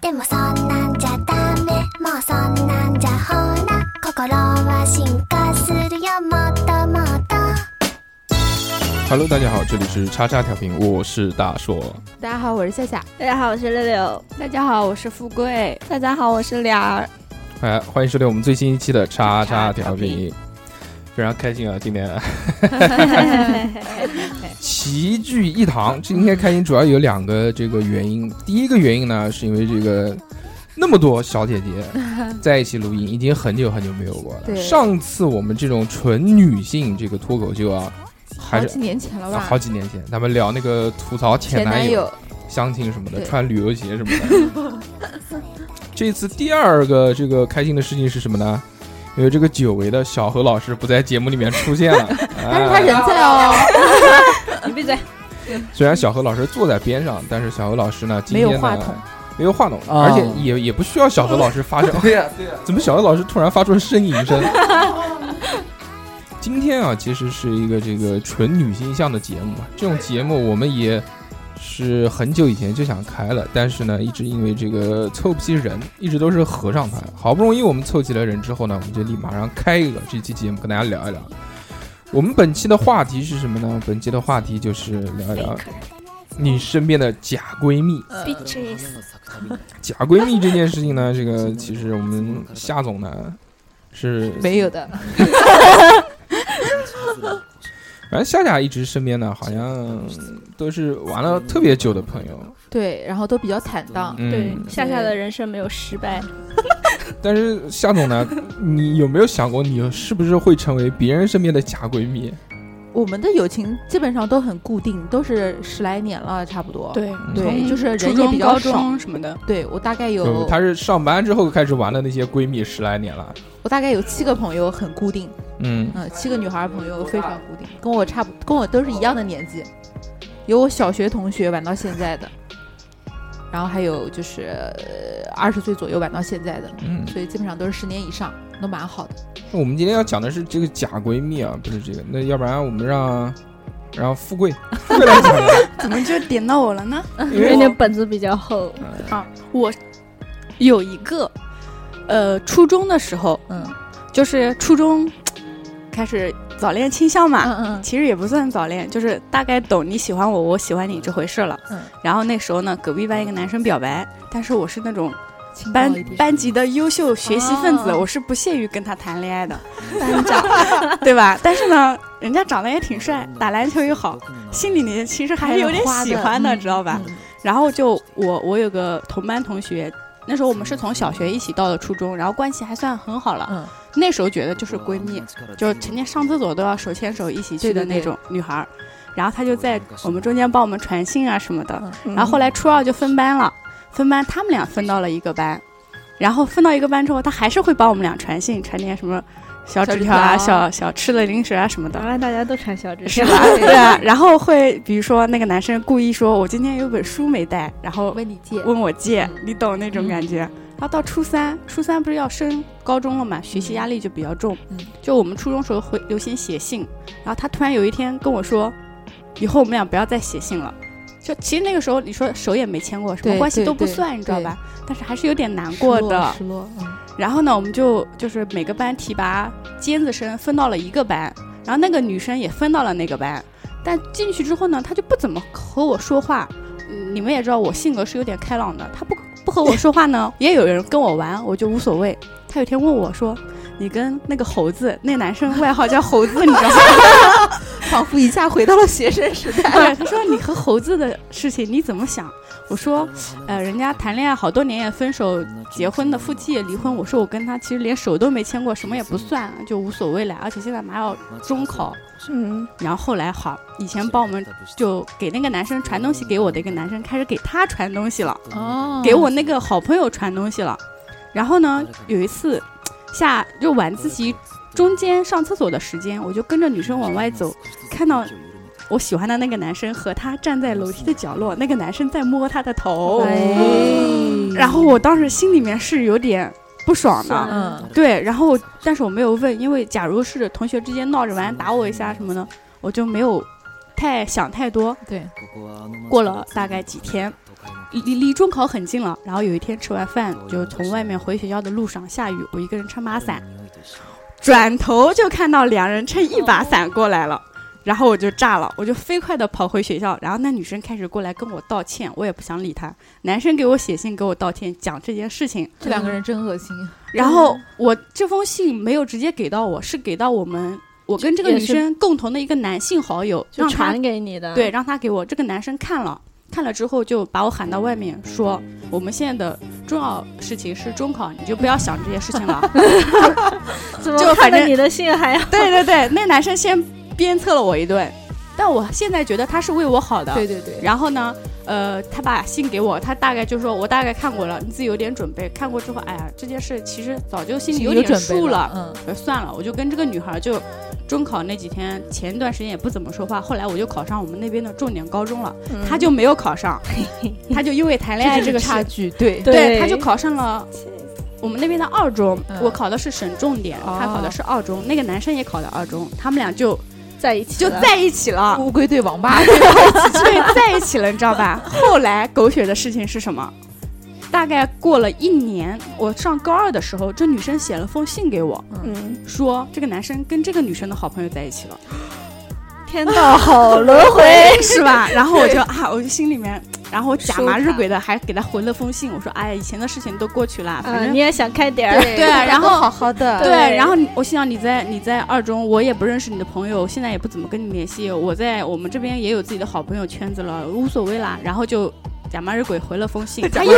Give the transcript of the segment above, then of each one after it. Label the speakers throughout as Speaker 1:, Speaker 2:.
Speaker 1: でもそんなんじゃダメもうそんなんじゃほら心は進化するよもっともっと
Speaker 2: Hello，大家好，这里是叉叉调频，我是大硕。
Speaker 3: 大家好，我是夏夏。
Speaker 4: 大家好，我是六六。
Speaker 5: 大家好，我是富贵。
Speaker 6: 大家好，我是莲儿。
Speaker 2: 哎，欢迎收听我们最新一期的叉叉调
Speaker 5: 叉
Speaker 2: 频，非常开心啊！今 天齐聚一堂，今天开心主要有两个这个原因。第一个原因呢，是因为这个那么多小姐姐 在一起录音，已经很久很久没有过了。
Speaker 3: 对
Speaker 2: 上次我们这种纯女性这个脱口秀啊，还
Speaker 3: 好
Speaker 2: 是
Speaker 3: 几年前了
Speaker 2: 啊
Speaker 3: 吧？
Speaker 2: 好几年前，咱们聊那个吐槽前
Speaker 3: 前
Speaker 2: 男
Speaker 3: 男
Speaker 2: 友
Speaker 3: 友，
Speaker 2: 相亲什么的，
Speaker 3: 对
Speaker 2: 穿旅游鞋什么的。这次第二个这个开心的事情是什么呢？因为这个久违的小何老师不在节目里面出现了，
Speaker 3: 但是他
Speaker 2: 哎
Speaker 3: 人在哦，
Speaker 4: 你闭嘴。
Speaker 2: 虽然小何老师坐在边上，但是小何老师呢，今
Speaker 3: 没有
Speaker 2: 天呢
Speaker 3: 话筒，
Speaker 2: 没有话筒，
Speaker 7: 啊
Speaker 2: 而且也也不需要小何老师发声。
Speaker 8: 对呀、对呀、
Speaker 2: 怎么小何老师突然发出了呻吟声？ 今天啊，其实是一个这个纯女性向的节目，这种节目我们也是很久以前就想开了，但是呢，一直因为这个凑不齐人，一直都是合上台。好不容易我们凑齐了人之后呢，我们就立马上开一个这期节目跟大家聊一聊。我们本期的话题是什么呢？本期的话题就是聊一聊你身边的假闺蜜。
Speaker 4: Bitches，
Speaker 2: 假闺蜜这件事情呢，这个其实我们夏总呢是
Speaker 3: 没有的。
Speaker 2: 反正夏夏一直身边呢，好像都是玩了特别久的朋友。
Speaker 3: 对，然后都比较坦荡。
Speaker 2: 嗯，
Speaker 4: 对，夏夏的人生没有失败，
Speaker 2: 但是夏总呢，你有没有想过，你是不是会成为别人身边的假闺蜜？
Speaker 3: 我们的友情基本上都很固定，都是十来年了，差不多。
Speaker 5: 对，
Speaker 3: 对，
Speaker 2: 嗯
Speaker 3: 就是
Speaker 5: 初
Speaker 3: 人也
Speaker 5: 中、
Speaker 3: 比
Speaker 5: 高
Speaker 3: 较少。
Speaker 5: 中什么的，
Speaker 3: 对我大概
Speaker 2: 就
Speaker 3: 有，
Speaker 2: 她是上班之后开始玩的那些闺蜜十来年了。
Speaker 3: 我大概有七个朋友很固定，
Speaker 2: 嗯，
Speaker 3: 嗯，七个女孩朋友非常固定，跟我差不，跟我都是一样的年纪，有我小学同学玩到现在的，然后还有就是呃二十岁左右玩到现在的，
Speaker 2: 嗯
Speaker 3: 所以基本上都是十年以上，都蛮好的。
Speaker 2: 那我们今天要讲的是这个假闺蜜啊，不是这个。那要不然我们让让富贵富贵来讲一下，
Speaker 5: 怎么就点到我了呢？
Speaker 2: 因
Speaker 4: 因为
Speaker 2: 为
Speaker 4: 你的本子比较厚。
Speaker 5: 啊，我有一个，呃，初中的时候，
Speaker 3: 嗯
Speaker 5: 就是初中开始早恋倾向嘛，
Speaker 3: 嗯嗯
Speaker 5: 其实也不算早恋，就是大概懂你喜欢我，我喜欢你这回事了。
Speaker 3: 嗯
Speaker 5: 然后那时候呢，隔壁班一个男生表白，但是我是那种
Speaker 3: 情
Speaker 5: 班
Speaker 3: 报一点
Speaker 5: 班级的优秀学习分子，
Speaker 3: 哦
Speaker 5: 我是不屑于跟他谈恋爱的，
Speaker 3: 班长 嗯
Speaker 5: 对吧？但是呢，人家长得也挺帅，打篮球又好，心里呢其实还是有点喜欢的，
Speaker 3: 嗯
Speaker 5: 知道吧？
Speaker 3: 嗯
Speaker 5: 然后就我我有个同班同学，那时候我们是从小学一起到的初中，然后关系还算很好了。
Speaker 3: 嗯
Speaker 5: 那时候觉得就是闺蜜，就是成天上厕所都要手牵手一起去的
Speaker 3: 对对对
Speaker 5: 那种女孩儿。然后她就在我们中间帮我们传信啊什么的。
Speaker 3: 嗯
Speaker 5: 然后后来初二就分班了，分班他们俩分到了一个班，然后分到一个班之后，她还是会帮我们俩传信，传点什么小
Speaker 3: 小
Speaker 5: 纸
Speaker 3: 纸
Speaker 5: 条啊、
Speaker 3: 条
Speaker 5: 小小吃的零食啊什么的
Speaker 4: 原。来大家都穿小纸
Speaker 5: 是
Speaker 4: 条，
Speaker 5: 吧？ 对啊，然后会比如说那个男生故意说，我今天有本书没带，然后
Speaker 3: 问你借，
Speaker 5: 问我借，
Speaker 3: 嗯
Speaker 5: 你懂那种感觉。然后到初三，初三不是要升高中了嘛，学习压力就比较重。
Speaker 3: 嗯
Speaker 5: 就我们初中时候会流行写信，然后他突然有一天跟我说，以后我们俩不要再写信了。就其实那个时候，你说手也没牵过，什么
Speaker 3: 对
Speaker 5: 关系
Speaker 3: 对
Speaker 5: 都不
Speaker 3: 对
Speaker 5: 算，你知道
Speaker 3: 对
Speaker 5: 吧？但是还是有点难
Speaker 3: 失
Speaker 5: 过
Speaker 3: 落
Speaker 5: 的。
Speaker 3: 失落，嗯
Speaker 5: 然后呢，我们就就是每个班提拔尖子生分到了一个班，然后那个女生也分到了那个班，但进去之后呢，她就不怎么和我说话。嗯你们也知道我性格是有点开朗的，她不不和我说话呢， 也有人跟我玩，我就无所谓。她有一天问我说：“你跟那个猴子，那男生外号叫猴子，你知道吗
Speaker 3: 仿佛一下回到了学生时？”代。
Speaker 5: 对，她说：“你和猴子的事情你怎么想？”我说：“呃，人家谈恋爱好多年也分手，结婚的夫妻也离婚。我说我跟他其实连手都没牵过，什么也不算，就无所谓了。而且现在马上要中考，
Speaker 6: 嗯，
Speaker 5: 然后后来好，以前帮我们就给那个男生传东西给我的一个男生，开始给他传东西了，
Speaker 3: 哦
Speaker 5: 给我那个好朋友传东西了。然后呢，有一次下就晚自习中间上厕所的时间，我就跟着女生往外走，看到我喜欢的那个男生和他站在楼梯的角落，那个男生在摸他的
Speaker 3: 哦
Speaker 5: 头，
Speaker 3: 哎
Speaker 5: 然后我当时心里面是有点不爽的，
Speaker 3: 嗯，
Speaker 5: 对，然后但是我没有问，因为假如是同学之间闹着玩打我一下什么的，我就没有太想太多。
Speaker 3: 对，
Speaker 5: 过了大概几天，离离离中考很近了，然后有一天吃完饭，就从外面回学校的路上下雨，我一个人撑把伞，转头就看到两人撑一把伞过来了。然后我就炸了，我就飞快的跑回学校，然后那女生开始过来跟我道歉，我也不想理她。男生给我写信给我道歉，讲这件事情，
Speaker 3: 这两个人真恶心。啊
Speaker 5: 然后我这封信没有直接给到我，是给到我们我跟这个女生共同的一个男性好友，
Speaker 4: 就
Speaker 5: 让他
Speaker 4: 传给你的。
Speaker 5: 对，让他给我。这个男生看了，看了之后就把我喊到外面说，我们现在的重要事情是中考，你就不要想这些事情了。
Speaker 4: 怎么
Speaker 5: 就
Speaker 4: 看
Speaker 5: 反
Speaker 4: 到
Speaker 5: 正
Speaker 4: 你的信还要
Speaker 5: 对对对，那男生先鞭策了我一顿，但我现在觉得他是为我好的。
Speaker 3: 对对对，
Speaker 5: 然后呢，呃，他把信给我，他大概就说，我大概看过了，你自己有点准备。看过之后，哎呀，这件事其实早就心里
Speaker 3: 有
Speaker 5: 点
Speaker 3: 准备
Speaker 5: 数了，
Speaker 3: 嗯，
Speaker 5: 我说呃算了，我就跟这个女孩儿就中考那几天，前一段时间也不怎么说话，后来我就考上我们那边的重点高中了，她就没有 考上，她就因为谈恋
Speaker 3: 嗯
Speaker 5: 爱
Speaker 3: 就
Speaker 5: 这个
Speaker 3: 是
Speaker 5: 事
Speaker 3: 差，距，对
Speaker 4: 对
Speaker 5: 对，她就考上了。我们那边的二中，
Speaker 3: 嗯哦
Speaker 5: 我考的是省重点，她考的是二中，那个男生也考的二中，他们俩就
Speaker 4: 在一起
Speaker 5: 就
Speaker 4: 了
Speaker 5: 在一起了。
Speaker 3: 乌龟对王八，
Speaker 5: 对，在一起了，你知道吧？后来狗血的事情是什么？大概过了一年，我上高二的时候，这女生写了封信给我，
Speaker 4: 嗯，
Speaker 5: 说这个男生跟这个女生的好朋友在一起了，
Speaker 4: 天道好轮 回，
Speaker 5: 是吧？然后我就啊，我就心里面，然后我假
Speaker 4: 收
Speaker 5: 麻日
Speaker 4: 他
Speaker 5: 鬼的还给他回了封信，我说哎呀，以前的事情都过去了，
Speaker 9: 呃
Speaker 5: 反
Speaker 4: 嗯，
Speaker 5: 正
Speaker 4: 你也想开点儿，
Speaker 3: 对
Speaker 9: 啊
Speaker 5: 对然后
Speaker 3: 好好的，。
Speaker 5: 对，
Speaker 4: 对
Speaker 5: 然后你我心想你在你在二中，我也不认识你的朋友，现在也不怎么跟你联系。我在我们这边也有自己的好朋友圈子了，无所谓啦。然后就假麻日鬼回了封信，他又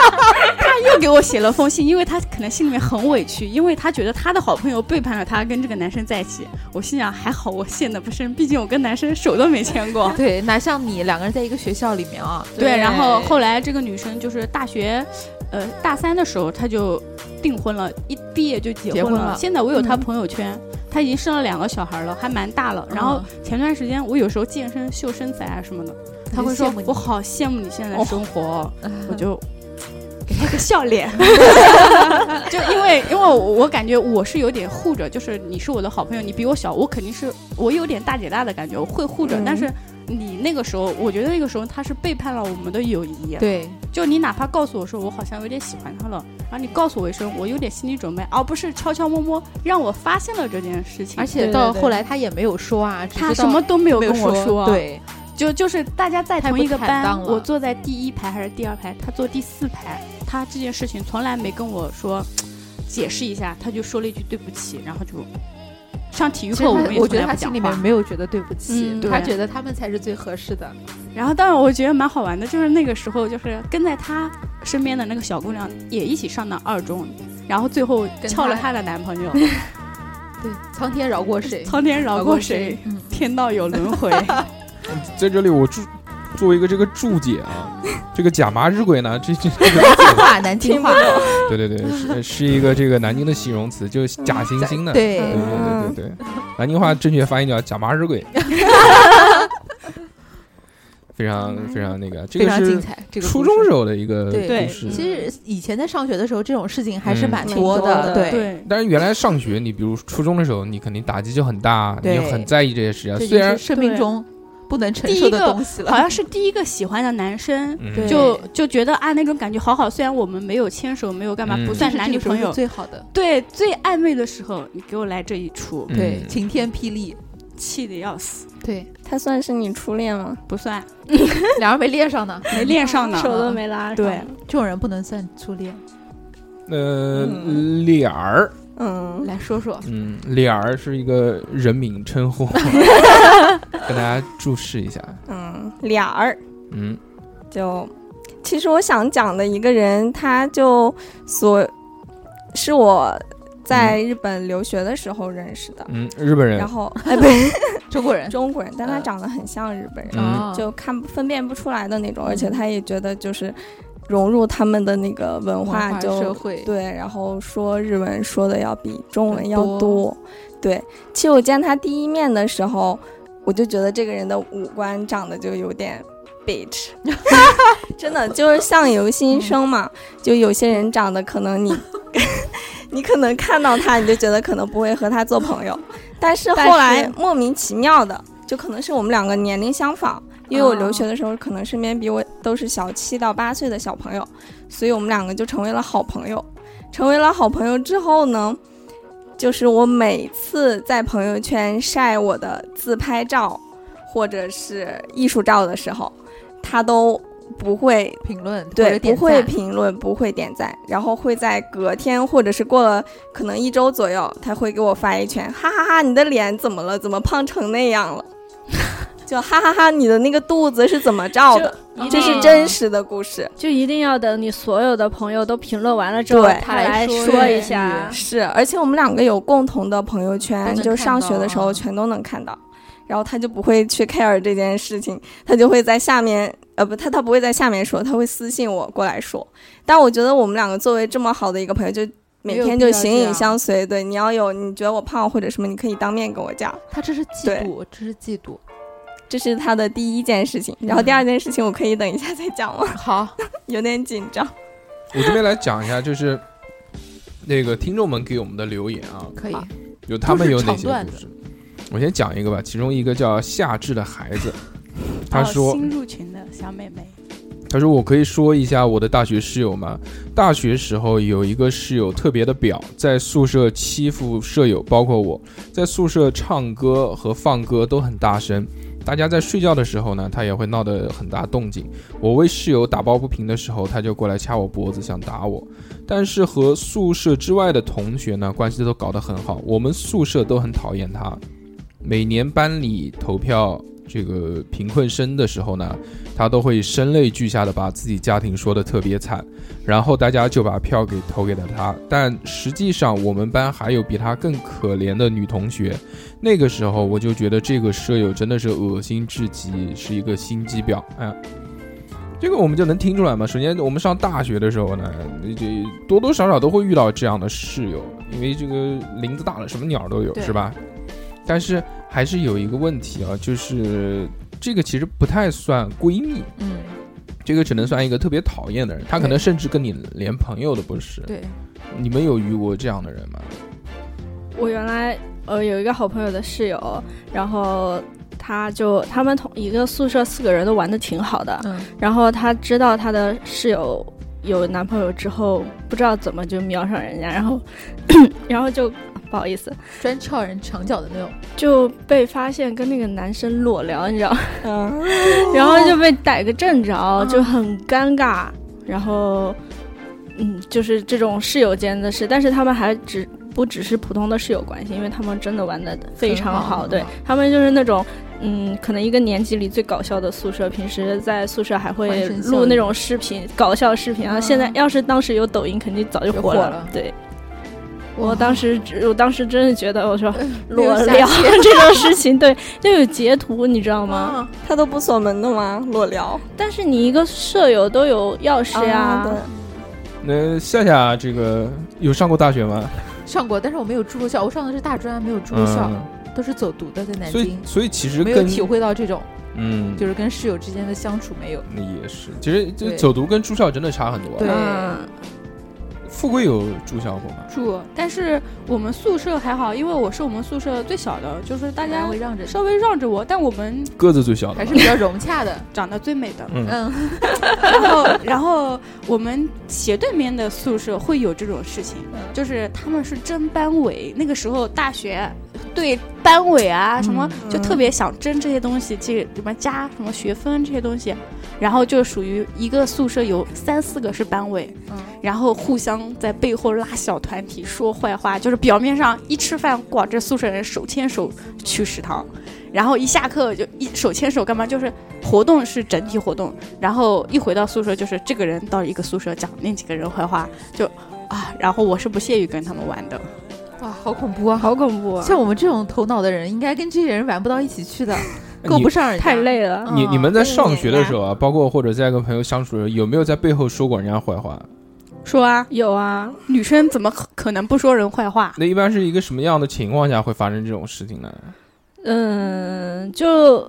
Speaker 5: 他又给我写了封信，因为他可能心里面很委屈，因为他觉得他的好朋友背叛了他，跟这个男生在一起。我心想还好我陷得不深，毕竟我跟男生手都没牵过
Speaker 3: 对，哪像你两个人在一个学校里面啊？
Speaker 5: 对，然后后来这个女生就是大学，呃，大三的时候她就订婚了，一毕业就结
Speaker 3: 结婚
Speaker 5: 婚了。
Speaker 3: 了
Speaker 5: 现在我有她朋友圈，她已经生了两个小孩了，还蛮大了。然后前段时间我有时候健身秀身材啊什么的，她会说
Speaker 3: 羡慕你
Speaker 5: 我好羡慕你现在的生活哦，我就。给她一个笑脸， 就因为因为我我感觉我是有点护着，就是你是我的好朋友，你比我小，我肯定是我有点大姐大的感觉，我会护着，
Speaker 4: 嗯
Speaker 5: 但是你那个时候，我觉得那个时候他是背叛了我们的友谊。，
Speaker 3: 对，
Speaker 5: 就你哪怕告诉我说我好像有点喜欢他了，然后你告诉我一声，我有点心理准备，而不是悄悄摸摸让我发现了这件事情。
Speaker 3: 而且
Speaker 4: 对
Speaker 3: 到
Speaker 4: 对
Speaker 3: 后来他也没有说啊，只
Speaker 5: 他
Speaker 3: 知
Speaker 5: 什
Speaker 3: 道
Speaker 5: 么都没有
Speaker 3: 没
Speaker 5: 跟
Speaker 3: 有
Speaker 5: 我说，，
Speaker 3: 对，
Speaker 5: 就就是大家在
Speaker 3: 太
Speaker 5: 同
Speaker 3: 不
Speaker 5: 一个
Speaker 3: 坦
Speaker 5: 班
Speaker 3: 荡，了
Speaker 5: 我坐在第一排还是第二排，他坐第四排，他这件事情从来没跟我说解释一下，他就说了一句对不起，然后就上体育
Speaker 3: 其实
Speaker 5: 课
Speaker 3: 他
Speaker 5: 们也
Speaker 3: 我
Speaker 5: 从
Speaker 3: 觉得
Speaker 5: 来
Speaker 3: 他
Speaker 5: 不讲
Speaker 3: 心里面
Speaker 5: 话
Speaker 3: 没有觉得对不起，
Speaker 5: 嗯
Speaker 3: 他
Speaker 5: 对
Speaker 3: 觉得他们才是最合适的。
Speaker 5: 然后，但是我觉得蛮好玩的，就是那个时候，就是跟在她身边的那个小姑娘也一起上的二中，然后最后
Speaker 3: 跟
Speaker 5: 撬了
Speaker 3: 她
Speaker 5: 她的男朋友。
Speaker 3: 对，嗯苍天饶过谁？
Speaker 5: 苍天饶过谁，？
Speaker 3: 嗯，
Speaker 5: 天道有轮回。
Speaker 2: 在这里我注作为一个这个注解啊，这个假麻日鬼呢，这这这个
Speaker 3: 天话难听话，
Speaker 2: 对对对，是是一个这个南京的形容词，就是假惺惺的。对
Speaker 3: 对
Speaker 2: 对对对对，南京话正确发音叫假麻日鬼。非常非常那个，这
Speaker 3: 非
Speaker 2: 个
Speaker 3: 常精
Speaker 2: 是
Speaker 3: 彩。这个
Speaker 2: 初
Speaker 3: 故
Speaker 2: 中
Speaker 3: 事嗯
Speaker 2: 时候的一个
Speaker 3: 对
Speaker 2: 故
Speaker 5: 对
Speaker 2: 事。
Speaker 3: 其实以前在上学的时候，这种事情还是
Speaker 2: 嗯
Speaker 3: 蛮
Speaker 4: 挺
Speaker 3: 多
Speaker 4: 多 的
Speaker 3: 对，
Speaker 5: 对，
Speaker 2: 但是原来上学，你比如初中的时候，你肯定打击就很大，你
Speaker 3: 对
Speaker 2: 就很在意这些事
Speaker 3: 这
Speaker 2: 情。呃虽
Speaker 3: 已经是
Speaker 2: 然
Speaker 3: 生命
Speaker 5: 对
Speaker 3: 中不能承
Speaker 5: 第一
Speaker 3: 受的
Speaker 5: 个
Speaker 3: 东西
Speaker 5: 好
Speaker 3: 了。
Speaker 5: 像是第一个喜欢的男生，
Speaker 2: 嗯
Speaker 3: 对
Speaker 5: 就就觉得啊那种感觉好好。虽然我们没有牵手，没有干嘛，
Speaker 2: 嗯
Speaker 5: 不
Speaker 3: 但
Speaker 5: 算
Speaker 3: 是
Speaker 5: 男女朋友，
Speaker 3: 最好的，
Speaker 5: 对，最暧昧的时候，你给我来这一出，
Speaker 2: 嗯
Speaker 3: 对，晴天霹雳，
Speaker 5: 气的要死。
Speaker 3: 对，
Speaker 4: 他算是你初恋吗？
Speaker 5: 不算，
Speaker 3: 两 人没恋上呢，
Speaker 5: 没恋上呢。
Speaker 4: 手都没拉上。
Speaker 5: 对，
Speaker 3: 这种人不能算初恋。
Speaker 2: 呃脸儿，
Speaker 4: 嗯，
Speaker 3: 来说说，
Speaker 2: 嗯，脸儿是一个人名称 呼，跟大家注释一下。
Speaker 9: 嗯，俩儿
Speaker 2: 嗯，
Speaker 9: 就，其实我想讲的一个人，他就所是我在日本留学的时候认识的，
Speaker 2: 嗯，日本人
Speaker 9: 然，后哎不是
Speaker 3: 中国人，
Speaker 9: 中国人，但他
Speaker 3: 嗯
Speaker 9: 长得很像日本人，
Speaker 2: 嗯
Speaker 3: 哦
Speaker 9: 就看不分辨不出来的那种，而且
Speaker 3: 嗯
Speaker 9: 他也觉得就是融入他们的那个
Speaker 2: 嗯
Speaker 9: 文
Speaker 3: 文
Speaker 9: 化
Speaker 3: 化
Speaker 9: 就
Speaker 3: 社会，
Speaker 9: 对，然后说日文说的要比中文要
Speaker 3: 更多
Speaker 9: 多。对，其实我见他第一面的时候，我就觉得这个人的五官长得就有点 bitch，真的就是相
Speaker 3: 嗯
Speaker 9: 由心生嘛。就有些人长得可 能你 你可能看到他，你就觉得可能不会和他做朋友，但是
Speaker 4: 但是
Speaker 9: 后来莫名其妙的，就可能是我们两个年龄相仿。因为我留学的时候，可能身边比我都是小七到八岁的小朋友，所以我们两个就成为了好朋友。成为了好朋友之后呢，就是我每次在朋友圈晒我的自拍照或者是艺术照的时候，他都不会
Speaker 3: 评论，或
Speaker 9: 对
Speaker 3: 者，
Speaker 9: 不
Speaker 3: 点
Speaker 9: 会
Speaker 3: 赞
Speaker 9: 评论，不会点赞，然后会在隔天或者是过了可能一周左右，他会给我发一圈，哈哈哈你的脸怎么了？怎么胖成那样了？ 就哈哈哈，你的那个肚子是怎么照的？
Speaker 5: 嗯
Speaker 4: 就
Speaker 9: 这
Speaker 3: 嗯
Speaker 9: 是
Speaker 4: 一定要
Speaker 9: 真实的故事。
Speaker 4: 就一定要等你所有的朋友都评论完了之后，
Speaker 9: 对
Speaker 4: 他来说一下。
Speaker 9: 是，而且我们两个有共同的朋友圈，
Speaker 3: 都能
Speaker 9: 就上学的时候全都能看到。然后他就不会去 care 这件事情，他就会在下面，呃，不，他他不会在下面说，他会私信我过来说。但我觉得我们两个作为这么好的一个朋友，就每
Speaker 3: 没有
Speaker 9: 天
Speaker 3: 必
Speaker 9: 就
Speaker 3: 要
Speaker 9: 形
Speaker 3: 这
Speaker 9: 影
Speaker 3: 样
Speaker 9: 相随。对，你要有你觉得我胖或者什么，你可以当面跟我讲。
Speaker 3: 他这是嫉
Speaker 9: 对
Speaker 3: 妒，这是嫉妒。
Speaker 9: 这是他的第一件事情。然后第二件事情，我可以等一下再讲吗？
Speaker 3: 好，
Speaker 9: 有点紧张。
Speaker 2: 我这边来讲一下，就是那个听众们给我们的留言啊，
Speaker 3: 可以。
Speaker 2: 有他们有哪
Speaker 3: 都是
Speaker 2: 些
Speaker 3: 长段
Speaker 2: 故
Speaker 3: 子
Speaker 2: 事？我先讲一个吧，其中一个叫夏至的孩 子，他说、
Speaker 5: 哦新入群的小妹妹，
Speaker 2: 他说：“我可以说一下我的大学室友吗？大学时候有一个室友特别的婊，在宿舍欺负舍友，包括我，在宿舍唱歌和放歌都很大声。大家在睡觉的时候呢，他也会闹得很大动静。我为室友打抱不平的时候，他就过来掐我脖子，想打我。但是和宿舍之外的同学呢，关系都搞得很好。我们宿舍都很讨厌他。每年班里投票这个贫困生的时候呢，他都会声泪俱下的把自己家庭说的特别惨，然后大家就把票给投给了他。但实际上，我们班还有比他更可怜的女同学。那个时候，我就觉得这个舍友真的是恶心至极，是一个心机婊。哎，这个我们就能听出来嘛。首先，我们上大学的时候呢，这多多少少都会遇到这样的室友，因为这个林子大了，什么鸟都有，
Speaker 3: 对
Speaker 2: 是吧？但是还是有一个问题啊，就是这个其实不太算闺蜜，
Speaker 3: 嗯，
Speaker 2: 这个只能算一个特别讨厌的人，他可能甚至跟你连朋友都不是。
Speaker 3: 对，
Speaker 2: 你们有遇过这样的人吗？
Speaker 4: 我原来呃有一个好朋友的室友，然后他就他们同一个宿舍四个人都玩的挺好的，
Speaker 3: 嗯，
Speaker 4: 然后他知道他的室友有男朋友之后，不知道怎么就瞄上人家，然后 然后就 不好意思
Speaker 3: 专撬人墙角的那种。
Speaker 4: 就被发现跟那个男生裸聊，你知道吗，
Speaker 9: 嗯，
Speaker 4: 然后就被逮个正着，
Speaker 3: 嗯
Speaker 4: 就很尴尬，然后。嗯，就是这种室友间的事，但是他们还只不只是普通的室友关系，因为他们真的玩的非常
Speaker 3: 很
Speaker 4: 好，
Speaker 3: 好很
Speaker 4: 对
Speaker 3: 好
Speaker 4: 他们就是那种。嗯，可能一个年级里最搞笑的宿舍，平时在宿舍还
Speaker 3: 欢
Speaker 4: 会
Speaker 3: 声笑
Speaker 4: 录
Speaker 3: 语
Speaker 4: 那种视频，搞笑视频啊。
Speaker 3: 嗯
Speaker 4: 现在要是当时有抖音，肯定早就
Speaker 3: 就
Speaker 4: 火
Speaker 3: 火
Speaker 4: 了。
Speaker 3: 了
Speaker 4: 对，我当时只，我当时真的觉得，我说
Speaker 3: 嗯没
Speaker 4: 裸
Speaker 3: 有下
Speaker 4: 聊
Speaker 3: 限
Speaker 4: 这种事情，对，就有截图，你知道吗？
Speaker 3: 啊，
Speaker 9: 他都不锁门的吗？裸聊
Speaker 4: 但是你一个舍友都有钥匙呀、
Speaker 9: 啊对
Speaker 2: 那夏夏这个有上过大学吗？
Speaker 3: 上过，但是我没有住过校，我上的是大专，没有住过校，
Speaker 2: 嗯，
Speaker 3: 都是走读的，在南
Speaker 2: 所以
Speaker 3: 京，
Speaker 2: 所以其实
Speaker 3: 没有
Speaker 2: 跟
Speaker 3: 体会到这种，
Speaker 2: 嗯，
Speaker 3: 就是跟室友之间的相处没有。
Speaker 2: 那也是，其实就
Speaker 3: 对
Speaker 2: 走读跟住校真的差很多。
Speaker 3: 对
Speaker 4: 嗯，
Speaker 2: 富贵有住校过吗？
Speaker 5: 住，但是我们宿舍还好，因为我是我们宿舍最小的，就是大
Speaker 3: 来
Speaker 5: 家
Speaker 3: 回让着，
Speaker 5: 稍微让着我，但我们
Speaker 2: 个子最小的
Speaker 3: 还
Speaker 2: 吗
Speaker 3: 是比较融洽的。
Speaker 5: 长得最美 的。
Speaker 2: 嗯，
Speaker 3: 嗯，
Speaker 5: 然后，然后我们斜对面的宿舍会有这种事情，就是他们是争班委，那个时候大学对班委啊什么、就特别想争这些东西，这什么加什么学分这些东西，然后就属于一个宿舍有三四个是班委，
Speaker 3: 嗯
Speaker 5: 然后互相在背后拉小团体说坏话，就是表面上一吃饭管着宿舍人手牵手去食堂。然后一下课就一手牵手干嘛？就是活动是整体活动，然后一回到宿舍，就是这个人到一个宿舍讲那几个人坏话，就啊，然后我是不屑于跟他们玩的。
Speaker 3: 哇，好恐怖啊！
Speaker 4: 好恐怖啊！
Speaker 3: 像我们这种头脑的人，应该跟这些人玩不到一起去的，够
Speaker 2: 哎你
Speaker 3: 不上人家
Speaker 4: 太。累了。
Speaker 2: 你
Speaker 3: 嗯
Speaker 2: 你们在上学的时候啊，包括或者在跟朋友相处的时候，有没有在背后说过人家坏话？
Speaker 5: 说啊，
Speaker 4: 有啊，
Speaker 5: 女生怎么可可能不说人坏话？
Speaker 2: 那一般是一个什么样的情况下会发生这种事情呢？
Speaker 4: 嗯，就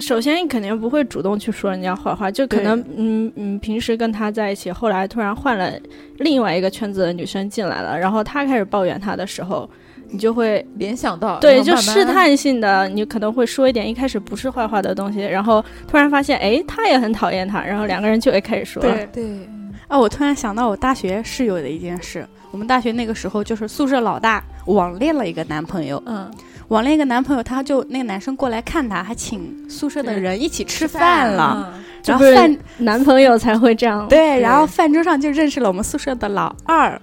Speaker 4: 首先你肯定不会主动去说人家坏话，就可能嗯嗯，平时跟他在一起，后来突然换了另外一个圈子的女生进来了，然后他开始抱怨他的时候，你就会
Speaker 3: 联想到，
Speaker 4: 对，
Speaker 3: 然后
Speaker 4: 就
Speaker 3: 慢慢
Speaker 4: 试探性的，你可能会说一点一开始不是坏话的东西，然后突然发现，哎，他也很讨厌他，然后两个人就会开始说了，
Speaker 3: 对，
Speaker 5: 啊，我突然想到我大学室友的一件事。我们大学那个时候就是宿舍老大网恋了一个男朋友，
Speaker 3: 嗯，
Speaker 5: 网恋一个男朋友，他就那个男生过来看他，还请宿舍的人一起吃饭嗯了，然后
Speaker 4: 这不是
Speaker 5: 饭
Speaker 4: 男朋友才会这样，
Speaker 5: 对，然后饭桌上就认识了我们宿舍的老二，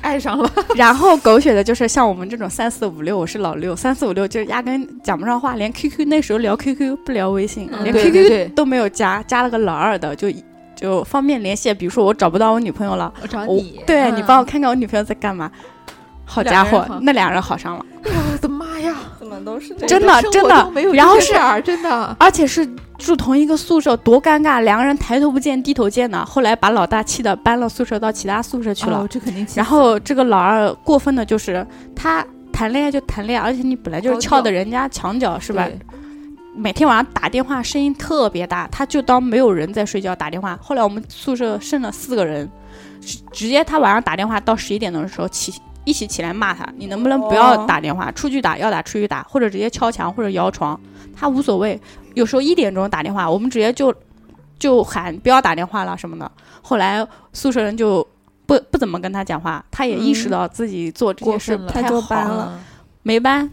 Speaker 3: 爱上了，
Speaker 5: 然后狗血的就是像我们这种三四五六，我是老六，三四五六就是压根讲不上话，连 QQ 那时候聊 QQ 不聊微信，
Speaker 3: 嗯
Speaker 5: 连
Speaker 3: 对对
Speaker 5: QQ
Speaker 3: 对
Speaker 5: 都没有加，加了个老二的就就方便联系，比如说我找不到我女朋友了，
Speaker 3: 我找
Speaker 5: 我
Speaker 3: 你，
Speaker 5: 对、
Speaker 3: 嗯
Speaker 5: 你帮我看看我女朋友在干嘛。好家
Speaker 3: 两个
Speaker 5: 伙
Speaker 3: 人好，
Speaker 5: 那俩人好上了，
Speaker 3: 我的妈呀，
Speaker 9: 怎么都是 这
Speaker 5: 真
Speaker 9: 样
Speaker 5: 的
Speaker 3: 我生活
Speaker 5: 真的
Speaker 3: 中没有
Speaker 5: 然后
Speaker 3: 这些
Speaker 5: 是
Speaker 3: 事儿，真的，
Speaker 5: 而且是住同一个宿舍，多尴尬！两个人抬头不见低头见的。后来把老大气的搬了宿舍到其他宿舍 去了。
Speaker 3: 哦，这肯定气死
Speaker 5: 然后这个老二过分的就是他谈恋爱就谈恋爱，而且你本来就是撬的人家墙角是吧？
Speaker 3: 对
Speaker 5: 每天晚上打电话声音特别大，他就当没有人在睡觉打电话。后来我们宿舍剩了四个人，直直接他晚上打电话到十一点钟的时候起一起起来骂他，你能不能不
Speaker 3: 哦
Speaker 5: 要打电话？出去打，要打出去打，或者直接敲墙或者摇床，他无所谓。有时候一点钟打电话，我们直接就就喊不要打电话了什么的。后来宿舍人就不不怎么跟他讲话，他也意识到自己做这
Speaker 3: 嗯过
Speaker 5: 些事
Speaker 3: 分
Speaker 5: 不
Speaker 3: 了，
Speaker 5: 太
Speaker 9: 就
Speaker 5: 好啊
Speaker 9: 搬
Speaker 3: 嗯
Speaker 9: 了，
Speaker 5: 没搬，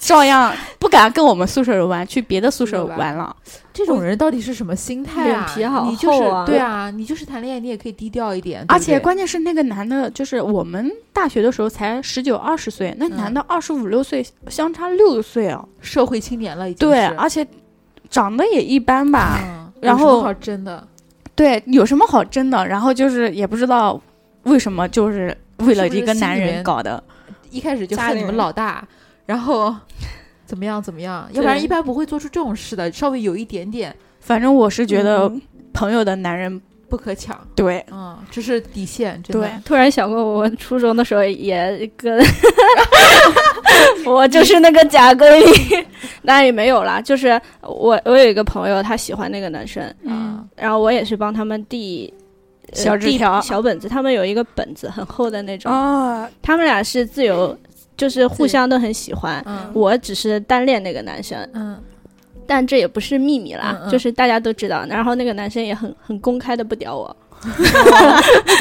Speaker 5: 照样不敢跟我们宿舍人玩，去别的宿舍玩了。
Speaker 3: 这种人到底是什么心态啊？
Speaker 9: 脸皮好
Speaker 3: 你就是
Speaker 9: 厚啊
Speaker 3: 对啊，你就是谈恋爱，你也可以低调一点，对不
Speaker 5: 而且
Speaker 3: 对
Speaker 5: 关键是那个男的，就是我们大学的时候才十九二十岁，那
Speaker 3: 嗯
Speaker 5: 男的二十五六岁，相差六岁哦。
Speaker 3: 社会青年了，已经
Speaker 5: 对，
Speaker 3: 是
Speaker 5: 而且长得也一般吧。
Speaker 3: 嗯
Speaker 5: 然
Speaker 3: 有什么
Speaker 5: 后
Speaker 3: 好争的，
Speaker 5: 对，有什么好争的？然后就是也不知道为什么，就是为了
Speaker 3: 是不是
Speaker 5: 一个
Speaker 3: 心
Speaker 5: 男
Speaker 3: 里
Speaker 5: 人
Speaker 3: 面
Speaker 5: 搞的。
Speaker 3: 一开始就
Speaker 9: 家
Speaker 3: 恨
Speaker 9: 里
Speaker 3: 你们
Speaker 9: 人
Speaker 3: 老大，然 后怎么样怎么样，要不然一般不会做出这种事的，稍微有一点点
Speaker 5: 反正我是觉得
Speaker 9: 嗯
Speaker 5: 朋友的男人
Speaker 3: 不可抢，
Speaker 5: 对
Speaker 3: 嗯，这是底线，真
Speaker 5: 对
Speaker 3: 的。啊
Speaker 4: 突然想过，我初中的时候也跟，我就是那个假闺蜜， 当然也没有啦。就是我，我有一个朋友，他喜欢那个男生，
Speaker 5: 嗯
Speaker 3: 啊，
Speaker 4: 然后我也是帮他们递、呃
Speaker 5: 小纸
Speaker 4: 递
Speaker 5: 条
Speaker 4: 小本子，他们有一个本子很厚的那种，
Speaker 5: 哦，
Speaker 4: 他们俩是自由，就是互相都很喜欢。
Speaker 3: 嗯
Speaker 4: 我只是单恋那个男生，
Speaker 3: 嗯
Speaker 4: 但这也不是秘密啦，
Speaker 3: 嗯嗯
Speaker 4: 就是大家都知道。然后那个男生也很很公开的不屌我，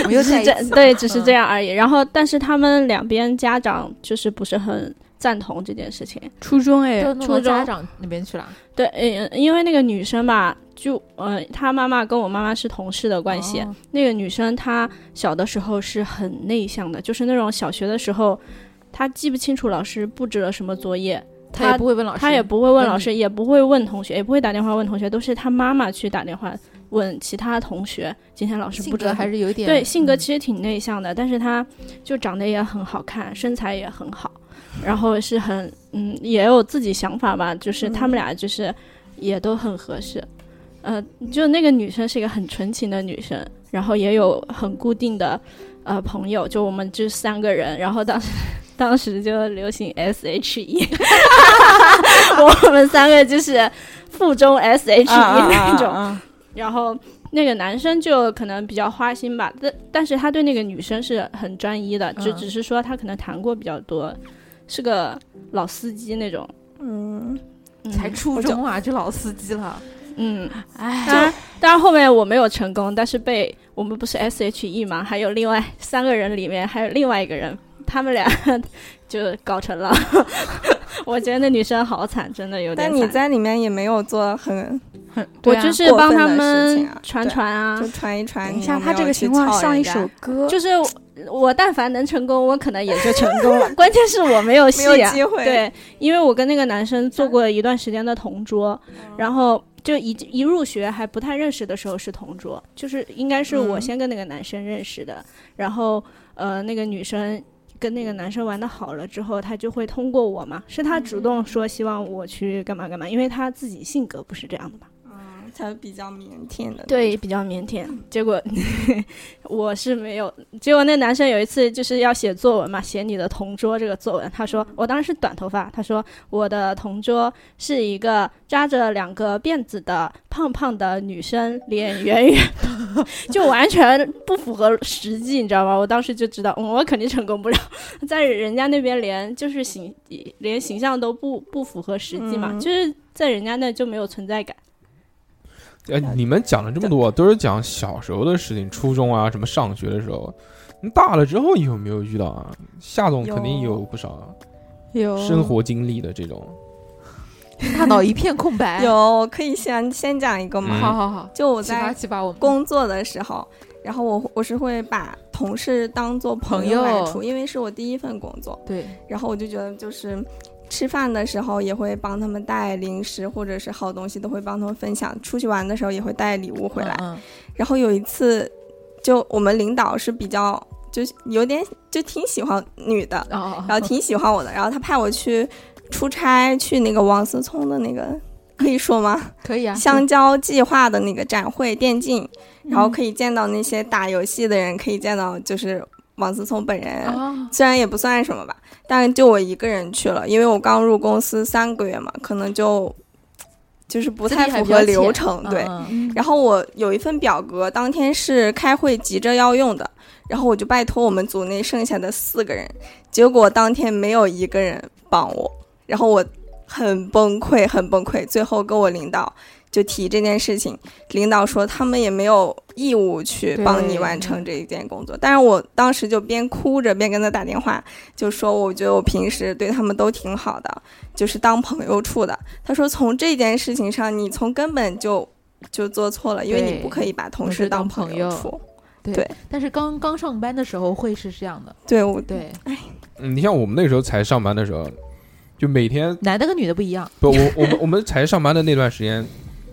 Speaker 3: 没有在
Speaker 4: 是
Speaker 3: 一
Speaker 4: 这
Speaker 3: 起
Speaker 4: 对，只是
Speaker 3: 嗯
Speaker 4: 这样而已。然后，但是他们两边家长就是不是很赞同这件事情。
Speaker 5: 初中哎，
Speaker 3: 就弄
Speaker 4: 初
Speaker 3: 到
Speaker 4: 中
Speaker 3: 家长那边去了，
Speaker 4: 对，嗯，因为那个女生吧，就呃，她妈妈跟我妈妈是同事的关系。
Speaker 3: 哦
Speaker 4: 那个女生她小的时候是很内向的，就是那种小学的时候，她记不清楚老师布置了什么作业，
Speaker 3: 他也不会问老师，嗯
Speaker 4: 她也不会问老
Speaker 3: 问
Speaker 4: 师，也不会问同学，也不会打电话问同学，都是她妈妈去打电话问其他同学，今天老师
Speaker 3: 性
Speaker 4: 布置了
Speaker 3: 格还是有一点
Speaker 4: 对，性格
Speaker 3: 嗯
Speaker 4: 其实挺内向的，但是他就长得也很好看，身材也很好，然后是很嗯，也有自己想法吧，就是他们
Speaker 3: 嗯
Speaker 4: 俩就是也都很合适。呃，就那个女生是一个很纯情的女生，然后也有很固定的呃朋友，就我们这三个人，然后当时 当时就流行 S H E，我们三个就是附中 S H E
Speaker 3: 啊
Speaker 4: 那种。
Speaker 9: 嗯
Speaker 4: 然后那个男生就可能比较花心吧，但但是他对那个女生是很专一的，只
Speaker 3: 嗯
Speaker 4: 只是说他可能谈过比较多，是个老司机那种。
Speaker 9: 嗯，
Speaker 4: 嗯
Speaker 3: 才初中啊，就老司机了，
Speaker 4: 嗯，
Speaker 9: 啊
Speaker 4: 当
Speaker 5: 哎，
Speaker 4: 然，当然后面我没有成功，但是被我们不是 S H E 嘛，还有另外三个人里面还有另外一个人，他们俩 就搞成了。 我觉得那女生好惨，真的有
Speaker 9: 但
Speaker 4: 点惨。
Speaker 9: 你在里面也没有做很，
Speaker 4: 我
Speaker 5: 对啊
Speaker 4: 就是
Speaker 9: 过
Speaker 4: 帮
Speaker 9: 分
Speaker 4: 他
Speaker 9: 的事
Speaker 4: 们
Speaker 9: 情啊
Speaker 4: 传
Speaker 9: 对
Speaker 4: 传啊，
Speaker 9: 就传一传。
Speaker 5: 等
Speaker 9: 你
Speaker 5: 一下，
Speaker 9: 有没
Speaker 5: 他
Speaker 9: 有
Speaker 5: 这个
Speaker 9: 去
Speaker 5: 情况
Speaker 9: 撬
Speaker 5: 像
Speaker 9: 人
Speaker 5: 一
Speaker 9: 家
Speaker 5: 首歌，
Speaker 4: 就是我但凡能成功，我可能也就成功了。关键是我没有
Speaker 9: 没
Speaker 4: 戏、
Speaker 9: 有
Speaker 4: 啊，
Speaker 9: 机会。
Speaker 4: 对，因为我跟那个男生做过一段时间的同桌，然后就一一入学还不太认识的时候是同桌，就是应该是我
Speaker 9: 嗯
Speaker 4: 先跟那个男生认识的，然后呃那个女生。跟那个男生玩的好了之后，他就会通过我嘛，是他主动说希望我去干嘛干嘛，因为他自己性格不是这样的嘛。
Speaker 9: 才比较腼腆的。
Speaker 4: 对，比较腼腆。结果 我是没有，结果那男生有一次就是要写作文嘛，写你的同桌这个作文。他说，我当时是短头发，他说我的同桌是一个扎着两个辫子的胖胖的女生，脸圆圆的， 就完全不符合实际，你知道吗？我当时就知道，嗯我肯定成功不了， 在人家那边连就是形连形象都不不符合实际嘛，
Speaker 9: 嗯
Speaker 4: 就是在人家那就没有存在感。
Speaker 2: 哎，你们讲了这么多，都是讲小时候的事情，初中啊，什么上学的时候。你大了之后有没有遇到啊？夏总肯定有不少啊
Speaker 3: 有
Speaker 2: 生活经历的这种。
Speaker 3: 大脑一片空 白。
Speaker 9: 有，我可以先先讲一个吗？
Speaker 2: 嗯
Speaker 3: 好好好，
Speaker 9: 就我
Speaker 3: 启发
Speaker 9: 在
Speaker 3: 启发我们。
Speaker 9: 工作的时候，然后我我是会把同事当做朋
Speaker 3: 朋
Speaker 9: 来
Speaker 3: 友
Speaker 9: 处，因为是我第一份工作，
Speaker 3: 对，
Speaker 9: 然后我就觉得就是。吃饭的时候也会帮他们带零食或者是好东西，都会帮他们分享。出去玩的时候也会带礼物回来。
Speaker 3: 嗯，嗯
Speaker 9: 然后有一次，就我们领导是比较就是有点就挺喜欢女的，
Speaker 3: 哦哦，
Speaker 9: 然后挺喜欢我的，然后他派我去出差，去那个王思聪的那个可以说吗？
Speaker 3: 可以啊，
Speaker 9: 香蕉计划的那个展会电竞，然后可以见到那些打游戏的人，可以见到就是王思聪本人。
Speaker 3: 啊，
Speaker 9: 虽然也不算什么吧，但就我一个人去了，因为我刚入公司三个月嘛，可能就就是不
Speaker 3: 不
Speaker 9: 太符合流程，对。
Speaker 3: 嗯
Speaker 9: 然后我有一份表格，当天是开会急着要用的，然后我就拜托我们组内剩下的四个人，结果当天没有一个人帮我，然后我很崩溃，很崩溃。最后跟我领导就提这件事情，领导说他们也没有义务去帮你
Speaker 3: 对
Speaker 9: 完成这一件工作。但是我当时就边哭着边跟他打电话，就说我觉得我平时对他们都挺好的，就是当朋友处的。他说从这件事情上，你从根本就就做错了，因为
Speaker 3: 对
Speaker 9: 你不可以把同
Speaker 3: 同
Speaker 9: 事
Speaker 3: 事
Speaker 9: 当
Speaker 3: 当
Speaker 9: 朋
Speaker 3: 朋友
Speaker 9: 处。
Speaker 3: 但是刚刚上班的时候会是这样的，
Speaker 9: 对我
Speaker 3: 对，
Speaker 2: 嗯你像我们那时候才上班的时候，就每天
Speaker 3: 男的跟女的不一样，
Speaker 2: 不，我我们我们才上班的那段时 间，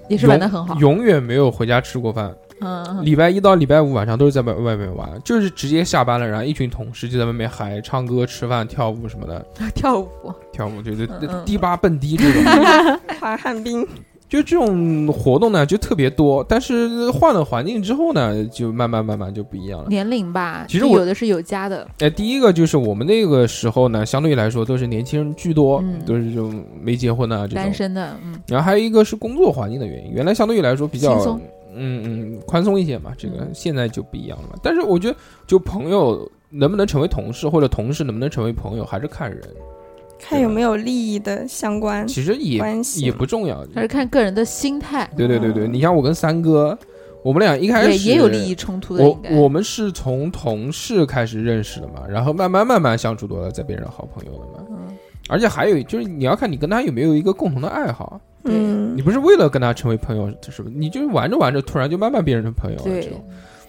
Speaker 3: 也是玩的很好。
Speaker 2: 永远没有回家吃过饭。
Speaker 3: 嗯嗯，嗯
Speaker 2: 礼拜一到礼拜五晚上都是在外外面玩，就是直接下班了，然后一群同事就在外面嗨、唱歌、吃饭、跳舞什么的，
Speaker 3: 跳舞，
Speaker 2: 跳舞就是
Speaker 3: 嗯嗯
Speaker 2: 滴吧蹦迪这种，
Speaker 9: 华汉斌，
Speaker 2: 就这种活动呢就特别多。但是换了环境之后呢，就慢慢慢慢就不一样了。
Speaker 3: 年龄吧，
Speaker 2: 其实
Speaker 3: 就
Speaker 2: 我
Speaker 3: 有的是有家的，
Speaker 2: 哎，第一个就是我们那个时候呢，相对来说都是年轻人居多，
Speaker 3: 嗯
Speaker 2: 都是这种没结婚啊这
Speaker 3: 单
Speaker 2: 种。
Speaker 3: 身的，嗯，
Speaker 2: 然后还有一个是工作环境的原因，原来相对于来说比较
Speaker 3: 轻松
Speaker 2: 嗯嗯宽松一些嘛，这个
Speaker 3: 嗯
Speaker 2: 现在就不一样了嘛。但是我觉得，就朋友能不能成为同事，或者同事能不能成为朋友，还是看人，
Speaker 9: 看有没有利益的相关。
Speaker 2: 其实也
Speaker 9: 关系
Speaker 2: 也不重要。
Speaker 3: 还是看个人的心态，
Speaker 2: 对对对对，你像我跟三哥，我们俩一开
Speaker 3: 对，
Speaker 2: 始
Speaker 3: 也有利益。冲突的，
Speaker 2: 我
Speaker 3: 应该
Speaker 2: 我们是从同事开始认识的嘛，然后慢慢慢慢相处多了，才变成好朋友了嘛。
Speaker 3: 嗯
Speaker 2: 而且还有就是你要看你跟他有没有一个共同的爱好，啊
Speaker 9: 嗯
Speaker 2: 你，不是为了跟他成为朋友，是不是？你就是玩着玩着，突然就慢慢变成朋友了。这
Speaker 3: 对
Speaker 2: 种，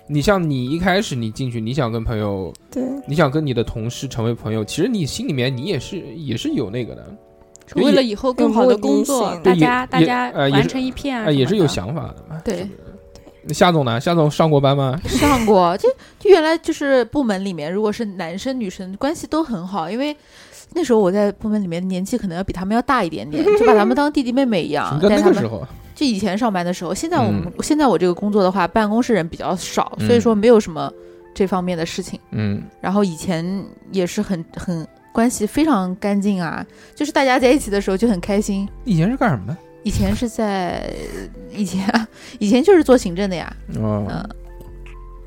Speaker 2: 你像你一开始你进去，你想跟朋友，
Speaker 9: 对，
Speaker 2: 你想跟你的同事成为朋友，其实你心里面你也是也是有那个的，
Speaker 5: 是为了以后更好的工作
Speaker 9: 有目，
Speaker 5: 大
Speaker 2: 的性
Speaker 5: 家大
Speaker 2: 也
Speaker 5: 家
Speaker 2: 呃也
Speaker 5: 完
Speaker 2: 是
Speaker 5: 成一片啊
Speaker 2: 哎，也
Speaker 5: 什
Speaker 2: 是
Speaker 5: 么
Speaker 2: 有
Speaker 5: 的
Speaker 2: 想法的嘛。
Speaker 3: 对
Speaker 2: 那夏总呢？夏总上过班吗？
Speaker 3: 上过，就就原来就是部门里面，如果是男生女生关系都很好，因为那时候我在部门里面年纪可能要比他们要大 一点点，就把他们当弟弟妹妹一样
Speaker 2: 你在
Speaker 3: 啊带
Speaker 2: 那
Speaker 3: 他
Speaker 2: 个时
Speaker 3: 们。
Speaker 2: 候，
Speaker 3: 就以前上班的时候，现在我们、
Speaker 2: 嗯
Speaker 3: 现在我这个工作的话，办公室人比较少，
Speaker 2: 嗯
Speaker 3: 所以说没有什么这方面的事情。
Speaker 2: 嗯，
Speaker 3: 然后以前也是很很关系非常干净啊，就是大家在一起的时候就很开心。
Speaker 2: 你以前是干什么的？
Speaker 3: 以前是在以前以前就是做行政的呀，
Speaker 2: 哦，
Speaker 3: 嗯，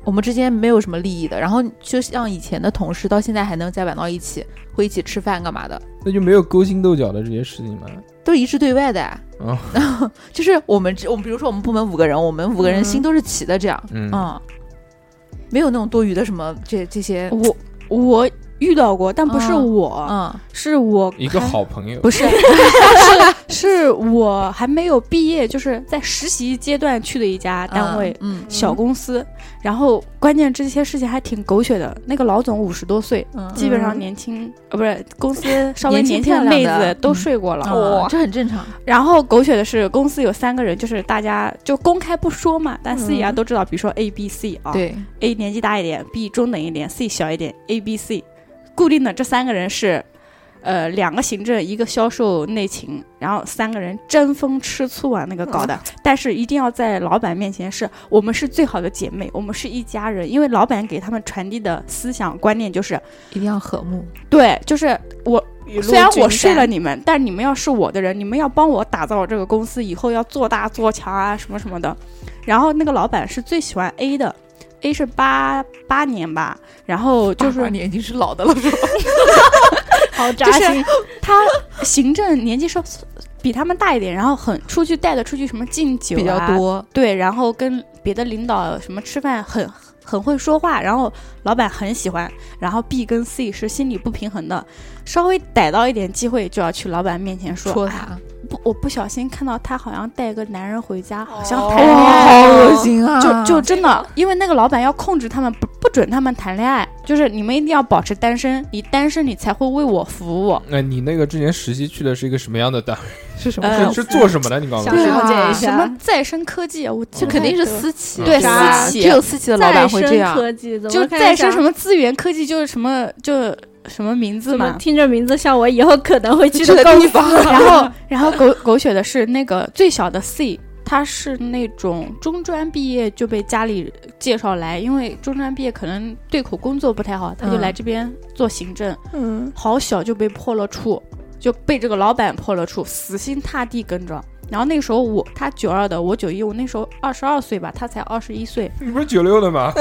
Speaker 3: 我们之间没有什么利益的。然后就像以前的同事，到现在还能再玩到一起，会一起吃饭干嘛的，
Speaker 2: 那就没有勾心斗角的这些事情嘛。
Speaker 3: 都一致对外的、啊。
Speaker 2: 哦
Speaker 3: 就是我们之我们比如说我们部门五个人，我们五个人心都是齐的，这样，
Speaker 2: 嗯
Speaker 3: 嗯，没有那种多余的什么这这些，
Speaker 5: 我我遇到过，但不是
Speaker 3: 嗯
Speaker 5: 我，
Speaker 3: 嗯，
Speaker 5: 是我
Speaker 2: 一个
Speaker 5: 还
Speaker 2: 好朋友，
Speaker 5: 不是是是我还没有毕业，就是在实习阶段去的一家单位。
Speaker 3: 嗯，嗯，
Speaker 5: 小公司，然后关键这些事情还挺狗血的。那个老总五十多岁，
Speaker 3: 嗯，
Speaker 5: 基本上年轻呃不是公司稍微年轻的
Speaker 3: 年轻
Speaker 5: 妹
Speaker 3: 漂亮的
Speaker 5: 子都睡过了。
Speaker 3: 嗯这很正常，
Speaker 5: 然后狗血的是，公司有三个人，就是大家就公开不说嘛，但私底下都知道，比如说 A、B、C 啊，
Speaker 3: 对，
Speaker 5: A 年纪大一点，B 中等一点，C 小一点，A、B、C 固定的这三个人是呃，两个行政，一个销售内勤，然后三个人争风吃醋啊，那个搞的。
Speaker 9: 嗯
Speaker 5: 但是一定要在老板面前是我们是最好的姐妹，我们是一家人，因为老板给他们传递的思想观念就是
Speaker 3: 一定要和睦。
Speaker 5: 对，就是我
Speaker 9: 雨露
Speaker 5: 嗯虽然我
Speaker 9: 均
Speaker 5: 睡了
Speaker 9: 沾
Speaker 5: 你们，但你们要是我的人，你们要帮我打造这个公司，以后要做大做强啊，什么什么的。然后那个老板是最喜欢 A 的，A 是八八年吧，然后就
Speaker 3: 八
Speaker 5: 是
Speaker 3: 年已经是老的了，是吧？
Speaker 4: 好扎
Speaker 5: 就是
Speaker 4: 心，
Speaker 5: 他行政年纪稍比他们大一点，然后很出去带的出去什么敬酒、啊、
Speaker 3: 比较，多。
Speaker 5: 对，然后跟别的领导什么吃饭很很会说话，然后老板很喜欢，然后 B 跟 C 是心理不平衡的，稍微逮到一点机会就要去老板面前说，
Speaker 3: 戳
Speaker 5: 哎
Speaker 3: 他，
Speaker 5: 不，我不小心看到他好像带个男人回家，好像
Speaker 9: 哦
Speaker 3: 哎
Speaker 5: 谈恋爱。
Speaker 3: 心啊
Speaker 5: 就就真的，因为那个老板要控制他们，不不准他们谈恋爱，就是你们一定要保持单身，你单身你才会为我服务。
Speaker 2: 那哎你那个之前实习去的是一个什么样的单位？
Speaker 3: 是什
Speaker 5: 呃
Speaker 3: 么？
Speaker 2: 是做什么的？你告诉
Speaker 4: 想
Speaker 2: 我。
Speaker 5: 对
Speaker 4: 了解
Speaker 3: 啊
Speaker 4: 一
Speaker 5: 什
Speaker 4: 下
Speaker 5: 么。再生科技，啊我
Speaker 3: 这
Speaker 5: 这
Speaker 3: 肯定是私企，
Speaker 5: 对
Speaker 4: 啥
Speaker 5: 私企，
Speaker 3: 只有私企的老
Speaker 4: 再
Speaker 3: 板会这
Speaker 4: 生
Speaker 3: 样。
Speaker 4: 科技，怎
Speaker 5: 就
Speaker 4: 么看
Speaker 5: 再
Speaker 4: 一下
Speaker 5: 生什么资源科技，就是什么就什么名字
Speaker 4: 怎么
Speaker 5: 嘛。
Speaker 4: 听着名字像我以后可能会去
Speaker 3: 去的
Speaker 4: 公
Speaker 3: 地
Speaker 4: 司
Speaker 3: 方
Speaker 5: 然 后然后狗狗血的是那个最小的 C，他是那种中专毕业就被家里介绍来，因为中专毕业可能对口工作不太好，他就
Speaker 3: 嗯
Speaker 5: 来这边做行政，
Speaker 9: 嗯，
Speaker 5: 好小就被破了处，就被这个老板破了处，死心塌地跟着。然后那个时候我他九二的，我九一，我那时候二十二岁吧，他才二十一岁，
Speaker 2: 你不是九六的吗？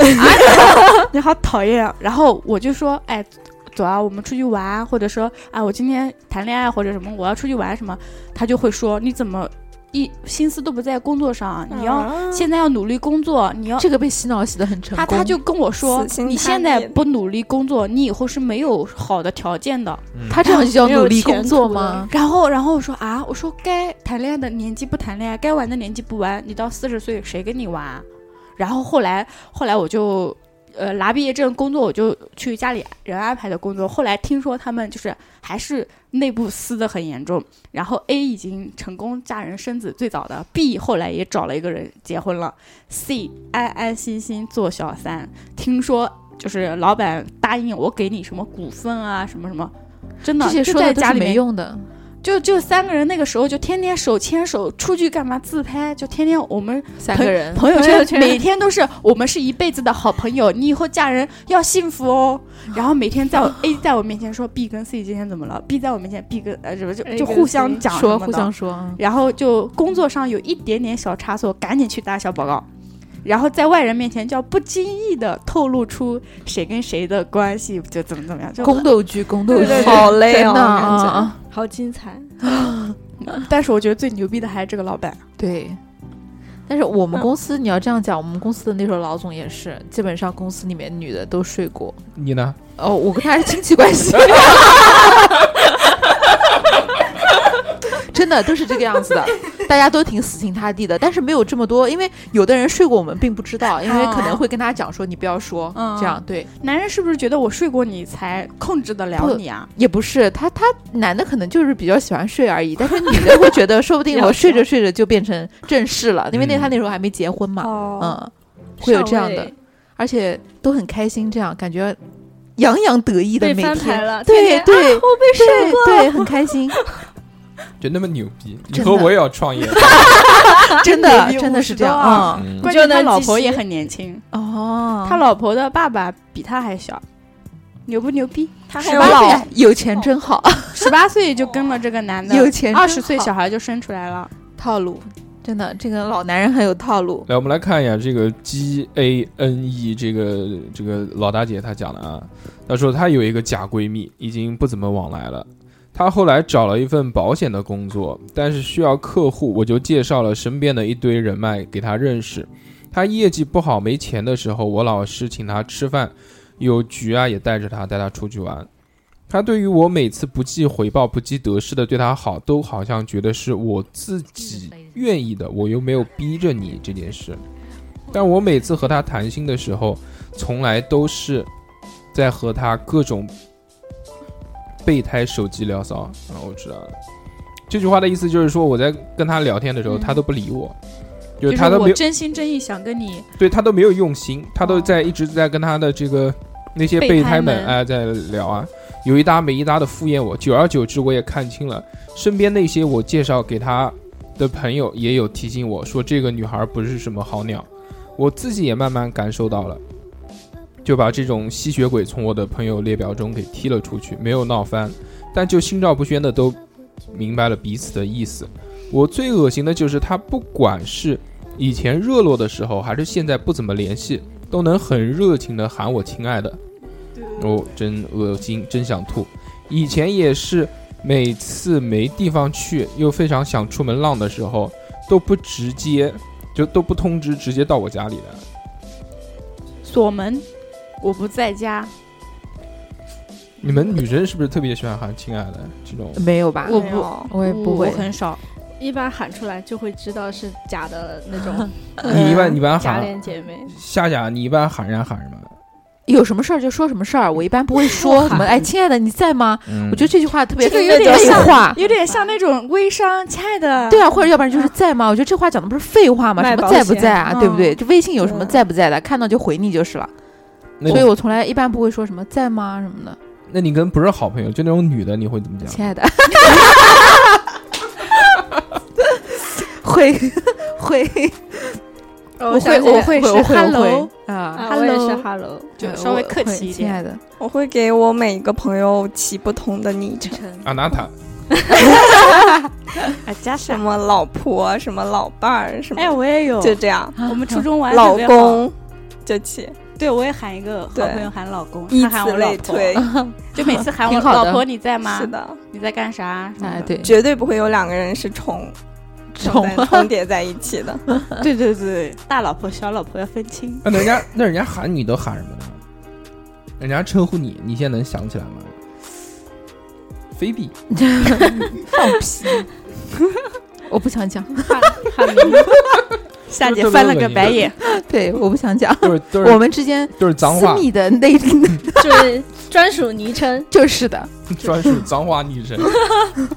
Speaker 5: 你好讨厌啊！然后我就说，哎，走啊，我们出去玩啊，或者说，啊，我今天谈恋爱或者什么，我要出去玩什么，他就会说，你怎么一心思都不在工作上？你要、
Speaker 9: 嗯
Speaker 5: 现在要努力工作，你要
Speaker 3: 这个被洗脑洗的很成
Speaker 5: 他
Speaker 3: 功，
Speaker 5: 他就跟我说
Speaker 9: 死，心塌地
Speaker 5: 你现在不努力工作，你以后是没有好的条件的。
Speaker 3: 他这样就叫
Speaker 4: 没有
Speaker 3: 努力
Speaker 4: 前
Speaker 3: 工作
Speaker 4: 途
Speaker 3: 吗？
Speaker 5: 然后，然后我说啊，我说该谈恋爱的年纪不谈恋爱，该玩的年纪不玩，你到四十岁谁跟你玩啊？然后后来，后来我就，呃，拿毕业证工作，我就去家里人安排的工作。后来听说他们就是还是内部撕的很严重，然后 A 已经成功嫁人生子最早的，B 后来也找了一个人结婚了，C 安安心心做小三。听说就是老板答应我给你什么股份啊，什么什么。真的，
Speaker 3: 这些
Speaker 5: 就
Speaker 3: 说
Speaker 5: 在
Speaker 3: 的都
Speaker 5: 家
Speaker 3: 是
Speaker 5: 里面
Speaker 3: 没用的，
Speaker 5: 就就三个人，那个时候就天天手牵手出去干嘛自拍，就天天我们
Speaker 3: 三个人
Speaker 5: 朋友
Speaker 4: 朋友
Speaker 5: 圈
Speaker 4: 圈
Speaker 5: 每天都是我们是一辈子的好朋友，你以后嫁人要幸福哦。然后每天在我 A 在我面前说 B 跟 C 今天怎么了，B 在我面前 B 跟呃什么就
Speaker 4: A
Speaker 5: 就
Speaker 4: 跟
Speaker 5: 互
Speaker 4: C
Speaker 5: 相讲
Speaker 3: 说
Speaker 5: 什么
Speaker 3: 互
Speaker 5: 的
Speaker 3: 相说，嗯
Speaker 5: 然后就工作上有一点点小差错，赶紧去打小报告，然后在外人面前就要不经意的透露出谁跟谁的关系就怎么怎么样，就
Speaker 3: 宫斗剧，宫斗
Speaker 9: 对
Speaker 3: 剧
Speaker 9: 对，对，好累
Speaker 3: 真的啊
Speaker 9: 哦，
Speaker 3: 啊啊！
Speaker 4: 好精彩，
Speaker 5: 但是我觉得最牛逼的还是这个老板。
Speaker 3: 对。但是我们
Speaker 9: 嗯
Speaker 3: 公司，你要这样讲，我们公司的那时候老总也是，基本上公司里面女的都睡过。
Speaker 2: 你呢？
Speaker 3: 哦，我跟他是亲戚关 系，真的都是这个样子的，大家都挺死心塌地的，但是没有这么多，因为有的人睡过我们并不知道，因为
Speaker 4: 啊
Speaker 3: 可能会跟他讲说你不要说，
Speaker 5: 嗯
Speaker 3: 这样对，
Speaker 5: 男人是不是觉得我睡过你才控制得了你啊？
Speaker 3: 也不是他他男的可能就是比较喜欢睡而已，但是女的会觉得说不 定我睡着睡着就变成正事了，因为那
Speaker 2: 嗯
Speaker 3: 他那时候还没结婚嘛，
Speaker 9: 哦，
Speaker 3: 嗯，会有这样
Speaker 4: 上
Speaker 3: 的
Speaker 4: 位，
Speaker 3: 而且都很开心，这样感觉洋洋得意的
Speaker 4: 被
Speaker 3: 每
Speaker 4: 翻牌
Speaker 3: 天。
Speaker 4: 了，
Speaker 3: 对
Speaker 4: 天天啊
Speaker 3: 对，
Speaker 4: 我被
Speaker 3: 对对，很开心，
Speaker 2: 就那么牛逼，以
Speaker 3: 真
Speaker 2: 后
Speaker 3: 的
Speaker 2: 我也要创业。
Speaker 3: 真的真的是这样
Speaker 5: 牛逼50
Speaker 3: 啊！
Speaker 2: 嗯
Speaker 5: 关
Speaker 4: 就
Speaker 5: 键他
Speaker 4: 能
Speaker 5: 老
Speaker 4: 继
Speaker 5: 婆也
Speaker 4: 续
Speaker 5: 很年轻，
Speaker 3: 哦，
Speaker 5: 他老婆的爸爸比他还小，牛不 牛逼？
Speaker 9: 他还
Speaker 5: 十
Speaker 9: 有
Speaker 5: 八
Speaker 9: 老
Speaker 5: 岁，啊
Speaker 3: 哎有钱真好，
Speaker 5: 十八岁就跟了这个男的，
Speaker 3: 有钱真好
Speaker 5: 二十岁小孩就生出来了。
Speaker 3: 套路真的，这个老男人很有套路。
Speaker 2: 来，我们来看一下这个 G A N E 这个这个老大姐她讲的啊，她说她有一个假闺蜜，已经不怎么往来了。她后来找了一份保险的工作，但是需要客户，我就介绍了身边的一堆人脉给她认识。她业绩不好没钱的时候，我老是请她吃饭，有局啊也带着她，带她出去玩。她对于我每次不计回报、不计得失的对她好，都好像觉得是我自己愿意的，我又没有逼着你这件事。但我每次和她谈心的时候，从来都是在和她各种备胎手机聊骚。啊，我知道了。这句话的意思就是说，我在跟她聊天的时候，
Speaker 5: 嗯
Speaker 2: 她都不理我，就
Speaker 5: 就是是
Speaker 2: 她都没
Speaker 5: 我
Speaker 2: 有
Speaker 5: 真心真意想跟你，
Speaker 2: 对他都没有用心，他都
Speaker 5: 哦
Speaker 2: 在一直在跟他的这个那些
Speaker 5: 备
Speaker 2: 备
Speaker 5: 胎
Speaker 2: 胎们
Speaker 5: 们
Speaker 2: 哎在聊啊。有一搭没一搭的敷衍我。久而久之，我也看清了，身边那些我介绍给他的朋友也有提醒我说，这个女孩不是什么好鸟。我自己也慢慢感受到了，就把这种吸血鬼从我的朋友列表中给踢了出去，没有闹翻，但就心照不宣的都明白了彼此的意思。我最恶心的就是他，不管是以前热络的时候，还是现在不怎么联系，都能很热情的喊我亲爱的。哦，真恶心，真想吐。以前也是每次没地方去，又非常想出门浪的时候，都不直接，就都不通知，直接到我家里来。
Speaker 3: 锁门，我不在家。
Speaker 2: 你们女生是不是特别喜欢喊“亲爱
Speaker 3: 呃
Speaker 2: 的”这种？。
Speaker 3: 没有吧？
Speaker 4: 我不，
Speaker 3: 我也不会，
Speaker 5: 我很少。
Speaker 4: 一般喊出来就会知道是假的那 种呃
Speaker 2: 你一般你一般喊
Speaker 4: 假脸姐妹，
Speaker 2: 夏夏，你一般喊人家喊什么？
Speaker 3: 有什么事儿就说什么事儿，我一般不会说什么。哎，亲爱的，你在吗？
Speaker 2: 嗯
Speaker 3: 我觉得这句话特别
Speaker 5: 这个有
Speaker 3: 废
Speaker 5: 点像
Speaker 3: 话，
Speaker 5: 有点像那种微商，亲爱的。
Speaker 3: 对啊，或者要不然就是在吗？我觉得这话讲的不是废话吗？
Speaker 5: 卖
Speaker 3: 什么
Speaker 5: 保
Speaker 3: 在不
Speaker 5: 险
Speaker 3: 在啊？对不对？啊
Speaker 5: 嗯
Speaker 3: 就微信有什么在不在的，看到就回你就是了。
Speaker 2: 那
Speaker 3: 所以
Speaker 2: 你
Speaker 3: 我从来一般不会说什么在吗什么的，
Speaker 2: 那你跟不是好朋友，就那种女的，你会怎么讲？
Speaker 3: 亲爱的， 会 会，
Speaker 4: 哦
Speaker 3: 我会
Speaker 4: 想起来
Speaker 3: 我会
Speaker 4: 我
Speaker 3: 是
Speaker 4: 会
Speaker 3: hello
Speaker 4: 我会
Speaker 3: 啊
Speaker 4: 啊我也是 hello
Speaker 5: 就稍微客气一点
Speaker 3: 亲爱的，
Speaker 9: 我会给我每个朋友起不同的昵称，
Speaker 2: 阿娜塔，
Speaker 9: 啊，加什么老婆，什么老伴儿，什么，
Speaker 5: 哎，我也有，
Speaker 9: 就这样。
Speaker 5: 啊我们初中玩
Speaker 9: 老
Speaker 5: 特别好
Speaker 9: 公，就起，
Speaker 5: 对我也喊一个好
Speaker 9: 对
Speaker 5: 朋友喊老公，
Speaker 9: 以
Speaker 5: 他喊
Speaker 9: 此
Speaker 5: 我老
Speaker 9: 类
Speaker 5: 婆
Speaker 9: 推
Speaker 5: 就每次喊我
Speaker 3: 挺好的
Speaker 5: 老婆你在吗？
Speaker 9: 是的，
Speaker 5: 你在干啥？什么
Speaker 3: 哎
Speaker 5: 的
Speaker 3: 对，
Speaker 9: 绝对不会有两个人是重
Speaker 3: 重
Speaker 9: 在重叠在一起的。
Speaker 5: 对对对，大老婆小老婆要分清。
Speaker 2: 那人家那人家喊你都喊什么呢？人家称呼你，你现在能想起来吗？菲比，
Speaker 3: 放屁， 我不想讲，
Speaker 5: 夏姐
Speaker 2: 这
Speaker 5: 翻了个白眼，
Speaker 3: 对，我不想讲，
Speaker 2: 都是都是
Speaker 3: 我们之间
Speaker 2: 都是脏
Speaker 3: 私
Speaker 2: 话，
Speaker 3: 密的那。
Speaker 4: 就是专属昵称
Speaker 3: 就是的，
Speaker 2: 专属脏话昵 称。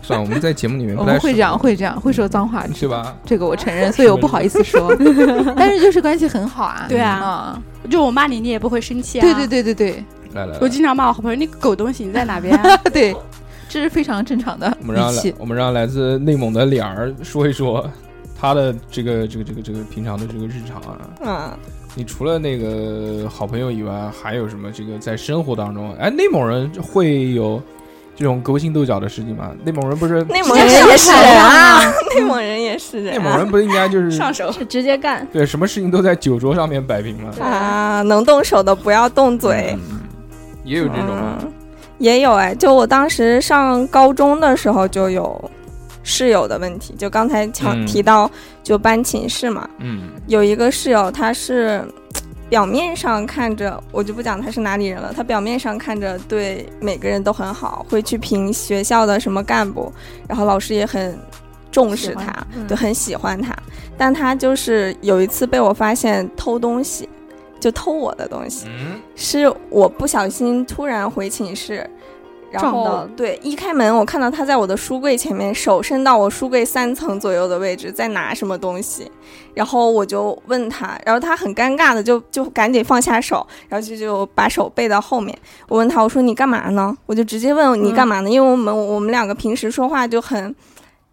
Speaker 2: 算了，我们在节目里面
Speaker 3: 我
Speaker 2: 不太
Speaker 3: 们会
Speaker 2: 适
Speaker 3: 这样会这样会说脏话
Speaker 2: 合，是吧？
Speaker 3: 这个我承认，所以我不好意思说， 但是就是关系很好啊，
Speaker 5: 对啊
Speaker 3: 啊，
Speaker 5: 就我骂你，你也不会生气啊。
Speaker 3: 对对，对对对
Speaker 2: 来来来
Speaker 5: 我，经常骂我好朋友，你个狗东西，你在哪边啊？
Speaker 3: 对，这是非常正常的
Speaker 2: 我们让
Speaker 3: 语
Speaker 2: 来
Speaker 3: 气，
Speaker 2: 我们让来自内蒙的脸儿说一说他的这个这个这个这个平常的这个日常啊。
Speaker 9: 嗯，
Speaker 2: 你除了那个好朋友以外，还有什么这个在生活当中？哎，内蒙人会有这种勾心斗角的事情吗？内蒙人不是
Speaker 9: 内蒙人也是人啊，内蒙人也是
Speaker 2: 内
Speaker 9: 人
Speaker 2: 蒙
Speaker 9: 啊
Speaker 2: 人不是应该就是
Speaker 9: 手
Speaker 4: 就直接干，
Speaker 2: 对什么事情都在酒桌上面摆平吗？
Speaker 9: 啊，能动手的不要动嘴。
Speaker 2: 嗯，也有这种吗，
Speaker 9: 嗯，也有哎，就我当时上高中的时候就有室友的问题，就刚才强
Speaker 2: 嗯
Speaker 9: 提到就搬寝室嘛，
Speaker 2: 嗯，
Speaker 9: 有一个室友，他是表面上看着我就不讲他是哪里人了，他表面上看着对每个人都很好，会去评学校的什么干部，然后老师也很重视
Speaker 3: 喜欢
Speaker 9: 他，
Speaker 4: 嗯
Speaker 9: 对，很喜欢他。但他就是有一次被我发现偷东西，就偷我的东西，
Speaker 2: 嗯，
Speaker 9: 是我不小心突然回寝室。然
Speaker 4: 撞到
Speaker 9: 后对，一开门我看到他在我的书柜前面，手伸到我书柜三层左右的位置，在拿什么东西。然后我就问他，然后他很尴尬的就就赶紧放下手，然后就就把手背到后面。我问他，我说你干嘛呢？我就直接问
Speaker 4: 嗯
Speaker 9: 你干嘛呢？因为我们我们两个平时说话就很，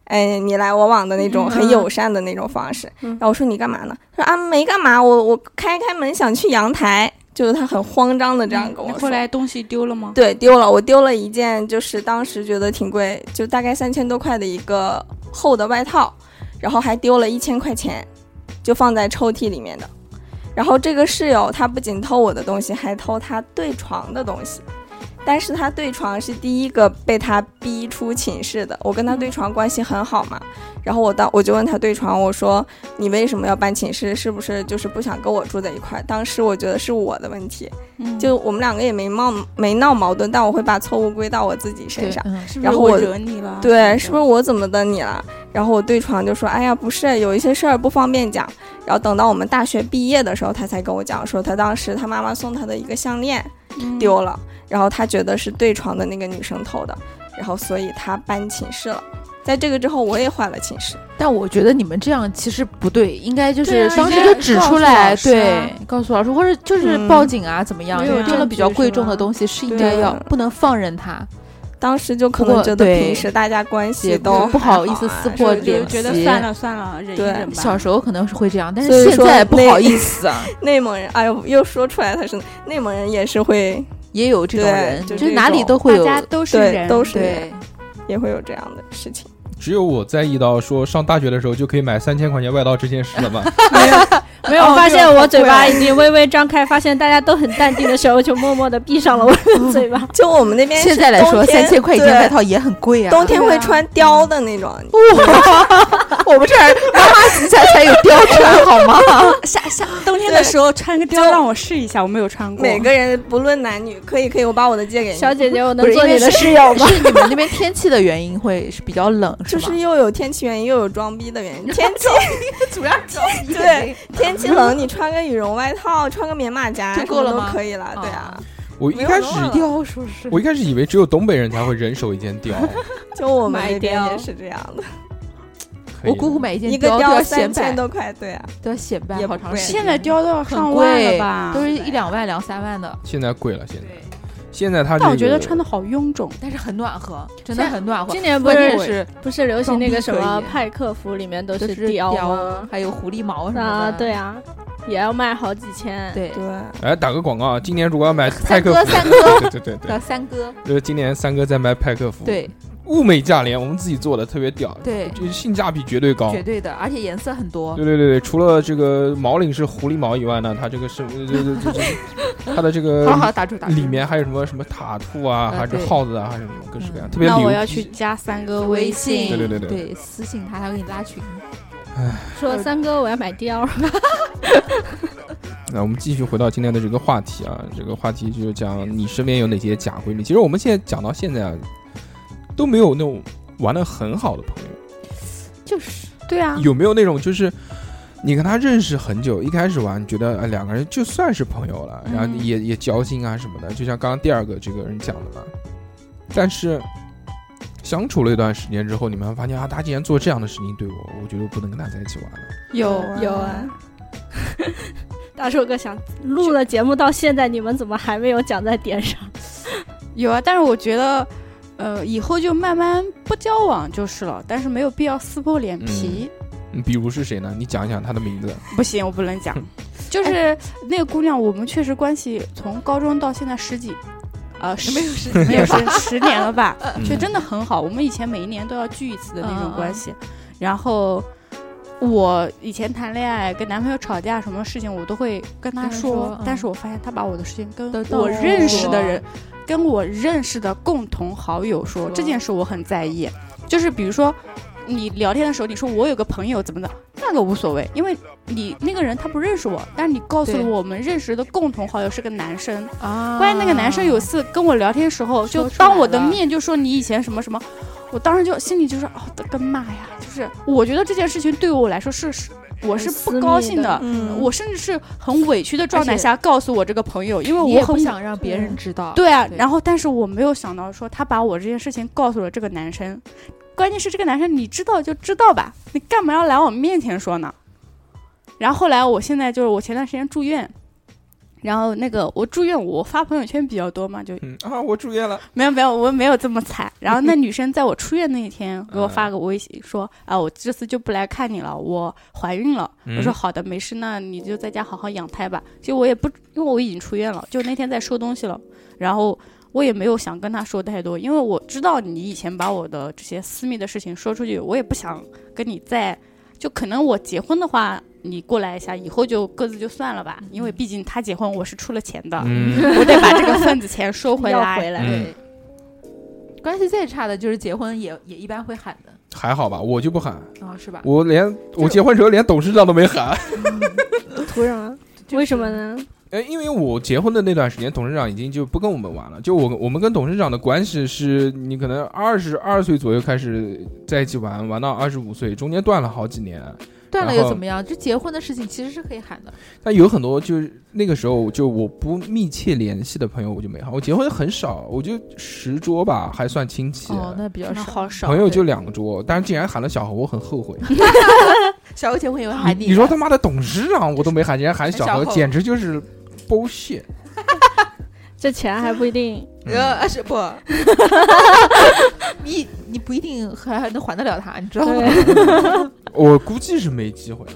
Speaker 9: 哎，你来我往的那种，
Speaker 4: 嗯
Speaker 9: 很友善的那种方式。
Speaker 4: 嗯
Speaker 9: 然后我说你干嘛呢？他说啊没干嘛，我我开开门想去阳台，就是他很慌张的这样跟我
Speaker 5: 那
Speaker 9: 说。
Speaker 5: 嗯后来东西丢了吗？
Speaker 9: 对，丢了，我丢了一件，就是当时觉得挺贵，就大概三千多块的一个厚的外套，然后还丢了一千块钱，就放在抽屉里面的。然后这个室友他不仅偷我的东西，还偷他对床的东西，但是他对床是第一个被他逼出寝室的。我跟他对床关系很好嘛，然后我当我就问他对床，我说你为什么要搬寝室？是不是就是不想跟我住在一块儿？当时我觉得是我的问题，
Speaker 5: 嗯
Speaker 9: 就我们两个也没闹没闹矛盾，但我会把错误归到我自己身
Speaker 3: 对
Speaker 9: 上。
Speaker 3: 嗯
Speaker 5: 是不
Speaker 9: 然
Speaker 5: 是
Speaker 9: 后
Speaker 5: 我
Speaker 9: 我
Speaker 5: 惹你了？
Speaker 9: 对，是不是我怎么的你了？然后我对床就说：“哎呀，不是，有一些事儿不方便讲。”然后等到我们大学毕业的时候，他才跟我讲说，他当时他妈妈送他的一个项链
Speaker 5: 嗯
Speaker 9: 丢了，然后他觉得是对床的那个女生偷的，然后所以他搬寝室了。在这个之后，我也换了寝室。
Speaker 3: 但我觉得你们这样其实不对，应该就是
Speaker 5: 对啊
Speaker 3: 当时
Speaker 5: 应
Speaker 3: 就
Speaker 5: 该
Speaker 3: 指
Speaker 5: 告
Speaker 3: 出
Speaker 5: 诉
Speaker 3: 来，
Speaker 5: 老师啊
Speaker 3: 对，告诉老师，或者就是
Speaker 9: 嗯
Speaker 3: 报警啊，怎么样？
Speaker 9: 没有
Speaker 3: 这
Speaker 9: 证
Speaker 3: 种比较
Speaker 9: 据
Speaker 3: 贵
Speaker 9: 是
Speaker 3: 重的
Speaker 9: 吗
Speaker 3: 东西是应该
Speaker 9: 对
Speaker 3: 要不能放任它，
Speaker 9: 当时就可
Speaker 3: 不
Speaker 9: 能
Speaker 3: 过
Speaker 9: 觉得
Speaker 3: 对
Speaker 9: 平时大家关系
Speaker 3: 也
Speaker 9: 都
Speaker 3: 不
Speaker 9: 还
Speaker 3: 好意思
Speaker 9: 啊
Speaker 3: 撕破
Speaker 9: 就
Speaker 3: 脸
Speaker 9: 是
Speaker 5: 就觉得
Speaker 3: 皮
Speaker 5: 算了算了，忍一
Speaker 9: 对
Speaker 5: 忍吧。
Speaker 3: 小时候可能是会这样，但
Speaker 9: 所
Speaker 3: 是
Speaker 9: 以
Speaker 3: 现
Speaker 9: 说
Speaker 3: 在不
Speaker 9: 那
Speaker 3: 好意思啊，
Speaker 9: 内蒙人，哎呦，又说出来他是内蒙人，也是会
Speaker 3: 也有这种
Speaker 9: 对
Speaker 3: 人，
Speaker 9: 就
Speaker 3: 就是
Speaker 9: 这
Speaker 3: 哪里
Speaker 9: 种
Speaker 3: 都会
Speaker 5: 大
Speaker 3: 有，
Speaker 5: 家都是
Speaker 9: 对
Speaker 5: 人，
Speaker 9: 都是人
Speaker 3: 对，
Speaker 9: 也会有这样的事情。
Speaker 2: 只有我在意到说上大学的时候就可以买三千块钱外套这件事了吧？
Speaker 4: 没有哦发现我嘴巴
Speaker 5: 对
Speaker 4: 已经微微张开，发现大家都很淡定的时候，就默默的闭上了我的嘴 巴。
Speaker 9: 就我们那边
Speaker 3: 现
Speaker 9: 是
Speaker 3: 在来
Speaker 9: 冬
Speaker 3: 说，
Speaker 9: 天
Speaker 3: 三千块一件
Speaker 9: 对
Speaker 3: 外套哦也很贵啊。
Speaker 9: 冬天
Speaker 5: 对
Speaker 9: 会
Speaker 5: 啊
Speaker 9: 穿貂的那种，
Speaker 3: 我们这儿妈妈级才才有貂穿好吗？
Speaker 5: 夏夏冬天的时候穿个貂让我试一下，我没有穿过。
Speaker 9: 每个人不论男女，可以可以，我把我的借给你。
Speaker 4: 小姐姐，我
Speaker 3: 不
Speaker 4: 能
Speaker 3: 是
Speaker 4: 做
Speaker 3: 因
Speaker 4: 你
Speaker 3: 为
Speaker 4: 的
Speaker 3: 是
Speaker 4: 室友吗？
Speaker 3: 是你们那边天气的原因会是比较冷，
Speaker 9: 就
Speaker 3: 吗
Speaker 9: 是？又有天气原因，又有装逼 的原因。天气
Speaker 3: 主要
Speaker 9: 对，天气冷，你穿个羽绒外套，穿个棉马甲
Speaker 3: 就够了
Speaker 9: 什么
Speaker 3: 吗
Speaker 9: 都可以了。对啊，
Speaker 2: 我一开始
Speaker 9: 没有用
Speaker 3: 貂说是
Speaker 2: 我一开始以为只有东北人才会人手一件貂，
Speaker 9: 就我们那边
Speaker 4: 买貂
Speaker 9: 也是这样的，
Speaker 2: 可以
Speaker 3: 我姑姑买一件
Speaker 9: 一个
Speaker 3: 都要
Speaker 9: 貂
Speaker 3: 显
Speaker 9: 三
Speaker 3: 摆
Speaker 9: 千，多块，对啊，
Speaker 3: 都要显摆
Speaker 9: 也
Speaker 3: 好
Speaker 9: 不
Speaker 3: 长
Speaker 9: 贵
Speaker 3: 时间。
Speaker 5: 现在貂都要上
Speaker 3: 很
Speaker 5: 万了
Speaker 3: 贵
Speaker 5: 吧？
Speaker 3: 都是一两万、两三万的。
Speaker 2: 现在贵了，现在现在他
Speaker 5: 但我觉得穿的好臃肿，
Speaker 3: 但是很暖和，真的很暖和。
Speaker 4: 今年不
Speaker 3: 关键
Speaker 4: 是
Speaker 3: 是
Speaker 4: 不是流行那个什
Speaker 3: 装
Speaker 4: 么
Speaker 3: 逼可以
Speaker 4: 派克服，里面都
Speaker 3: 都
Speaker 4: 是啊
Speaker 3: 是
Speaker 4: 貂
Speaker 3: 貂
Speaker 4: 吗，？
Speaker 3: 还有狐狸毛什么
Speaker 4: 啊，
Speaker 3: 的。
Speaker 4: 对啊，也要卖好几千。
Speaker 3: 对，
Speaker 9: 对，
Speaker 2: 哎，打个广告啊！今年如果要买派
Speaker 3: 三
Speaker 2: 克
Speaker 3: 哥，
Speaker 2: 服，
Speaker 3: 三哥
Speaker 2: 对对对对
Speaker 3: 叫，三哥，
Speaker 2: 就是今年三哥在卖派克服，，
Speaker 3: 对
Speaker 2: 物美价廉，我们自己做的特别屌，
Speaker 3: 对，
Speaker 2: 就是性价比绝对高，
Speaker 3: 绝对的，而且颜色很多。
Speaker 2: 对对对对，除了这个毛领是狐狸毛以外呢，它这个是呃这这这这它的这
Speaker 3: 好好
Speaker 2: 个
Speaker 3: 打住打住。
Speaker 2: 里面还有什么什么塔兔啊，
Speaker 3: 呃
Speaker 2: 还是
Speaker 3: 对
Speaker 2: 耗子啊，还是什么各式各样，
Speaker 3: 嗯
Speaker 2: 特别
Speaker 5: 那
Speaker 2: 牛
Speaker 5: 我要去
Speaker 2: 逼。
Speaker 5: 加三个
Speaker 3: 微
Speaker 5: 微
Speaker 3: 信，
Speaker 5: 信。
Speaker 2: 对对对
Speaker 3: 对
Speaker 2: 对
Speaker 3: 私信他，他会给你拉群。
Speaker 4: 说三哥，我要买貂。
Speaker 2: 那我们继续回到今天的这个话题啊，这个话题就是讲你身边有哪些假闺蜜。其实我们现在讲到现在啊，都没有那种玩的很好的朋友。
Speaker 3: 就是
Speaker 5: 对啊，
Speaker 2: 有没有那种就是你跟他认识很久，一开始玩，你觉得呃两个人就算是朋友了，
Speaker 3: 嗯
Speaker 2: 然后也也交心啊什么的，就像刚刚第二个这个人讲的嘛。但是相处了一段时间之后，你们发现啊，他竟然做这样的事情对我，我觉得不能跟他在一起玩了。
Speaker 5: 有
Speaker 4: 有啊。大硕哥想录了节目到现在，你们怎么还没有讲在点上？
Speaker 5: 有啊，但是我觉得，呃，以后就慢慢不交往就是了，但是没有必要撕破脸皮。
Speaker 2: 嗯，比如是谁呢？你讲一讲他的名字。
Speaker 5: 不行，我不能讲。就是那个姑娘，我们确实关系从高中到现在十几，啊、十
Speaker 3: 没有 事，
Speaker 5: 没有是十年了吧，就
Speaker 2: 嗯
Speaker 5: 真的很好。我们以前每一年都要聚一次的那
Speaker 3: 嗯嗯
Speaker 5: 种
Speaker 3: 嗯
Speaker 5: 关系。然后我以前谈恋爱跟男朋友吵架，什么事情我都会跟他
Speaker 3: 跟他
Speaker 5: 说，
Speaker 3: 说
Speaker 5: 但
Speaker 3: 嗯
Speaker 5: 是我发现他把我的事情跟
Speaker 3: 都都
Speaker 5: 我认识的
Speaker 3: 说
Speaker 5: 人，跟我认识的共同好友说
Speaker 3: 说
Speaker 5: 这件事，我很在意。就是比如说。你聊天的时候，你说我有个朋友怎么的，那个无所谓，因为你那个人他不认识我，但是你告诉了
Speaker 3: 对
Speaker 5: 我们认识的共同好友是个男生，
Speaker 3: 啊
Speaker 5: 关键那个男生有次跟我聊天时候，
Speaker 3: 说
Speaker 5: 就
Speaker 3: 出来
Speaker 5: 当我的
Speaker 3: 了
Speaker 5: 面就说你以前什么什么，我当时就心里就是哦我的个妈呀！就是我觉得这件事情对我来说是是我是不高兴的，
Speaker 9: 嗯，
Speaker 5: 我甚至是很委屈的状态下告诉我这个朋友，因为
Speaker 3: 你也
Speaker 5: 我
Speaker 3: 不
Speaker 5: 很
Speaker 3: 想让别人知道。
Speaker 5: 对啊，
Speaker 3: 对
Speaker 5: 然后但是我没有想到说他把我这件事情告诉了这个男生，关键是这个男生你知道就知道吧，你干嘛要来我面前说呢？然后后来我现在就是我前段时间住院，然后那个我住院我发朋友圈比较多嘛，就
Speaker 2: 嗯啊，我住院了。
Speaker 5: 没有没有，我没有这么惨。然后那女生在我出院那一天给我发个微信说啊，我这次就不来看你了，我怀孕了。我说
Speaker 2: 嗯
Speaker 5: 好的，没事，那你就在家好好养胎吧。就我也不，因为我已经出院了，就那天在收东西了，然后我也没有想跟她说太多，因为我知道你以前把我的这些私密的事情说出去，我也不想跟你再，就可能我结婚的话。你过来一下，以后就各自就算了吧，因为毕竟她结婚我是出了钱的，
Speaker 2: 嗯
Speaker 5: 我得把这个份子钱收回
Speaker 4: 要
Speaker 5: 来。
Speaker 4: 回来，
Speaker 2: 嗯，
Speaker 3: 对，关系再差的就是结婚也也一般会喊的
Speaker 2: 还好吧，我就不喊，
Speaker 3: 啊，是吧？
Speaker 2: 我连我结婚时候连董事长都没喊。
Speaker 9: 图什么？
Speaker 4: 为什么呢？
Speaker 2: 哎，因为我结婚的那段时间，董事长已经就不跟我们玩了。就我跟我们跟董事长的关系是，你可能二十二岁左右开始在一起玩，玩到二十五岁，中间断了好几年。
Speaker 3: 断了
Speaker 2: 然
Speaker 3: 又
Speaker 2: 后
Speaker 3: 怎么样？这结婚的事情其实是可以喊的。
Speaker 2: 但有很多就是那个时候就我不密切联系的朋友，我就没喊。我结婚很少，我就十桌吧，还算亲戚。啊
Speaker 3: 哦，那比较少，好
Speaker 2: 朋友就两桌，但是竟然喊了小何，我很后悔。
Speaker 3: 小欧结婚以后喊
Speaker 2: 你说他妈的董事长我都没喊，竟然喊小
Speaker 3: 小呃
Speaker 2: 何，
Speaker 3: 何
Speaker 2: 简直就是 bullshit。
Speaker 4: 这钱还不一定，
Speaker 2: 嗯
Speaker 3: 呃，是不？你你不一定还还能还得了他，你知道吗？
Speaker 2: 我估计是没机会了，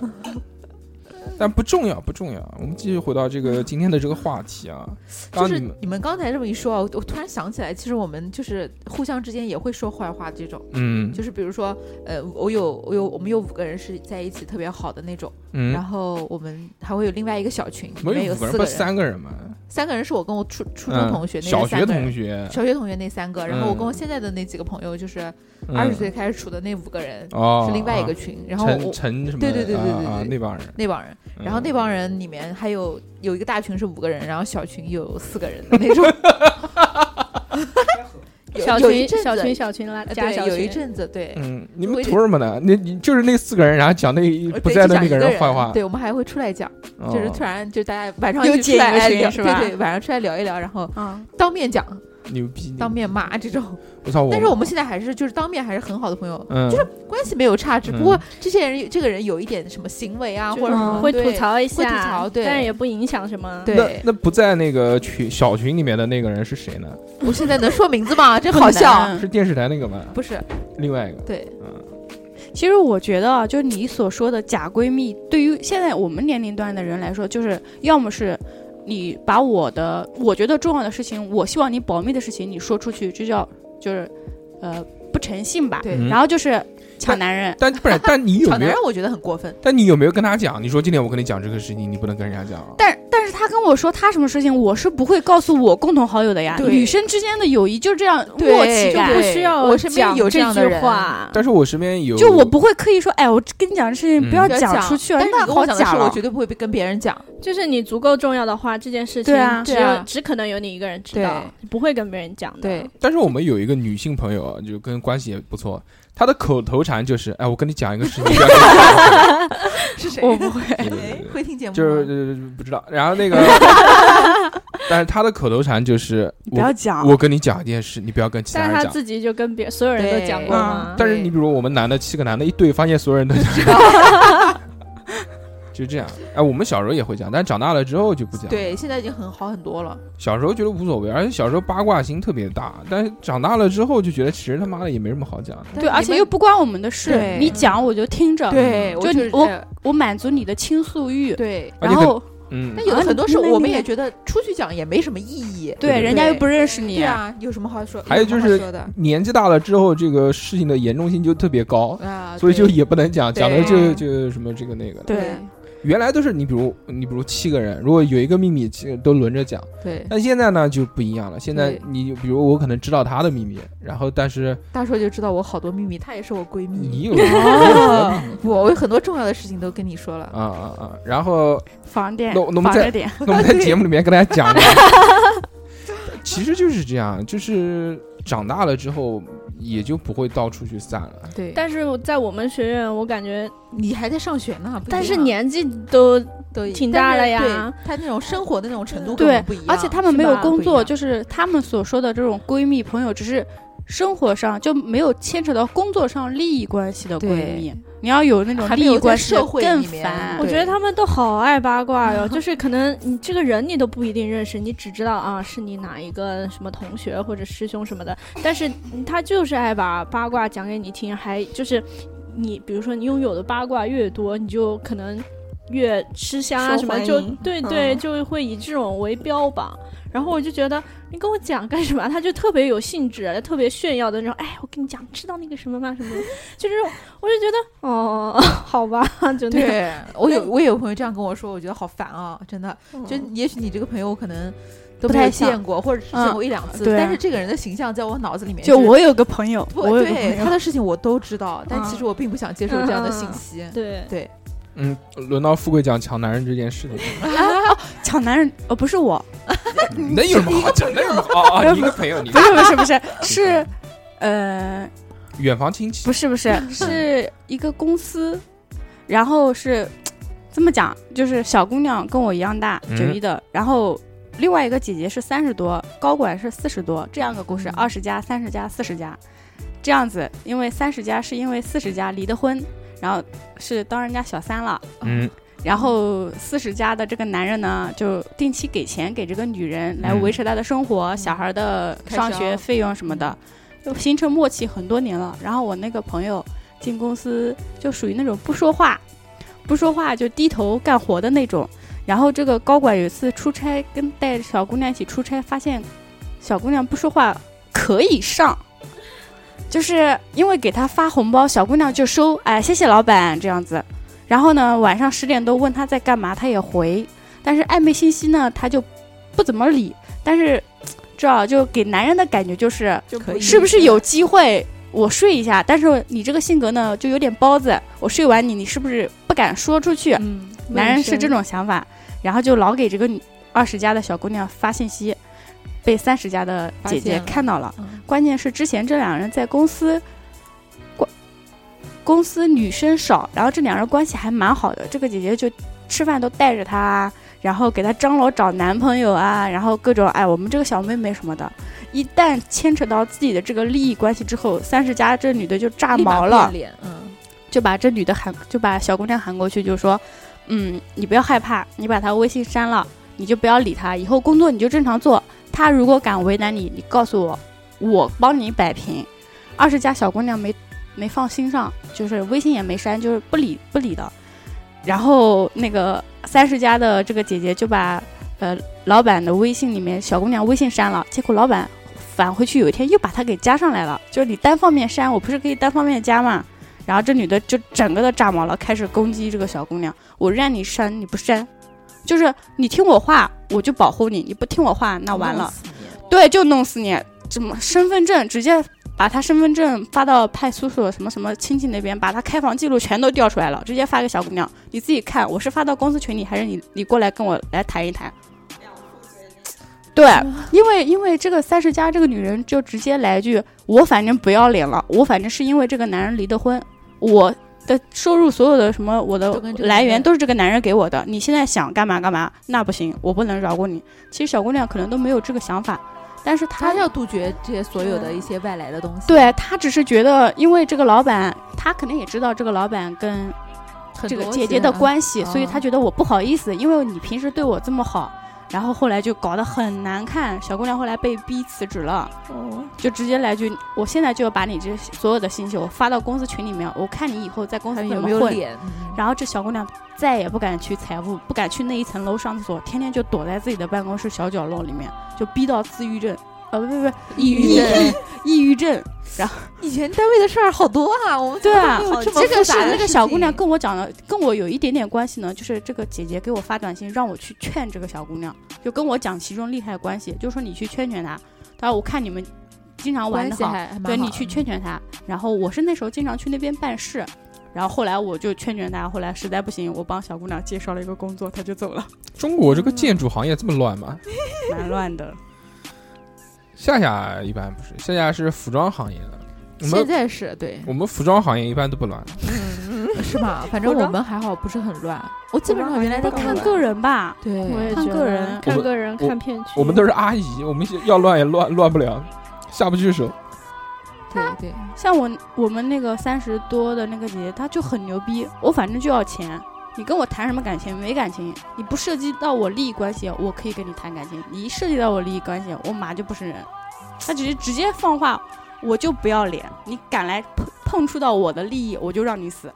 Speaker 2: 但不重要，不重要。我们继续回到这 个今天的这个话题啊，刚刚
Speaker 3: 就是
Speaker 2: 你们，
Speaker 3: 你们刚才这么一说啊，我我突然想起来，其实我们就是互相之间也会说坏话这种。
Speaker 2: 嗯
Speaker 3: 就是比如说，呃，我有我有我们有五个人是在一起特别好的那种，
Speaker 2: 嗯
Speaker 3: 然后我们还会有另外一个小群，里
Speaker 2: 没
Speaker 3: 面
Speaker 2: 有
Speaker 3: 有
Speaker 2: 五个
Speaker 3: 四
Speaker 2: 人，不是三个人吗？
Speaker 3: 三个人是我跟我初初中同学，
Speaker 2: 嗯
Speaker 3: 那
Speaker 2: 小
Speaker 3: 三
Speaker 2: 学
Speaker 3: 个人
Speaker 2: 同学
Speaker 3: 小学同学那三个，然后我跟我
Speaker 2: 嗯
Speaker 3: 现在的那几个朋友，就是
Speaker 2: 嗯
Speaker 3: 二十岁开始处的那五个人，
Speaker 2: 哦，
Speaker 3: 是另外一个
Speaker 2: 啊
Speaker 3: 群，然后
Speaker 2: 陈
Speaker 3: 我
Speaker 2: 陈什么？
Speaker 3: 对对对对对
Speaker 2: 啊啊
Speaker 3: 对
Speaker 2: 那帮人。
Speaker 3: 那帮人，
Speaker 2: 嗯
Speaker 3: 然后那帮人里面还有有一个大群是五个人，然后小群有四个人的那 种。有
Speaker 4: 小
Speaker 3: 有一
Speaker 4: 群
Speaker 3: 阵子
Speaker 4: 小群小群拉
Speaker 3: 呃
Speaker 4: 加
Speaker 3: 对
Speaker 4: 小
Speaker 3: 有一
Speaker 4: 群
Speaker 3: 阵子对，
Speaker 2: 嗯，你们
Speaker 3: 会
Speaker 2: 图什么呢？你你就是那四个人，然后讲那一
Speaker 3: 呃
Speaker 2: 不
Speaker 3: 对
Speaker 2: 在
Speaker 3: 就
Speaker 2: 的
Speaker 3: 讲
Speaker 2: 那
Speaker 3: 一个
Speaker 2: 人坏话。
Speaker 3: 对，我们还会出来讲，就是
Speaker 2: 哦
Speaker 3: 突然就大家晚上
Speaker 5: 又
Speaker 3: 一起
Speaker 5: 建一
Speaker 3: 出来
Speaker 5: 个群
Speaker 3: 聊，
Speaker 5: 是吧嗯
Speaker 3: 对对，晚上出来聊一聊，然后当面讲，
Speaker 2: 牛逼！
Speaker 3: 当面骂这种。
Speaker 2: 我操！
Speaker 3: 但是我们现在还是就是当面还是很好的朋友，
Speaker 2: 嗯
Speaker 3: 就是关系没有差，只不
Speaker 2: 嗯
Speaker 3: 过这些人这个人有一点什么行为啊，或者什么
Speaker 5: 嗯
Speaker 4: 会
Speaker 3: 对
Speaker 4: 吐槽一
Speaker 3: 会
Speaker 4: 下，
Speaker 3: 吐槽，对，
Speaker 4: 但是也不影响什么。
Speaker 2: 那那不在那个群小群里面的那个人是谁呢？
Speaker 3: 我现在能说名字 吗？真好笑，
Speaker 5: 嗯啊
Speaker 2: 是电视台那个吗？
Speaker 3: 不是，
Speaker 2: 另外一个。
Speaker 3: 对，
Speaker 5: 其实我觉得啊，就是你所说的假闺蜜，对于现在我们年龄段的人来说，就是要么是你把我的我觉得重要的事情，我希望你保密的事情，你说出去，这叫就是呃不诚信吧。
Speaker 3: 对
Speaker 2: 嗯
Speaker 3: 嗯
Speaker 5: 然后就是抢男人，
Speaker 2: 但不是，但你有
Speaker 3: 小
Speaker 2: 没 有
Speaker 3: 男人？我觉得很过分。
Speaker 2: 但你有没有跟他讲？你说今天我跟你讲这个事情，你不能跟人家讲。
Speaker 5: 但但是他跟我说他什么事情，我是不会告诉我共同好友的呀。
Speaker 3: 对
Speaker 5: 女生之间的友谊就这样
Speaker 3: 对
Speaker 5: 默契感，
Speaker 3: 就不需要
Speaker 5: 我身边
Speaker 3: 讲
Speaker 5: 有
Speaker 3: 这
Speaker 5: 样的
Speaker 3: 句
Speaker 5: 人
Speaker 3: 话
Speaker 2: 但是我身边有，
Speaker 5: 就我不会刻意说，哎，我跟你讲这事情不要
Speaker 3: 嗯不要
Speaker 5: 讲出去了，啊
Speaker 3: 但是
Speaker 5: 那
Speaker 3: 你跟
Speaker 5: 好
Speaker 3: 我讲的
Speaker 5: 假
Speaker 3: 是，
Speaker 5: 了。
Speaker 3: 我绝对不会跟别人 讲。
Speaker 4: 就是你足够重要的话，这件事情
Speaker 5: 对啊
Speaker 4: 只
Speaker 3: 对
Speaker 4: 有
Speaker 3: 啊
Speaker 4: 只可能有你一个人知道，不会跟别人讲的。
Speaker 5: 嗯
Speaker 3: 对，
Speaker 2: 但是我们有一个女性朋友，就跟关系也不错，她的口头禅就是：“哎，我跟你讲一个事情，不要跟你
Speaker 3: 是谁？
Speaker 4: 我不会。
Speaker 2: 讲。对”对
Speaker 5: 哎
Speaker 2: 对
Speaker 3: 会听节目吗？
Speaker 2: 就是就是不知道。然后那 个，但是他的口头禅就是
Speaker 5: 你
Speaker 2: 我
Speaker 5: 不要讲
Speaker 2: 我跟你讲一件事，你不要跟其他
Speaker 4: 但是
Speaker 2: 人
Speaker 4: 他
Speaker 2: 讲。
Speaker 4: 自己就跟别所有人都
Speaker 3: 嗯
Speaker 4: 讲过吗？
Speaker 2: 但是你比如我们男的七个男的一对，发现所有人都讲， 就这样。哎，我们小时候也会讲，但长大了之后就不讲。，
Speaker 3: 对，现在已经很好很多了。
Speaker 2: 小时候觉得无所谓，而且小时候八卦心特别大，但是长大了之后就觉得其实他妈的也没什么好讲的。
Speaker 3: 但
Speaker 5: 对，而
Speaker 3: 你
Speaker 5: 且
Speaker 3: 们
Speaker 5: 又不关我们的事
Speaker 3: 对，
Speaker 5: 你讲我就听着。
Speaker 3: 对，就
Speaker 5: 就
Speaker 3: 是
Speaker 5: 你我
Speaker 3: 这
Speaker 5: 我满足你的倾诉欲，
Speaker 3: 对。
Speaker 2: 而
Speaker 5: 然
Speaker 2: 且很
Speaker 5: 后
Speaker 2: 嗯
Speaker 3: 但，有
Speaker 5: 啊
Speaker 3: 很多
Speaker 5: 你
Speaker 3: 事
Speaker 5: 那
Speaker 3: 我们
Speaker 5: 你
Speaker 3: 也觉得出去讲也没什么意义。
Speaker 2: 对
Speaker 5: 对人家又不认识你
Speaker 3: 对，啊，有什么好说？
Speaker 2: 还有就
Speaker 3: 什么好
Speaker 2: 是
Speaker 3: 说的
Speaker 2: 年纪大了之后，这个事情的严重性就特别高，
Speaker 3: 啊，
Speaker 2: 所以就
Speaker 3: 对
Speaker 2: 也不能讲，
Speaker 3: 对
Speaker 2: 讲的就就什么这个那个的。
Speaker 5: 对
Speaker 2: 原来都是你比如你比如七个人，如果有一个秘密，七个都轮着讲。
Speaker 3: 对，
Speaker 2: 但现在呢就不一样了，现在
Speaker 3: 对
Speaker 2: 你比如我可能知道他的秘密，然后但是
Speaker 3: 大硕就知道我好多秘密，她也是我闺蜜。啊
Speaker 2: 你 有你有何秘密
Speaker 3: 我我有很多重要的事情都跟你说了。
Speaker 2: 啊啊啊！然后
Speaker 5: 防点
Speaker 2: 那我那我们
Speaker 5: 防
Speaker 2: 再
Speaker 5: 着点。
Speaker 2: 那我们在节目里面跟大家 讲过，其实就是这样，就是长大了之后也就不会到处去散了。
Speaker 3: 对，
Speaker 4: 但是在我们学院，我感觉，
Speaker 3: 你还在上学呢，不一
Speaker 4: 但是
Speaker 3: 样
Speaker 4: 年纪都
Speaker 3: 都已
Speaker 4: 挺大了呀
Speaker 3: 但是对她那种生活的那种程度跟我
Speaker 5: 对
Speaker 3: 们不一样，，
Speaker 5: 而且他们没有
Speaker 3: 是吧
Speaker 5: 工
Speaker 3: 不一
Speaker 5: 作，
Speaker 3: 样
Speaker 5: 就是他们所说的这种闺蜜朋友，只是生活上就没有牵扯到工作上利益关系的闺
Speaker 3: 对
Speaker 5: 蜜。你要有那种
Speaker 3: 还没
Speaker 5: 利
Speaker 3: 有
Speaker 5: 益
Speaker 3: 在
Speaker 5: 关系
Speaker 3: 社会
Speaker 5: 更
Speaker 3: 里面
Speaker 5: 烦。
Speaker 4: 我觉得他们都好爱八 卦哟。就是可能你这个人你都不一定认识，你只知道啊是你哪一个什么同学或者师兄什么的，但是他就是爱把八卦讲给你听，还就是你比如说你拥有的八卦越多，你就可能越吃香啊
Speaker 9: 受
Speaker 4: 什么，
Speaker 9: 欢
Speaker 4: 就
Speaker 9: 迎
Speaker 4: 对对，
Speaker 9: 嗯
Speaker 4: 就会以这种为标榜。然后我就觉得你跟我讲干什么？他就特别有兴致，特别炫耀的那种。哎，我跟你讲，知道那个什么吗？什么的，就这种，我就觉得哦，好吧，就那种。
Speaker 3: 对我有我有朋友这样跟我说，我觉得好烦啊，真的。
Speaker 9: 嗯
Speaker 3: 就也许你这个朋友可能都
Speaker 5: 嗯不
Speaker 3: 没有
Speaker 5: 太像
Speaker 3: 见过，或者只见过一两次，
Speaker 5: 对啊
Speaker 3: 但是这个人的形象在我脑子里面
Speaker 5: 就是我有个朋友，
Speaker 3: 不
Speaker 5: 我有个朋
Speaker 3: 对
Speaker 5: 友
Speaker 3: 他，的事情我都知道，但
Speaker 5: 嗯
Speaker 3: 其实我并不想接受这样的信息。
Speaker 4: 对
Speaker 3: 对，
Speaker 2: 嗯，轮到富贵讲抢男人这件事情，
Speaker 5: 哦抢男人，呃，不是 我，
Speaker 2: 能 有什么好讲？能有什么好？啊，你一个朋友，你一
Speaker 5: 不
Speaker 2: 个
Speaker 5: 是不 是不是是，呃，
Speaker 2: 远房亲戚
Speaker 5: 不是不是是一个公司，然后是这么讲，就是小姑娘跟我一样大，九一的，然后另外一个姐姐是三十多，高管是四十多，这样一个故事，二十加、三十加、四十加，这样子，因为三十加是因为四十加离的婚，然后是当人家小三了，
Speaker 2: 嗯，
Speaker 5: 然后四十加的这个男人呢，就定期给钱给这个女人来维持她的生活、小孩的上学费用什么的，就形成默契很多年了。然后我那个朋友进公司就属于那种不说话，不说话就低头干活的那种。然后这个高管有一次出差，跟带着小姑娘一起出差，发现小姑娘不说话可以上，就是因为给她发红包，小姑娘就收，哎，谢谢老板这样子。然后呢，晚上十点多问她在干嘛，她也回，但是暧昧信息呢，她就不怎么理。但是知道就给男人的感觉就是，
Speaker 3: 可以
Speaker 5: 是不是有机会我睡一下？但是你这个性格呢，就有点包子，我睡完你，你是不是不敢说出去？男人是这种想法，然后就老给这个二十加的小姑娘发信息，被三十加的姐姐看到了。关键是之前这两人在公司，关公司女生少，然后这两人关系还蛮好的。这个姐姐就吃饭都带着她啊，然后给她张罗找男朋友啊，然后各种哎，我们这个小妹妹什么的。一旦牵扯到自己的这个利益关系之后，三十加这女的就炸
Speaker 3: 立马
Speaker 5: 毛了
Speaker 3: 变，脸，嗯，
Speaker 5: 就把这女的喊，就把小姑娘喊过去，就说，嗯，你不要害怕，你把她微信删了，你就不要理她，以后工作你就正常做。她如果敢为难你，你告诉我，我帮你摆平。二十家小姑娘没没放心上，就是微信也没删，就是不理不理的。然后那个三十家的这个姐姐就把呃老板的微信里面小姑娘微信删了，结果老板返回去有一天又把她给加上来了，就是你单方面删，我不是可以单方面加吗？然后这女的就整个都炸毛了，开始攻击这个小姑娘。我让你删你不删，就是你听我话我就保护你，你不听我话那啊完了，
Speaker 3: 嗯
Speaker 5: 对，就弄死你。怎么身份证直接把她身份证发到派出所什么什么亲戚那边，把她开房记录全都调出来了，直接发给小姑娘，你自己看，我是发到公司群里，还是你你过来跟我来谈一谈？对，
Speaker 3: 嗯
Speaker 5: 因为因为这个三十加这个女人就直接来一句：“我反正不要脸了，我反正是因为这个男人离的婚，我的收入所有的什么我的
Speaker 3: 都跟这个
Speaker 5: 来
Speaker 3: 男
Speaker 5: 源
Speaker 3: 人
Speaker 5: 都是这个男人给我的，你现在想干嘛干嘛，那不行，我不能饶过你。”其实小姑娘可能都没有这个想法，但是她
Speaker 3: 他要杜绝这些所有的一些外来的东西，，
Speaker 5: 嗯对她只是觉得，因为这个老板，她肯定也知道这个老板跟这个姐姐
Speaker 3: 啊
Speaker 5: 的关系，所以她觉得我不好意思，因为你平时对我这么好，然后后来就搞得很难看。小姑娘后来被逼辞职了，
Speaker 9: 哦，
Speaker 5: 就直接来句：“我现在就要把你这所有的信息我发到公司群里面，我看你以后在公司
Speaker 3: 他
Speaker 5: 怎
Speaker 3: 有
Speaker 5: 么
Speaker 3: 没有
Speaker 5: 混。”
Speaker 3: 脸？嗯
Speaker 5: 然后这小姑娘再也不敢去财务，不敢去那一层楼上厕所，天天就躲在自己的办公室小角落里面，就逼到自愈症，呃，不不不，抑郁症，抑郁症。
Speaker 3: 以前单位的事儿好多啊，我们
Speaker 5: 对啊
Speaker 3: 怎么会有这么
Speaker 5: 这个
Speaker 3: 复
Speaker 5: 是
Speaker 3: 杂的
Speaker 5: 那个
Speaker 3: 事
Speaker 5: 小姑娘
Speaker 3: 情
Speaker 5: 跟我讲的，跟我有一点点关系呢，就是这个姐姐给我发短信让我去劝这个小姑娘，就跟我讲其中利害关系，就说你去劝劝她。她说我看你们经常玩
Speaker 3: 关
Speaker 5: 的
Speaker 3: 系
Speaker 5: 好，
Speaker 3: 还还蛮
Speaker 5: 对你
Speaker 3: 好
Speaker 5: 去
Speaker 3: 的
Speaker 5: 劝劝他。然后我是那时候经常去那边办事，然后后来我就劝劝他，后来实在不行，我帮小姑娘介绍了一个工作，她就走了，
Speaker 2: 中国这个建筑行业这么乱吗？
Speaker 5: 蛮乱的。
Speaker 2: 夏夏一般不是，夏夏是服装行业的。我
Speaker 3: 现
Speaker 2: 们
Speaker 3: 在是对，
Speaker 2: 我们服装行业一般都不乱，
Speaker 3: 是吧？反正
Speaker 9: 服
Speaker 3: 我
Speaker 9: 装
Speaker 3: 们还好，不是很乱。我基本
Speaker 9: 服
Speaker 3: 上
Speaker 9: 装
Speaker 3: 原来
Speaker 9: 还
Speaker 3: 都
Speaker 9: 是
Speaker 3: 看
Speaker 5: 看
Speaker 3: 个
Speaker 5: 个人吧，
Speaker 4: 我
Speaker 3: 对，
Speaker 4: 也
Speaker 5: 看
Speaker 4: 觉
Speaker 5: 个
Speaker 4: 得
Speaker 5: 人
Speaker 4: 看
Speaker 2: 我
Speaker 4: 个人，
Speaker 2: 我
Speaker 4: 看片区。
Speaker 2: 我们都是阿姨，我们要乱也乱乱不了，下不去手。
Speaker 3: 对对，
Speaker 5: 像我我们那个三十多的那个姐姐，她就很牛逼，我反正就要钱。你跟我谈什么感情？没感情，你不涉及到我利益关系，我可以跟你谈感情。你一涉及到我利益关系，我马就不是人。她直接直接放话，我就不要脸，你敢来碰碰触到我的利益，我就让你死。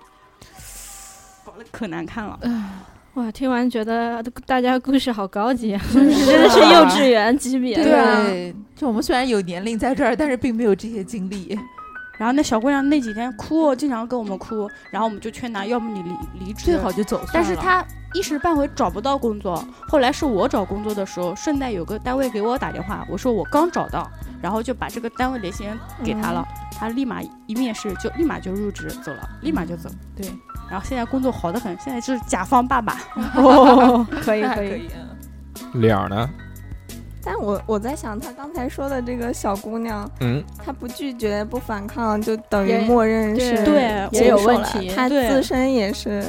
Speaker 5: 可难看了，啊
Speaker 4: 哇，听完觉得大家故事好高 级啊，真的是幼稚园级别。嗯
Speaker 5: 对啊
Speaker 3: 对，就我们虽然有年龄在这儿，但是并没有这些经历。
Speaker 5: 然后那小姑娘那几天哭，哦经常跟我们哭，然后我们就劝她，要不你离离职，啊
Speaker 3: 最好就走算了。
Speaker 5: 但是他一时半会找不到工作，后来是我找工作的时候，顺带有个单位给我打电话，我说我刚找到，然后就把这个单位联系人给他了，他立马一面试就立马就入职走了，立马就走。
Speaker 3: 对，
Speaker 5: 然后现在工作好的很，现在就是甲方爸爸。
Speaker 4: 哦，可以
Speaker 3: 那还
Speaker 4: 可
Speaker 3: 可
Speaker 4: 以。
Speaker 3: 以，嗯
Speaker 2: 脸儿呢？
Speaker 9: 但我我在想，他刚才说的这个小姑娘，
Speaker 2: 嗯，
Speaker 9: 她不拒绝不反抗，就等于
Speaker 4: 也
Speaker 9: 默认
Speaker 4: 对
Speaker 9: 是
Speaker 4: 对
Speaker 9: 接
Speaker 4: 也有
Speaker 9: 受
Speaker 4: 问
Speaker 9: 了
Speaker 4: 题
Speaker 9: 她
Speaker 4: 对
Speaker 9: 自身也是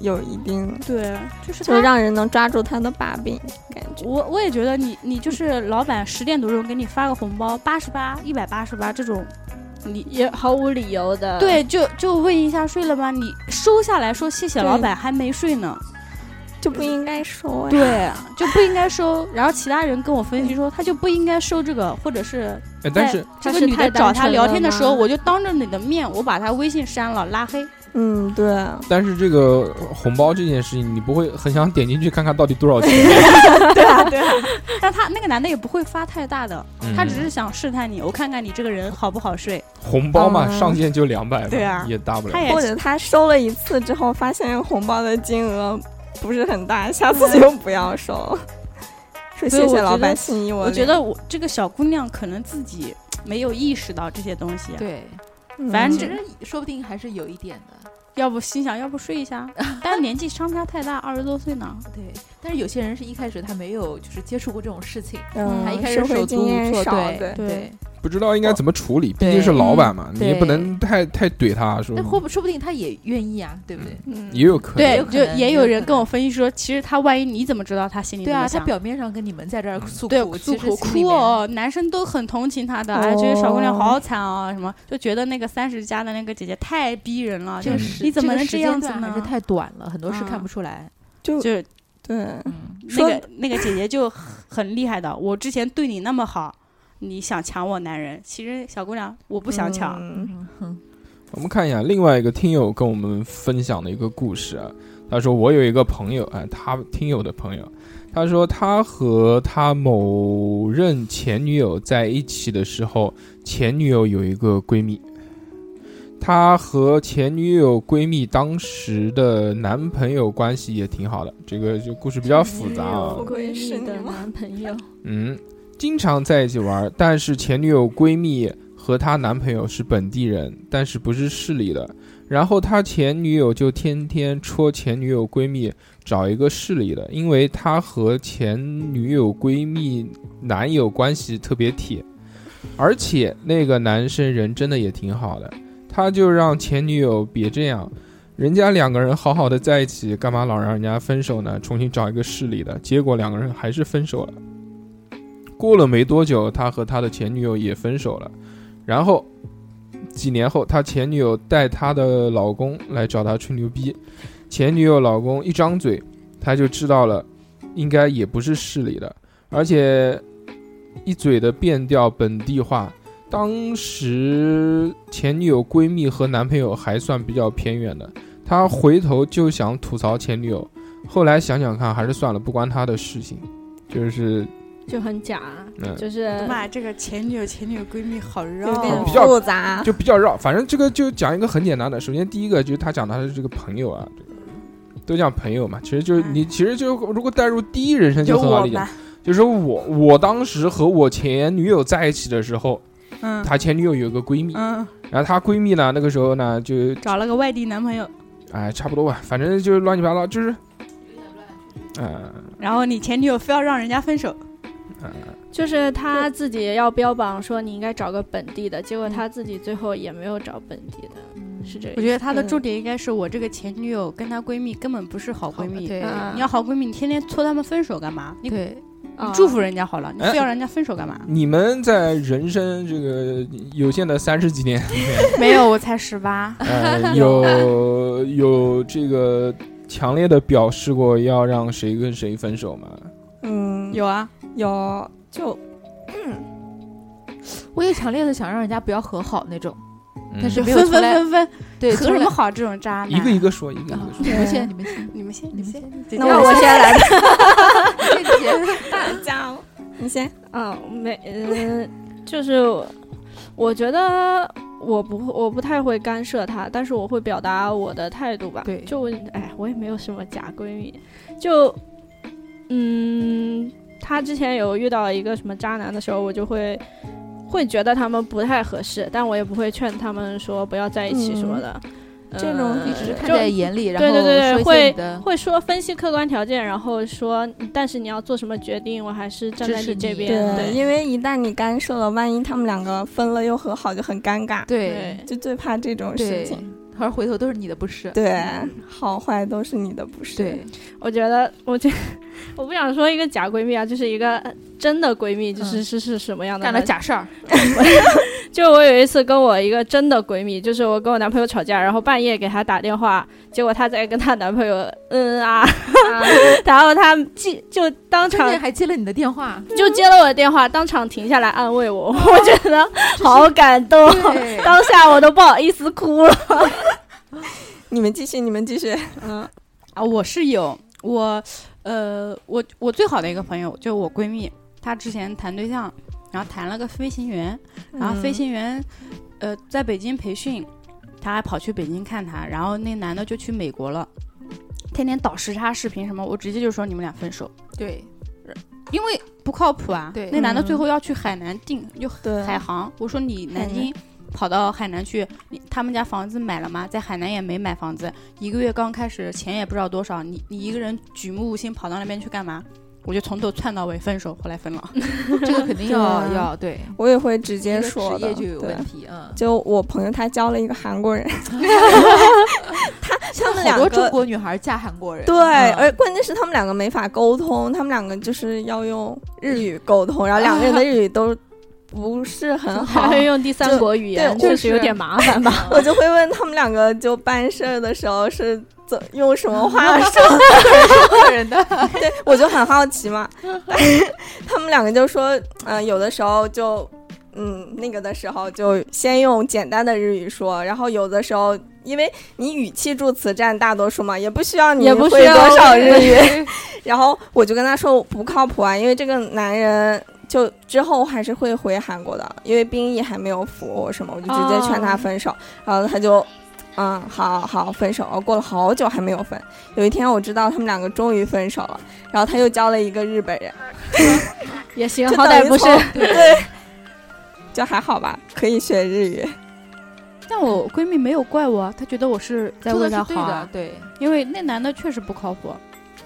Speaker 9: 有一定，
Speaker 5: 对，就是
Speaker 9: 就
Speaker 5: 她
Speaker 9: 让人能抓住她的把柄，感觉。
Speaker 5: 我我也觉得你你就是老板十点多钟给你发个红包，八十八、一百八十八这种，你
Speaker 4: 嗯也毫无理由的。
Speaker 5: 对，就就问一下睡了吗？你收下来说谢谢
Speaker 9: 对
Speaker 5: 老板，还没睡呢，
Speaker 9: 就不应该收、呀。
Speaker 5: 对，啊就不应该收。然后其他人跟我分析说，他就不应该收这个，或者是
Speaker 2: 哎但
Speaker 5: 在
Speaker 2: 是
Speaker 5: 这
Speaker 4: 他
Speaker 5: 个
Speaker 4: 是
Speaker 5: 女
Speaker 4: 太
Speaker 5: 的
Speaker 4: 单
Speaker 5: 找他
Speaker 4: 纯
Speaker 5: 聊
Speaker 4: 了
Speaker 5: 天的时候，
Speaker 4: 吗
Speaker 5: 我就当着你的面，我把他微信删了，拉黑。
Speaker 9: 嗯，对，
Speaker 2: 但是这个红包这件事情，你不会很想点进去看看到底多少钱？
Speaker 5: 对啊，对啊。但他那个男的也不会发太大的，他只
Speaker 2: 嗯
Speaker 5: 是想试探你，我看看你这个人好不好睡。
Speaker 2: 红包嘛，
Speaker 9: 嗯
Speaker 2: 上限就两百，
Speaker 5: 对啊
Speaker 2: 也大不了
Speaker 5: 他。也
Speaker 9: 或者他收了一次之后，发现红包的金额不是很大，下次就不要收了。
Speaker 5: 所
Speaker 9: 说
Speaker 5: 以
Speaker 9: 谢
Speaker 5: 我
Speaker 9: 谢
Speaker 5: 觉
Speaker 9: 老板
Speaker 5: 得
Speaker 9: 心意我
Speaker 5: 我
Speaker 9: 领，
Speaker 5: 觉得我这个小姑娘可能自己没有意识到这些东西，
Speaker 3: 对，
Speaker 9: 嗯
Speaker 5: 反正
Speaker 3: 其
Speaker 5: 这
Speaker 3: 实说不定还是有一点的。
Speaker 5: 要不心想要不睡一 下，但是年纪相差太大，二十多岁呢。
Speaker 3: 对，但是有些人是一开始他没有就是接触过这种事情，
Speaker 9: 嗯
Speaker 3: 他一开
Speaker 9: 社
Speaker 3: 始
Speaker 9: 会
Speaker 3: 手
Speaker 9: 经
Speaker 3: 足
Speaker 9: 验
Speaker 3: 无措，
Speaker 9: 少，
Speaker 3: 对
Speaker 5: 对。
Speaker 2: 不知道应该怎么处理，毕
Speaker 3: 对
Speaker 2: 竟是老板嘛，
Speaker 3: 嗯
Speaker 2: 你也不
Speaker 3: 对
Speaker 2: 能太太怼他，说
Speaker 3: 那会不说不定他也愿意啊，对不
Speaker 9: 嗯
Speaker 3: 对？
Speaker 2: 也有可能。
Speaker 3: 有
Speaker 5: 对，
Speaker 3: 可
Speaker 5: 就
Speaker 3: 能
Speaker 5: 也
Speaker 3: 也
Speaker 5: 有
Speaker 3: 有
Speaker 5: 人
Speaker 3: 可
Speaker 5: 跟我
Speaker 3: 能
Speaker 5: 分析说，其实他万一你怎么知道他心里
Speaker 3: 对
Speaker 5: 怎么
Speaker 3: 啊，他
Speaker 5: 想？
Speaker 3: 表面上跟你们在这儿诉
Speaker 5: 对
Speaker 3: 苦，
Speaker 5: 诉
Speaker 3: 其实
Speaker 5: 苦
Speaker 3: 心里
Speaker 5: 哭
Speaker 3: 面，
Speaker 5: 哦，男生都很同情他的，哎，觉得小姑娘好惨啊，什么就觉得那个三十加的那个姐姐太逼人了，
Speaker 3: 这
Speaker 5: 就
Speaker 3: 个
Speaker 2: 嗯
Speaker 3: 时
Speaker 5: 你怎
Speaker 3: 这
Speaker 5: 么
Speaker 3: 个
Speaker 5: 能
Speaker 3: 时
Speaker 5: 这
Speaker 3: 间
Speaker 5: 样子
Speaker 3: 段还
Speaker 5: 呢
Speaker 3: 是太短了，很多事看
Speaker 5: 嗯
Speaker 3: 不出来。
Speaker 9: 就
Speaker 5: 就是
Speaker 9: 对，
Speaker 3: 嗯，
Speaker 5: 那
Speaker 9: 说
Speaker 5: 个那个姐姐就很很厉害的，我之前对你那么好，你想抢我男人，其实小姑娘我不想抢，
Speaker 9: 嗯
Speaker 2: 我们看一下另外一个听友跟我们分享的一个故事啊，他说我有一个朋友，哎，他听友的朋友，他说他和他某任前女友在一起的时候，前女友有一个闺蜜，他和前女友闺蜜当时的男朋友关系也挺好的，这个就故事比
Speaker 4: 嗯
Speaker 2: 较复杂啊，
Speaker 9: 不愧是你
Speaker 4: 的
Speaker 9: 吗
Speaker 4: 男 朋友，
Speaker 2: 嗯，经常在一起玩，但是前女友闺蜜和她男朋友是本地人，但是不是市里的。然后她前女友就天天戳前女友闺蜜找一个市里的，因为她和前女友闺蜜男友关系特别铁，而且那个男生人真的也挺好的，他就让前女友别这样。人家两个人好好的在一起，干嘛老让人家分手呢？重新找一个市里的，结果两个人还是分手了。过了没多久，他和他的前女友也分手了。然后几年后，他前女友带她的老公来找他吹牛逼，前女友老公一张嘴，他就知道了，应该也不是市里的，而且一嘴的变调本地话。当时前女友闺蜜和男朋友还算比较偏远的，他回头就想吐槽前女友，后来想想看，还是算了，不关他的事情。就是
Speaker 4: 就很假，啊
Speaker 2: 嗯
Speaker 4: 就是
Speaker 5: 哎妈，这个前女友前女友闺蜜好绕哦
Speaker 9: 有点
Speaker 2: 比较
Speaker 9: 复
Speaker 5: 啊
Speaker 9: 杂，
Speaker 2: 就比较绕。反正这个就讲一个很简单的，首先第一个就是他讲他的这个朋友啊，这个都讲朋友嘛，其实
Speaker 5: 嗯
Speaker 2: 就是你，其实就如果带入第一人称就很好理解，就是说我我当时和我前女友在一起的时候，
Speaker 5: 嗯
Speaker 2: 她前女友有个闺蜜，
Speaker 5: 嗯，
Speaker 2: 然后她闺蜜呢那个时候呢就
Speaker 5: 找了个外地男朋友，
Speaker 2: 哎差不多吧，反正就是乱七八糟，就是，嗯、
Speaker 5: 然后你前女友非要让人家分手，
Speaker 4: 就是他自己要标榜说你应该找个本地的，结果他自己最后也没有找本地的，是这个意思。
Speaker 5: 我觉得她的
Speaker 9: 嗯
Speaker 5: 重点应该是我这个前女友跟她闺蜜根本不是好闺蜜。
Speaker 3: 对
Speaker 4: 嗯
Speaker 5: 呃你要好闺蜜，你天天搓她们分手干嘛？你
Speaker 3: 对，
Speaker 5: 你
Speaker 4: 啊
Speaker 5: 祝福人家好了，你
Speaker 2: 哎
Speaker 5: 非要人家分手干嘛？
Speaker 2: 你们在人生这个有限的三十几年里面，
Speaker 5: 没有，我才 十八。
Speaker 2: 呃，有有这个强烈的表示过要让谁跟谁分手吗？
Speaker 9: 嗯，
Speaker 5: 有啊，
Speaker 9: 有就
Speaker 3: 我也强烈的想让人家不要和好那种，但是
Speaker 5: 分
Speaker 3: 没有出
Speaker 5: 分
Speaker 3: 来。
Speaker 5: 分分，
Speaker 3: 对，
Speaker 5: 和
Speaker 3: 从
Speaker 5: 什
Speaker 3: 来 嗯
Speaker 5: 么好这种
Speaker 3: 哎
Speaker 5: 渣男？
Speaker 2: 一个一个说，一个一个说。
Speaker 3: 你们先，你们先，
Speaker 5: 你们先，
Speaker 3: 你们
Speaker 5: 先
Speaker 3: 先，，
Speaker 5: 姐
Speaker 9: 那
Speaker 5: 姐
Speaker 9: 我先来吧，
Speaker 3: 这个姐
Speaker 9: 大家， 你先，
Speaker 4: 啊，没，嗯、就是我觉得我不我不太会干涉她，但是我会表达我的态度吧。
Speaker 3: 对
Speaker 4: 就我哎，我也没有什么假闺蜜，就嗯，她之前有遇到一个什么渣男的时候，我就会会觉得他们不太合适，但我也不会劝他们说不要在一起什么的。
Speaker 3: 嗯
Speaker 4: 呃
Speaker 9: 这种
Speaker 3: 你只是看
Speaker 4: 就
Speaker 3: 在眼里，然
Speaker 4: 对
Speaker 3: 后
Speaker 4: 对对
Speaker 3: 说
Speaker 4: 对，
Speaker 3: 一些你
Speaker 4: 会
Speaker 3: 的
Speaker 4: 会说分析客观条件，然后说，嗯但是你要做什么决定，我还是站在你这边。
Speaker 9: 对，因为一旦你干涉了，万一他们两个分了又和好，就很尴尬。
Speaker 3: 对，
Speaker 9: 就最怕这种事
Speaker 3: 对
Speaker 9: 情。，
Speaker 3: 而回头都是你的不是。
Speaker 9: 对，好坏都是你的，不是？
Speaker 3: 对，
Speaker 4: 我觉得，我觉得我不想说一个假闺蜜啊，就是一个真的闺蜜，
Speaker 9: 嗯
Speaker 4: 就是是是什么样的
Speaker 3: 干
Speaker 4: 呢？
Speaker 3: 了假事儿，
Speaker 4: 就我有一次跟我一个真的闺蜜，就是我跟我男朋友吵架，然后半夜给她打电话，结果她在跟她男朋友嗯嗯啊， 然后她记就当
Speaker 3: 中
Speaker 4: 场
Speaker 3: 间还接了你的电话，
Speaker 4: 就接了我的电话，当场停下来安慰
Speaker 9: 哦
Speaker 4: 我，我觉得好感动，
Speaker 3: 对
Speaker 4: 当下我都不好意思哭了。
Speaker 9: 你们继续，你们继续。
Speaker 5: 嗯啊，我是有我，呃，我我最好的一个朋友就我闺蜜，她之前谈对象，然后谈了个飞行员，然后飞
Speaker 9: 嗯
Speaker 5: 行员，呃，在北京培训，她还跑去北京看他，然后那男的就去美国了，天天倒时差视频什么，我直接就说你们俩分手，
Speaker 3: 对
Speaker 5: 因为不靠谱啊。
Speaker 3: 对嗯
Speaker 5: 那男的最
Speaker 9: 嗯
Speaker 5: 后要去海南定，就
Speaker 9: 对
Speaker 5: 海航。我说你南
Speaker 9: 海
Speaker 5: 京跑到海南去，你他们家房子买了吗？在海南也没买房子，一个月刚开始钱也不知道多少，你你一个人举目无亲跑到那边去干嘛？我就从头窜到尾，分手，后来 分了。
Speaker 3: 这个肯定
Speaker 9: 对
Speaker 3: 要
Speaker 9: 啊
Speaker 3: 要对，
Speaker 9: 我也会直
Speaker 3: 这
Speaker 9: 接
Speaker 3: 个
Speaker 9: 说
Speaker 3: 职
Speaker 9: 的。
Speaker 3: 业就有
Speaker 9: 对
Speaker 3: 问题， 嗯。
Speaker 9: 就我朋友他交了一个韩国人，
Speaker 3: 像好多
Speaker 9: 们两
Speaker 3: 中
Speaker 9: 个
Speaker 3: 国女孩嫁韩国人，
Speaker 9: 对，
Speaker 3: 嗯
Speaker 9: 而关键是他们两个没法沟通，他们两个就是要用日语沟通，然后两个人的日语都不是很
Speaker 4: 还
Speaker 9: 嗯 好。
Speaker 4: 会用第三国语言，
Speaker 9: 对
Speaker 4: 确
Speaker 9: 就
Speaker 4: 实有
Speaker 9: 是
Speaker 4: 点麻烦吧。
Speaker 9: 我就会问他们两个就办事儿的时候是怎用什么 话说，
Speaker 3: 个人 的，
Speaker 9: 对我就很好奇嘛。他们两个就说，嗯、有的时候就，嗯，那个的时候就先用简单的日语说，然后有的时候因为你语气助词占大多数嘛，也不需要 你
Speaker 4: 也不
Speaker 9: 会
Speaker 4: 需要
Speaker 9: 多少日语。
Speaker 3: 语，
Speaker 9: 然后我就跟他说不靠谱啊，因为这个男人就之后还是会回韩国的，因为兵役还没有服我什么，我就直接劝他分
Speaker 4: 哦
Speaker 9: 手，然后他就。嗯，好好分手。哦过了好久还没有分。有一天我知道他们两个终于分手了，然后他又交了一个日本人，
Speaker 4: 也行，
Speaker 9: 就
Speaker 4: 嗯好
Speaker 9: 等
Speaker 4: 歹
Speaker 9: 于
Speaker 4: 不是
Speaker 9: 从对，就还好吧，可以学日语。
Speaker 5: 但我闺蜜没有怪我啊，她觉得我是在
Speaker 3: 做
Speaker 5: 为
Speaker 3: 的
Speaker 5: 她
Speaker 3: 是对
Speaker 5: 好啊
Speaker 3: 的，，对
Speaker 5: 因为那男的确实不靠谱。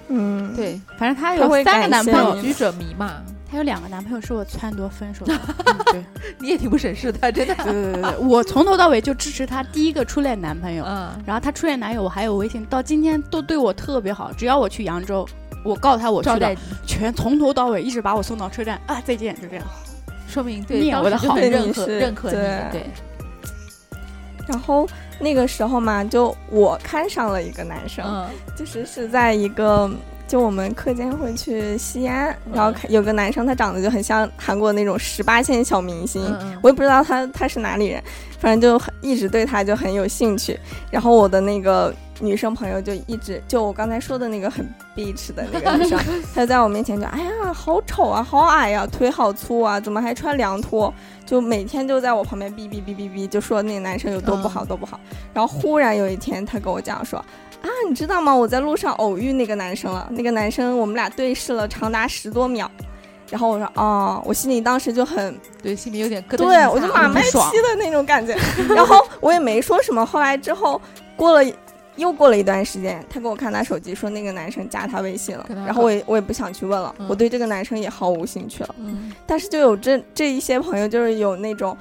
Speaker 9: 嗯，，
Speaker 3: 对，
Speaker 5: 反正她
Speaker 9: 她
Speaker 5: 有
Speaker 9: 会
Speaker 5: 三个
Speaker 9: 感
Speaker 5: 男
Speaker 9: 谢
Speaker 5: 朋
Speaker 9: 对
Speaker 3: 当
Speaker 5: 友，
Speaker 3: 局者迷嘛，
Speaker 5: 她有两个男朋友是我撺掇分手的。 嗯对
Speaker 3: 你也挺不省事的，真的，
Speaker 5: 对对对对，我从头到尾就支持她第一个初恋男朋友。
Speaker 3: 嗯，
Speaker 5: 然后她初恋男友我还有微信，到今天都对我特别好。只要我去扬州，我告诉她我去
Speaker 3: 招
Speaker 5: 了
Speaker 3: 待，
Speaker 5: 全从头到尾一直把我送到车站啊，再见，就这样。
Speaker 3: 说明对
Speaker 5: 念
Speaker 3: 当
Speaker 5: 我的
Speaker 3: 时就
Speaker 5: 好
Speaker 3: 很
Speaker 9: 对
Speaker 3: 认
Speaker 9: 你
Speaker 3: 可
Speaker 9: 是
Speaker 3: 认可你，
Speaker 9: 对
Speaker 3: 对，
Speaker 9: 然后那个时候嘛，就我看上了一个男生，
Speaker 3: 嗯，
Speaker 9: 就是是在一个，就我们课间会去西安，然后看有个男生，他长得就很像韩国那种十八线小明星，
Speaker 3: 嗯
Speaker 9: 我也不知道他他是哪里人，反正就很一直对他就很有兴趣。然后我的那个女生朋友就一直就我刚才说的那个很 bitch 的那
Speaker 3: 嗯
Speaker 9: 个女生，她就在我面前就哎呀好丑啊，好矮呀、腿好粗啊，怎么还穿凉拖？就每天就在我旁边哔哔哔哔哔，就说那个男生有多不好多不好。然后忽然有一天，他跟我讲说。啊，你知道吗？我在路上偶遇那个男生了，那个男生我们俩对视了长达十多秒，然后我说哦，我心里当时就很
Speaker 3: 对，心里有点咯噔一
Speaker 9: 对
Speaker 3: 下，
Speaker 9: 我就马
Speaker 3: 不
Speaker 9: 卖
Speaker 3: 爽
Speaker 9: 批的那种感觉。然后我也没说什么。后来之后过了一又过了一段时间，他给我看他手机，说那个男生加他微信了
Speaker 3: 跟他。
Speaker 9: 然后我也我也不想去问了，
Speaker 3: 嗯
Speaker 9: 我对这个男生也毫无兴趣了。
Speaker 3: 嗯，
Speaker 9: 但是就有这这一些朋友，就是有那种。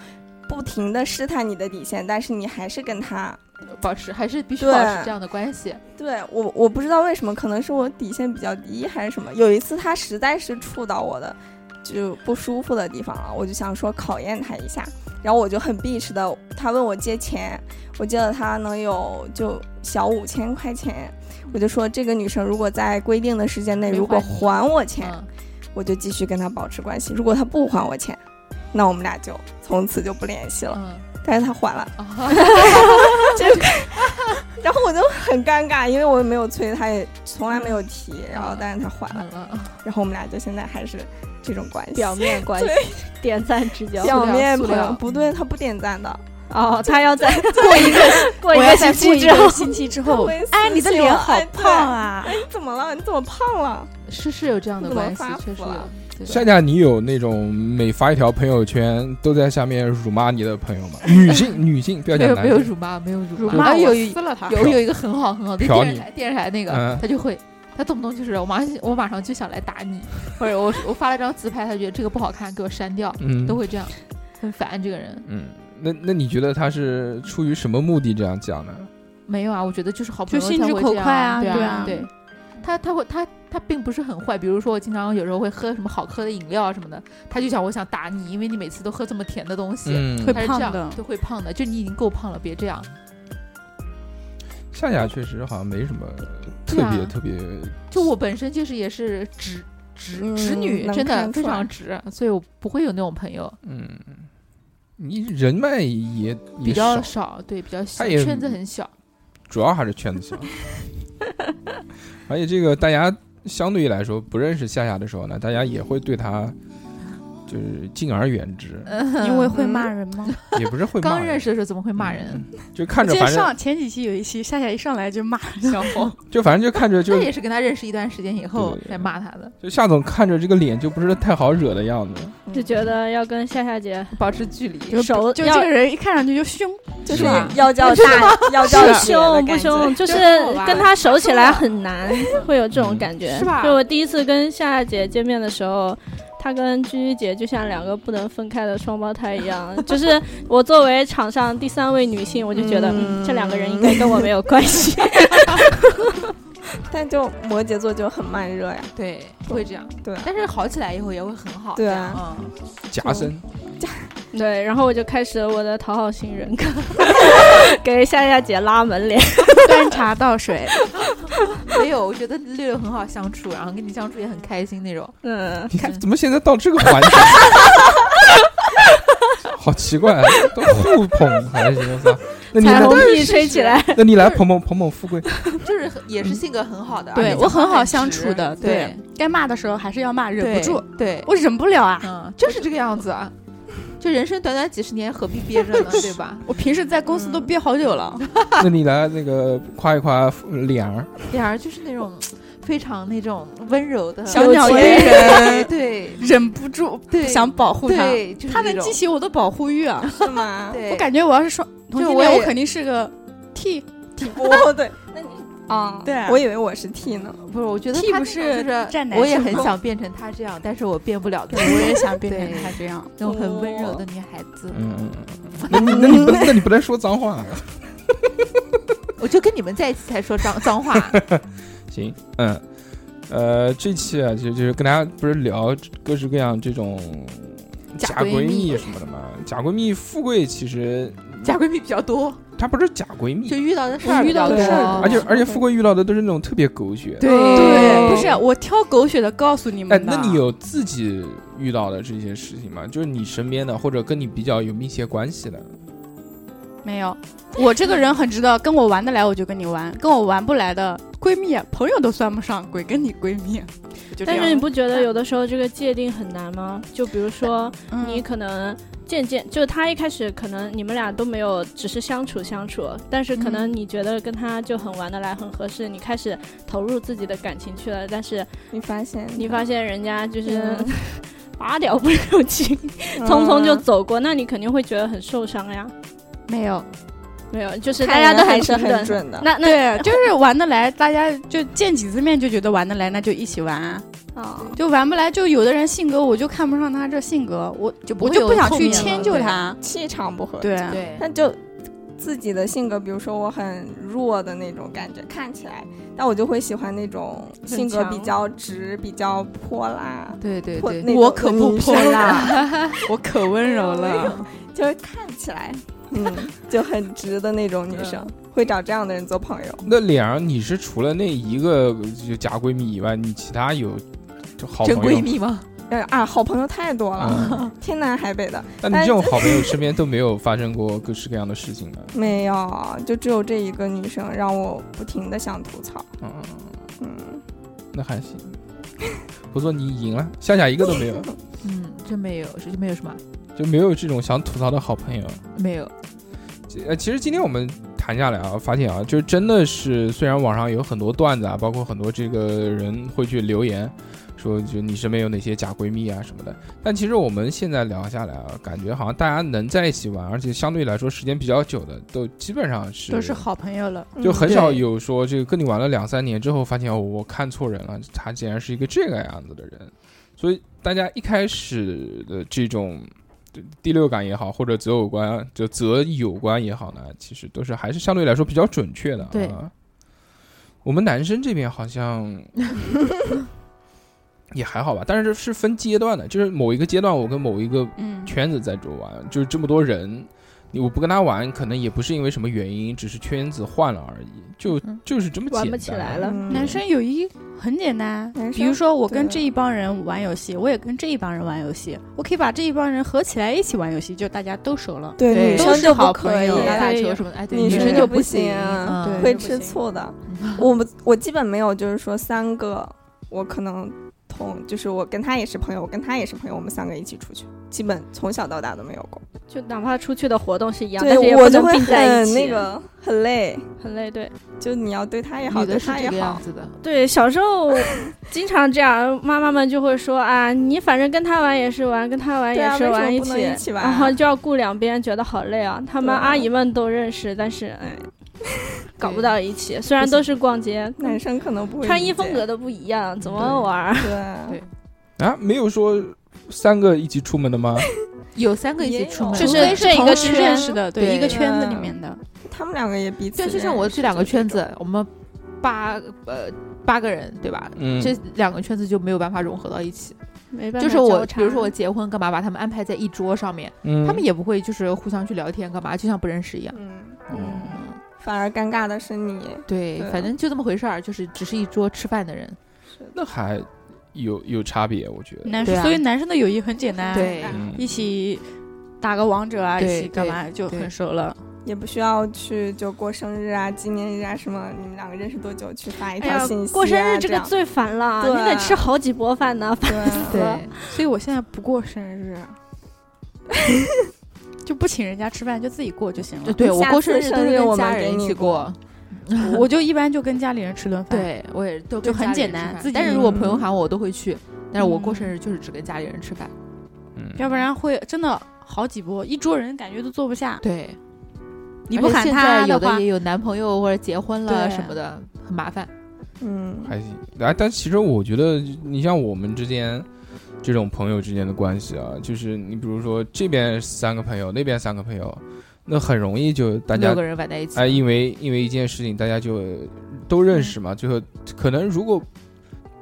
Speaker 9: 不停的试探你的底线，但是你还是跟他，
Speaker 3: 保持还是必须
Speaker 9: 对
Speaker 3: 保持这样的关系，
Speaker 9: 对我我不知道为什么，可能是我底线比较低还是什么。有一次他实在是触到我的就不舒服的地方啊了，我就想说考验他一下，然后我就很 bitch 的，他问我借钱，我借了他能有就小五千块钱，我就说这个女生如果在规定的时间内
Speaker 3: 没
Speaker 9: 如果
Speaker 3: 还你
Speaker 9: 还我钱，
Speaker 3: 嗯，
Speaker 9: 我就继续跟她保持关系；如果她不还我钱，那我们俩就从此就不联系了。
Speaker 3: 嗯，
Speaker 9: 但是她还了，
Speaker 3: 啊
Speaker 5: 哦
Speaker 9: 然后我就很尴尬，因为我也没有催，她也从来没有提，然
Speaker 4: 嗯
Speaker 9: 后但是她还了，
Speaker 3: 完了，
Speaker 9: 然后我们俩就现在还是这种关系。
Speaker 4: 表面关系，点赞之交。
Speaker 9: 表面
Speaker 3: 塑
Speaker 9: 朋
Speaker 3: 料
Speaker 9: 友不对，他不点赞的。
Speaker 4: 哦，他要在过一个 过一个星期之后，
Speaker 5: 星期之后
Speaker 9: 会私信我
Speaker 5: 哎，你的脸好
Speaker 9: 哎对
Speaker 5: 胖啊！
Speaker 9: 哎，你怎么了？你怎么胖了？
Speaker 3: 是是有这样的
Speaker 9: 不能
Speaker 3: 关系
Speaker 9: 发，
Speaker 3: 确实
Speaker 9: 福
Speaker 3: 有
Speaker 9: 了。
Speaker 3: 对
Speaker 2: 夏夏，你有那种每发一条朋友圈都在下面辱骂你的朋 友吗？女性，女性，不要
Speaker 3: 没
Speaker 2: 讲
Speaker 3: 有
Speaker 2: 男性。
Speaker 3: 没有辱骂，没有辱
Speaker 5: 辱骂
Speaker 3: 啊有
Speaker 5: 我
Speaker 3: 有
Speaker 5: 撕了他
Speaker 3: 有有一个很好很好的
Speaker 2: 嫖
Speaker 3: 电视
Speaker 2: 你
Speaker 3: 台电视台那个
Speaker 2: 嗯，
Speaker 3: 他就会，他动不动就是我马上我马上就想来打你，或者我我发了张自拍，他觉得这个不好看，给我删掉，
Speaker 2: 嗯
Speaker 3: 都会这样，很烦这个人。
Speaker 2: 嗯，那那你觉得他是出于什么目的这样讲呢？
Speaker 3: 没有啊，我觉得就是好朋
Speaker 5: 就
Speaker 3: 友才
Speaker 5: 心直
Speaker 3: 会
Speaker 5: 口
Speaker 3: 这样
Speaker 5: 快啊
Speaker 3: 对
Speaker 5: 对
Speaker 3: 啊
Speaker 5: 啊
Speaker 3: 对。他他会他他并不是很坏，比如说我经常有时候会喝什么好喝的饮料啊什么的，他就想我想打你，因为你每次都喝这么甜的东西，
Speaker 2: 嗯
Speaker 3: 他是这
Speaker 5: 会胖的
Speaker 3: 样，就会胖的，就你已经够胖了，别这样。
Speaker 2: 夏夏确实好像没什么特
Speaker 3: 对啊
Speaker 2: 别特别，
Speaker 3: 就我本身就是也是直直直
Speaker 9: 嗯
Speaker 3: 女，
Speaker 9: 能
Speaker 3: 真的
Speaker 9: 看出
Speaker 3: 非
Speaker 9: 来
Speaker 3: 常直，所以我不会有那种朋友，
Speaker 2: 嗯，你人脉也
Speaker 3: 比
Speaker 2: 也
Speaker 3: 较
Speaker 2: 少，
Speaker 3: 少，对，比较小，
Speaker 2: 他也
Speaker 3: 圈子很小。
Speaker 2: 主要还是圈子小。而且这个大家相对于来说不认识夏夏的时候呢，大家也会对他就是敬而远之，
Speaker 5: 因为会骂人吗？
Speaker 2: 也不是会嗯骂
Speaker 3: 嗯刚
Speaker 2: 人
Speaker 3: 认识的时候怎么会骂人？
Speaker 2: 就嗯看着
Speaker 5: 记得
Speaker 2: 反正
Speaker 5: 上前几期有一期夏夏一上来就骂小红，
Speaker 2: 就反正就看着
Speaker 3: 那
Speaker 2: 嗯 就
Speaker 3: 也是跟他认识一段时间以后
Speaker 2: 对对对
Speaker 3: 才骂他的，
Speaker 2: 就夏总看着这个脸就不是太好惹的样子，
Speaker 4: 就觉得要跟夏夏姐
Speaker 3: 保持距离。
Speaker 5: 就
Speaker 4: 熟
Speaker 5: 就
Speaker 4: 要
Speaker 5: 这个人一看上去就凶，
Speaker 9: 就是是
Speaker 2: 吧
Speaker 9: 要叫大，要叫
Speaker 4: 不
Speaker 9: 姐的
Speaker 4: 凶
Speaker 9: 感
Speaker 4: 不
Speaker 9: 觉
Speaker 4: 凶，就是
Speaker 5: 真好玩
Speaker 4: 跟他熟起来很难， 会有这种感觉，
Speaker 3: 嗯是吧
Speaker 4: 就我第一次跟夏夏姐见面的时候。她跟居居姐就像两个不能分开的双胞胎一样，就是我作为场上第三位女性，我就觉得、嗯这两个人应该跟我没有关 系。
Speaker 9: 但就摩羯座就很慢热呀，
Speaker 3: 对，会这样。
Speaker 9: 对
Speaker 3: 但是好起来以后也会很好。
Speaker 9: 对
Speaker 3: 这
Speaker 9: 啊
Speaker 3: 样嗯，
Speaker 2: 夹生
Speaker 4: 对，然后我就开始了我的讨好型人格， 给夏夏姐拉门帘。
Speaker 5: 端茶倒水，
Speaker 3: 没有，我觉得六六很好相处，然后跟你相处也很开心那种。
Speaker 4: 嗯，
Speaker 2: 你看怎么现在到这个环节， 好奇怪、啊，都互捧还行，我操！那你
Speaker 4: 彩
Speaker 2: 来
Speaker 4: 虹屁吹起来，
Speaker 2: 那你来捧捧捧捧富贵，
Speaker 3: 就是很也是性格很好的，而
Speaker 5: 对
Speaker 3: 且
Speaker 5: 我很好
Speaker 3: 直
Speaker 5: 相处的，
Speaker 3: 对，，
Speaker 5: 该骂的时候还是要骂，忍
Speaker 3: 对
Speaker 5: 不住，，
Speaker 3: 对，
Speaker 5: 我忍不了啊。
Speaker 3: 嗯，就是这个样子啊。就人生短短几十年，何必憋着 呢，对吧？
Speaker 5: 我平时在公司都憋好久了，
Speaker 2: 那你来那个夸一夸脸儿，
Speaker 3: 脸儿就是那种非常那种温柔的
Speaker 5: 小鸟依
Speaker 3: 对
Speaker 5: 人，
Speaker 3: 对
Speaker 5: 忍不住
Speaker 3: 对
Speaker 5: 想保护他，
Speaker 3: 对，就是
Speaker 5: 他
Speaker 3: 那
Speaker 5: 能
Speaker 3: 种
Speaker 5: 激起我的保护欲啊！
Speaker 9: 是吗？
Speaker 3: 对，
Speaker 5: 我感觉我要是双同
Speaker 3: 就
Speaker 5: 性
Speaker 3: 我
Speaker 5: 恋，
Speaker 3: 也
Speaker 5: 我肯定是个 T，
Speaker 9: 哦，对，那你啊，
Speaker 5: 对啊
Speaker 9: 我以为我是 T 呢，
Speaker 3: 不是，我觉得
Speaker 5: 屁
Speaker 3: 他
Speaker 5: 不
Speaker 3: 这种
Speaker 5: 是
Speaker 3: 就是
Speaker 5: 站男
Speaker 3: 我也
Speaker 5: 生
Speaker 3: 很
Speaker 5: 吗
Speaker 3: 想变成他这样，但是我变不了的
Speaker 5: 对，我也想变
Speaker 3: 对哦
Speaker 5: 成他这样。
Speaker 3: 那种很温柔的女孩子。
Speaker 2: 嗯，那你那你不那你不能说脏话、
Speaker 3: 我就跟你们在一起才说脏脏 话，
Speaker 2: 行，嗯，呃，这期啊，就就是跟大家不是聊各式各样这种
Speaker 3: 假
Speaker 2: 假
Speaker 3: 闺
Speaker 2: 闺
Speaker 3: 蜜
Speaker 2: 蜜什么的嘛，假闺蜜富贵其实
Speaker 3: 假闺蜜比较多，
Speaker 2: 她不是假闺蜜
Speaker 3: 就，遇到的事儿
Speaker 5: 遇
Speaker 3: 比较
Speaker 5: 到的事儿
Speaker 3: 多
Speaker 2: 而且而且富贵遇到的都是那种特别狗血。
Speaker 3: 对
Speaker 5: 对，不是我挑狗血的告诉你
Speaker 2: 哎，
Speaker 5: 们的。
Speaker 2: 那你有自己遇到的这些事情吗？就是你身边的，或者跟你比较有密切关系的，
Speaker 5: 没有？我这个人很知道，跟我玩得来我就跟你玩，跟我玩不来的闺蜜啊朋友都算不上，鬼跟你闺蜜。啊就这
Speaker 4: 但
Speaker 5: 样
Speaker 4: 是你不觉得有的时候这个界定很难吗？就比如说，
Speaker 5: 嗯
Speaker 4: 你可能渐渐，就是他一开始可能你们俩都没有，只是相处相处，但是可
Speaker 9: 嗯
Speaker 4: 能你觉得跟他就很玩得来，很合适，你开始投入自己的感情去了，但是
Speaker 9: 你发现
Speaker 4: 你发现人家就是
Speaker 9: 嗯
Speaker 4: 拔屌不留情，匆匆就走过，那你肯定会觉得很受伤呀。
Speaker 5: 没有？
Speaker 4: 没有，就是大
Speaker 9: 看
Speaker 4: 家
Speaker 9: 人
Speaker 4: 都
Speaker 9: 还
Speaker 4: 很
Speaker 9: 是
Speaker 4: 平
Speaker 9: 很
Speaker 4: 等。
Speaker 9: 准的，啊
Speaker 4: 那那
Speaker 5: 对，就是玩得来，大家就见几次面就觉得玩得来，那就一起玩。
Speaker 9: 啊，
Speaker 5: 就玩不来，就有的人性格我就看不上他这性格，我
Speaker 3: 就不
Speaker 5: 我
Speaker 3: 会
Speaker 5: 就
Speaker 3: 有
Speaker 5: 不想
Speaker 3: 后
Speaker 5: 去
Speaker 3: 面了
Speaker 5: 迁就。他。
Speaker 9: 气场不合，
Speaker 5: 对，
Speaker 3: 对，
Speaker 9: 那就自己的性格，比如说我很弱的那种感觉，看起来，但我就会喜欢那种性格
Speaker 4: 强
Speaker 9: 比较直、比较泼辣。
Speaker 3: 对对
Speaker 9: 泼
Speaker 3: 对
Speaker 9: 那
Speaker 3: 对，
Speaker 9: 种
Speaker 5: 我可不泼
Speaker 9: 辣，
Speaker 5: 辣， 我可温柔了。
Speaker 9: 就是看起来，嗯，就很直的那
Speaker 5: 嗯
Speaker 9: 种女生，会找这样的人做朋友。
Speaker 2: 那脸儿，你是除了那一个呃就假闺蜜以外，你其他有就好
Speaker 3: 真
Speaker 2: 朋友
Speaker 3: 闺？蜜吗？
Speaker 9: 哎啊，好朋友太多了，
Speaker 2: 嗯，
Speaker 9: 天南海北的，
Speaker 2: 那你这种好朋友身边都没有发生过各式各样的事情的，
Speaker 9: 没有，就只有这一个女生让我不停的想吐槽。
Speaker 2: 嗯，
Speaker 9: 嗯，
Speaker 2: 那还行，不错，你赢了，夏夏一个都没有，
Speaker 3: 嗯，真没有，是没有什么，
Speaker 2: 就没有这种想吐槽的好朋友。
Speaker 3: 没有。
Speaker 2: 呃，其实今天我们谈下来啊，发现啊，就是真的是，虽然网上有很多段子啊，包括很多这个人会去留言，说就你身边有哪些假闺蜜啊什么的，但其实我们现在聊下来啊，感觉好像大家能在一起玩，而且相对来说时间比较久的，都基本上是
Speaker 3: 都是好朋友了，
Speaker 2: 就很
Speaker 9: 嗯
Speaker 2: 少有说这个跟你玩了两三年之后，发现哦，我看错人了，他竟然是一个这个样子的人，所以大家一开始的这种。第六感也好，或者择偶观就择友观也好呢，其实都是还是相对来说比较准确的、啊。
Speaker 3: 对，
Speaker 2: 我们男生这边好像也还好吧，但是是分阶段的，就是某一个阶段我跟某一个圈子在这玩，嗯、就是这么多人，我不跟他玩，可能也不是因为什么原因，只是圈子换了而已，就、嗯、就是这么简单。
Speaker 4: 玩不起来了，嗯、
Speaker 5: 男生友谊很简单，比如说我跟这一帮人玩游戏，我也跟这一帮人玩游戏，我可以把这一帮人合起来一起玩游戏，就大家都熟了，
Speaker 9: 对，女
Speaker 5: 都
Speaker 9: 生
Speaker 5: 是
Speaker 9: 就不
Speaker 5: 好
Speaker 9: 可
Speaker 5: 朋
Speaker 9: 以
Speaker 5: 友，，打打球什么的，哎，对，
Speaker 9: 女
Speaker 5: 生
Speaker 9: 生
Speaker 5: 就
Speaker 9: 不
Speaker 5: 行，
Speaker 9: 啊
Speaker 5: 嗯
Speaker 9: 会
Speaker 5: 就不
Speaker 9: 吃
Speaker 5: 行
Speaker 9: 醋的。我们我基本没有，就是说三个，我可能同就是我跟他也是朋友，我跟他也是朋友，我们三个一起出去，基本从小到大都没有过。
Speaker 4: 就哪怕出去的活动是一样，但是
Speaker 9: 对
Speaker 4: 也
Speaker 9: 我
Speaker 4: 不
Speaker 9: 就
Speaker 4: 能
Speaker 9: 会
Speaker 4: 并在一
Speaker 9: 很
Speaker 4: 起，啊
Speaker 9: 那个很累，
Speaker 4: 很累。对
Speaker 9: 就你要对他也好，
Speaker 3: 女
Speaker 9: 对
Speaker 3: 的是
Speaker 9: 他也
Speaker 3: 这个
Speaker 9: 好
Speaker 3: 样，子的，
Speaker 4: 对，小时候经常这样，妈妈们就会说啊，你反正跟他玩也是玩，跟他玩
Speaker 9: 对
Speaker 4: 也
Speaker 9: 啊
Speaker 4: 是
Speaker 9: 为什
Speaker 4: 玩
Speaker 9: 么
Speaker 4: 一
Speaker 9: 不
Speaker 4: 起，
Speaker 9: 能一起玩
Speaker 4: 然后就要顾两边，觉得好累啊。他们
Speaker 9: 对啊嗯
Speaker 4: 阿姨们都认识，但是哎，搞不到一起。虽然都是逛街，嗯
Speaker 9: 男生可能不会
Speaker 4: 穿
Speaker 9: 理
Speaker 4: 衣
Speaker 9: 解
Speaker 4: 风格都不一样，怎么玩儿？
Speaker 9: 对
Speaker 3: 对
Speaker 2: 啊，没有说三个一起出门的吗？
Speaker 3: 有三个一起
Speaker 9: 也
Speaker 3: 出
Speaker 9: 有
Speaker 3: 门，
Speaker 9: 就
Speaker 5: 除
Speaker 9: 是
Speaker 5: 非
Speaker 4: 这一
Speaker 5: 同
Speaker 4: 个
Speaker 5: 时
Speaker 4: 圈
Speaker 5: 认识的，对
Speaker 3: 对
Speaker 5: 一个圈子里面的，
Speaker 9: 他们两个也彼此
Speaker 3: 对，
Speaker 9: 认识。
Speaker 3: 就像我这两个圈
Speaker 9: 就这
Speaker 3: 子，我们八呃八个人对吧？
Speaker 2: 嗯，
Speaker 3: 这两个圈子就没有办法融合到一起。
Speaker 4: 没办法，
Speaker 3: 就是我，比如说我，结婚干嘛，把他们安排在一桌上面，
Speaker 2: 嗯
Speaker 3: 他们也不会就是互相去聊天干嘛，就像不认识一样。
Speaker 9: 种嗯，
Speaker 2: 嗯
Speaker 9: 反而尴尬的是你，
Speaker 3: 对
Speaker 9: 对，
Speaker 3: 反正就这么回事儿，就是只是一桌吃饭的人。
Speaker 2: 那还有有差别，我觉得。
Speaker 5: 男
Speaker 3: 对啊
Speaker 5: 生所以男生的友谊很简单，
Speaker 3: 对
Speaker 2: 嗯
Speaker 5: 一起打个王者啊，一
Speaker 3: 对
Speaker 5: 起干嘛就
Speaker 3: 对
Speaker 5: 很熟了。
Speaker 9: 也不需要去就过生日啊、纪念日啊什么，你们两个认识多久去发一
Speaker 4: 哎
Speaker 9: 条
Speaker 4: 呀
Speaker 9: 信息、啊，
Speaker 4: 过生日这
Speaker 9: 这
Speaker 4: 个
Speaker 9: 样
Speaker 4: 最烦了，
Speaker 9: 对啊
Speaker 4: 你得吃好几波饭呢，烦死
Speaker 9: 对啊
Speaker 4: 了。
Speaker 5: 所以我现在不过生日， 就不请人家吃饭，就自己过就行
Speaker 3: 对，
Speaker 5: 了。
Speaker 3: 对我
Speaker 9: 下
Speaker 3: 过生
Speaker 9: 次
Speaker 3: 日都
Speaker 9: 生
Speaker 3: 是
Speaker 9: 日我
Speaker 3: 跟
Speaker 9: 们
Speaker 3: 家
Speaker 9: 给
Speaker 3: 人一
Speaker 9: 你
Speaker 3: 起过。
Speaker 5: 我就一般就跟家里人吃顿饭。，
Speaker 3: 对我也是都
Speaker 5: 就
Speaker 3: 跟
Speaker 5: 很
Speaker 3: 家里
Speaker 5: 简
Speaker 3: 人吃
Speaker 5: 单
Speaker 3: 饭
Speaker 5: 自己
Speaker 3: 但是如果
Speaker 5: 嗯
Speaker 3: 朋友喊我，我都会去。但是我过
Speaker 9: 嗯
Speaker 3: 生日就是只跟家里人吃饭。
Speaker 2: 嗯
Speaker 5: 要不然会真的好几波，一桌人感觉都坐不下。
Speaker 3: 对，
Speaker 5: 你
Speaker 3: 而
Speaker 5: 不
Speaker 3: 且
Speaker 5: 喊
Speaker 3: 现
Speaker 5: 他
Speaker 3: 在有
Speaker 5: 话
Speaker 3: 的也，有男朋友或者结婚了
Speaker 5: 对
Speaker 3: 什么的，很麻烦。
Speaker 9: 嗯，
Speaker 2: 还行。哎，但其实我觉得，你像我们之间这种朋友之间的关系啊，就是你比如说这边三个朋友，那边三个朋友，那很容易就大
Speaker 3: 六
Speaker 2: 家
Speaker 3: 个人玩在一起，
Speaker 2: 哎，因为因为一件事情，大家就都认识
Speaker 3: 嗯
Speaker 2: 嘛。最后可能如果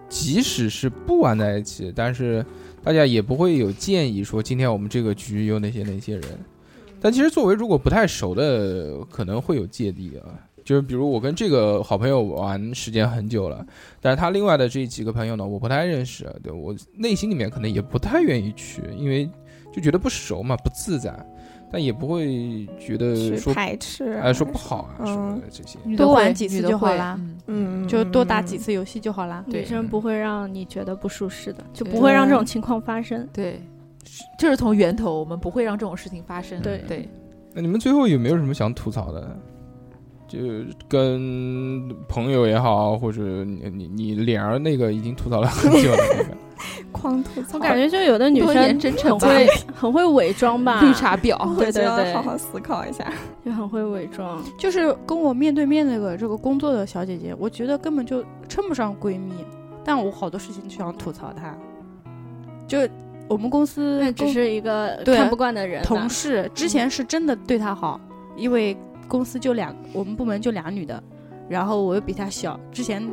Speaker 2: 即使是不玩在一起，但是大家也不会有建议说今天我们这个局有哪些哪些人。
Speaker 3: 嗯
Speaker 2: 但其实作为如果不太熟的，可能会有芥蒂啊。就是比如我跟这个好朋友玩时间很久了，但是他另外的这几个朋友呢，我不太认识，啊对我内心里面可能也不太愿意去，因为就觉得不熟嘛，不自在，但也不会觉得
Speaker 9: 去
Speaker 2: 说
Speaker 9: 排斥
Speaker 2: 哎，说不好啊什么
Speaker 9: 嗯
Speaker 2: 的这些。
Speaker 3: 女的
Speaker 5: 多玩
Speaker 3: 会
Speaker 5: 几
Speaker 3: 女
Speaker 5: 次
Speaker 3: 的
Speaker 5: 就好
Speaker 3: 会
Speaker 5: 啦
Speaker 3: 嗯
Speaker 9: 嗯，
Speaker 5: 就多打几
Speaker 9: 嗯，
Speaker 5: 次游戏就好啦。
Speaker 3: 对
Speaker 4: 女生不会让你觉得不舒适的，就不
Speaker 3: 对
Speaker 4: 会让这种情况发生。
Speaker 3: 对，是就是从源头，我们不会让这种事情发生。
Speaker 4: 对
Speaker 3: 嗯对，
Speaker 2: 那你们最后有没有什么想吐槽的？就跟朋友也好，或者你你你脸儿那个已经吐槽了很久了， 那个
Speaker 9: 狂吐槽，
Speaker 4: 我感觉就有的女
Speaker 3: 多一点
Speaker 4: 生
Speaker 3: 真诚
Speaker 4: 很
Speaker 3: 吧，
Speaker 4: 会很会伪装吧，
Speaker 3: 绿茶婊。
Speaker 9: 我
Speaker 4: 对
Speaker 9: 就
Speaker 4: 对
Speaker 9: 要
Speaker 4: 对
Speaker 9: 好好思考一 下。
Speaker 4: 就很会伪装。
Speaker 5: 就是跟我面对面那个这个工作的小姐姐，我觉得根本就称不上闺蜜，但我好多事情就想吐槽她。就我们公司
Speaker 4: 那只
Speaker 5: 公
Speaker 4: 是一个
Speaker 5: 对
Speaker 4: 看不惯的人嗯吧，
Speaker 5: 同事之前是真的对她好，因为公司就俩，我们部门就俩女的，然后我又比她小，之前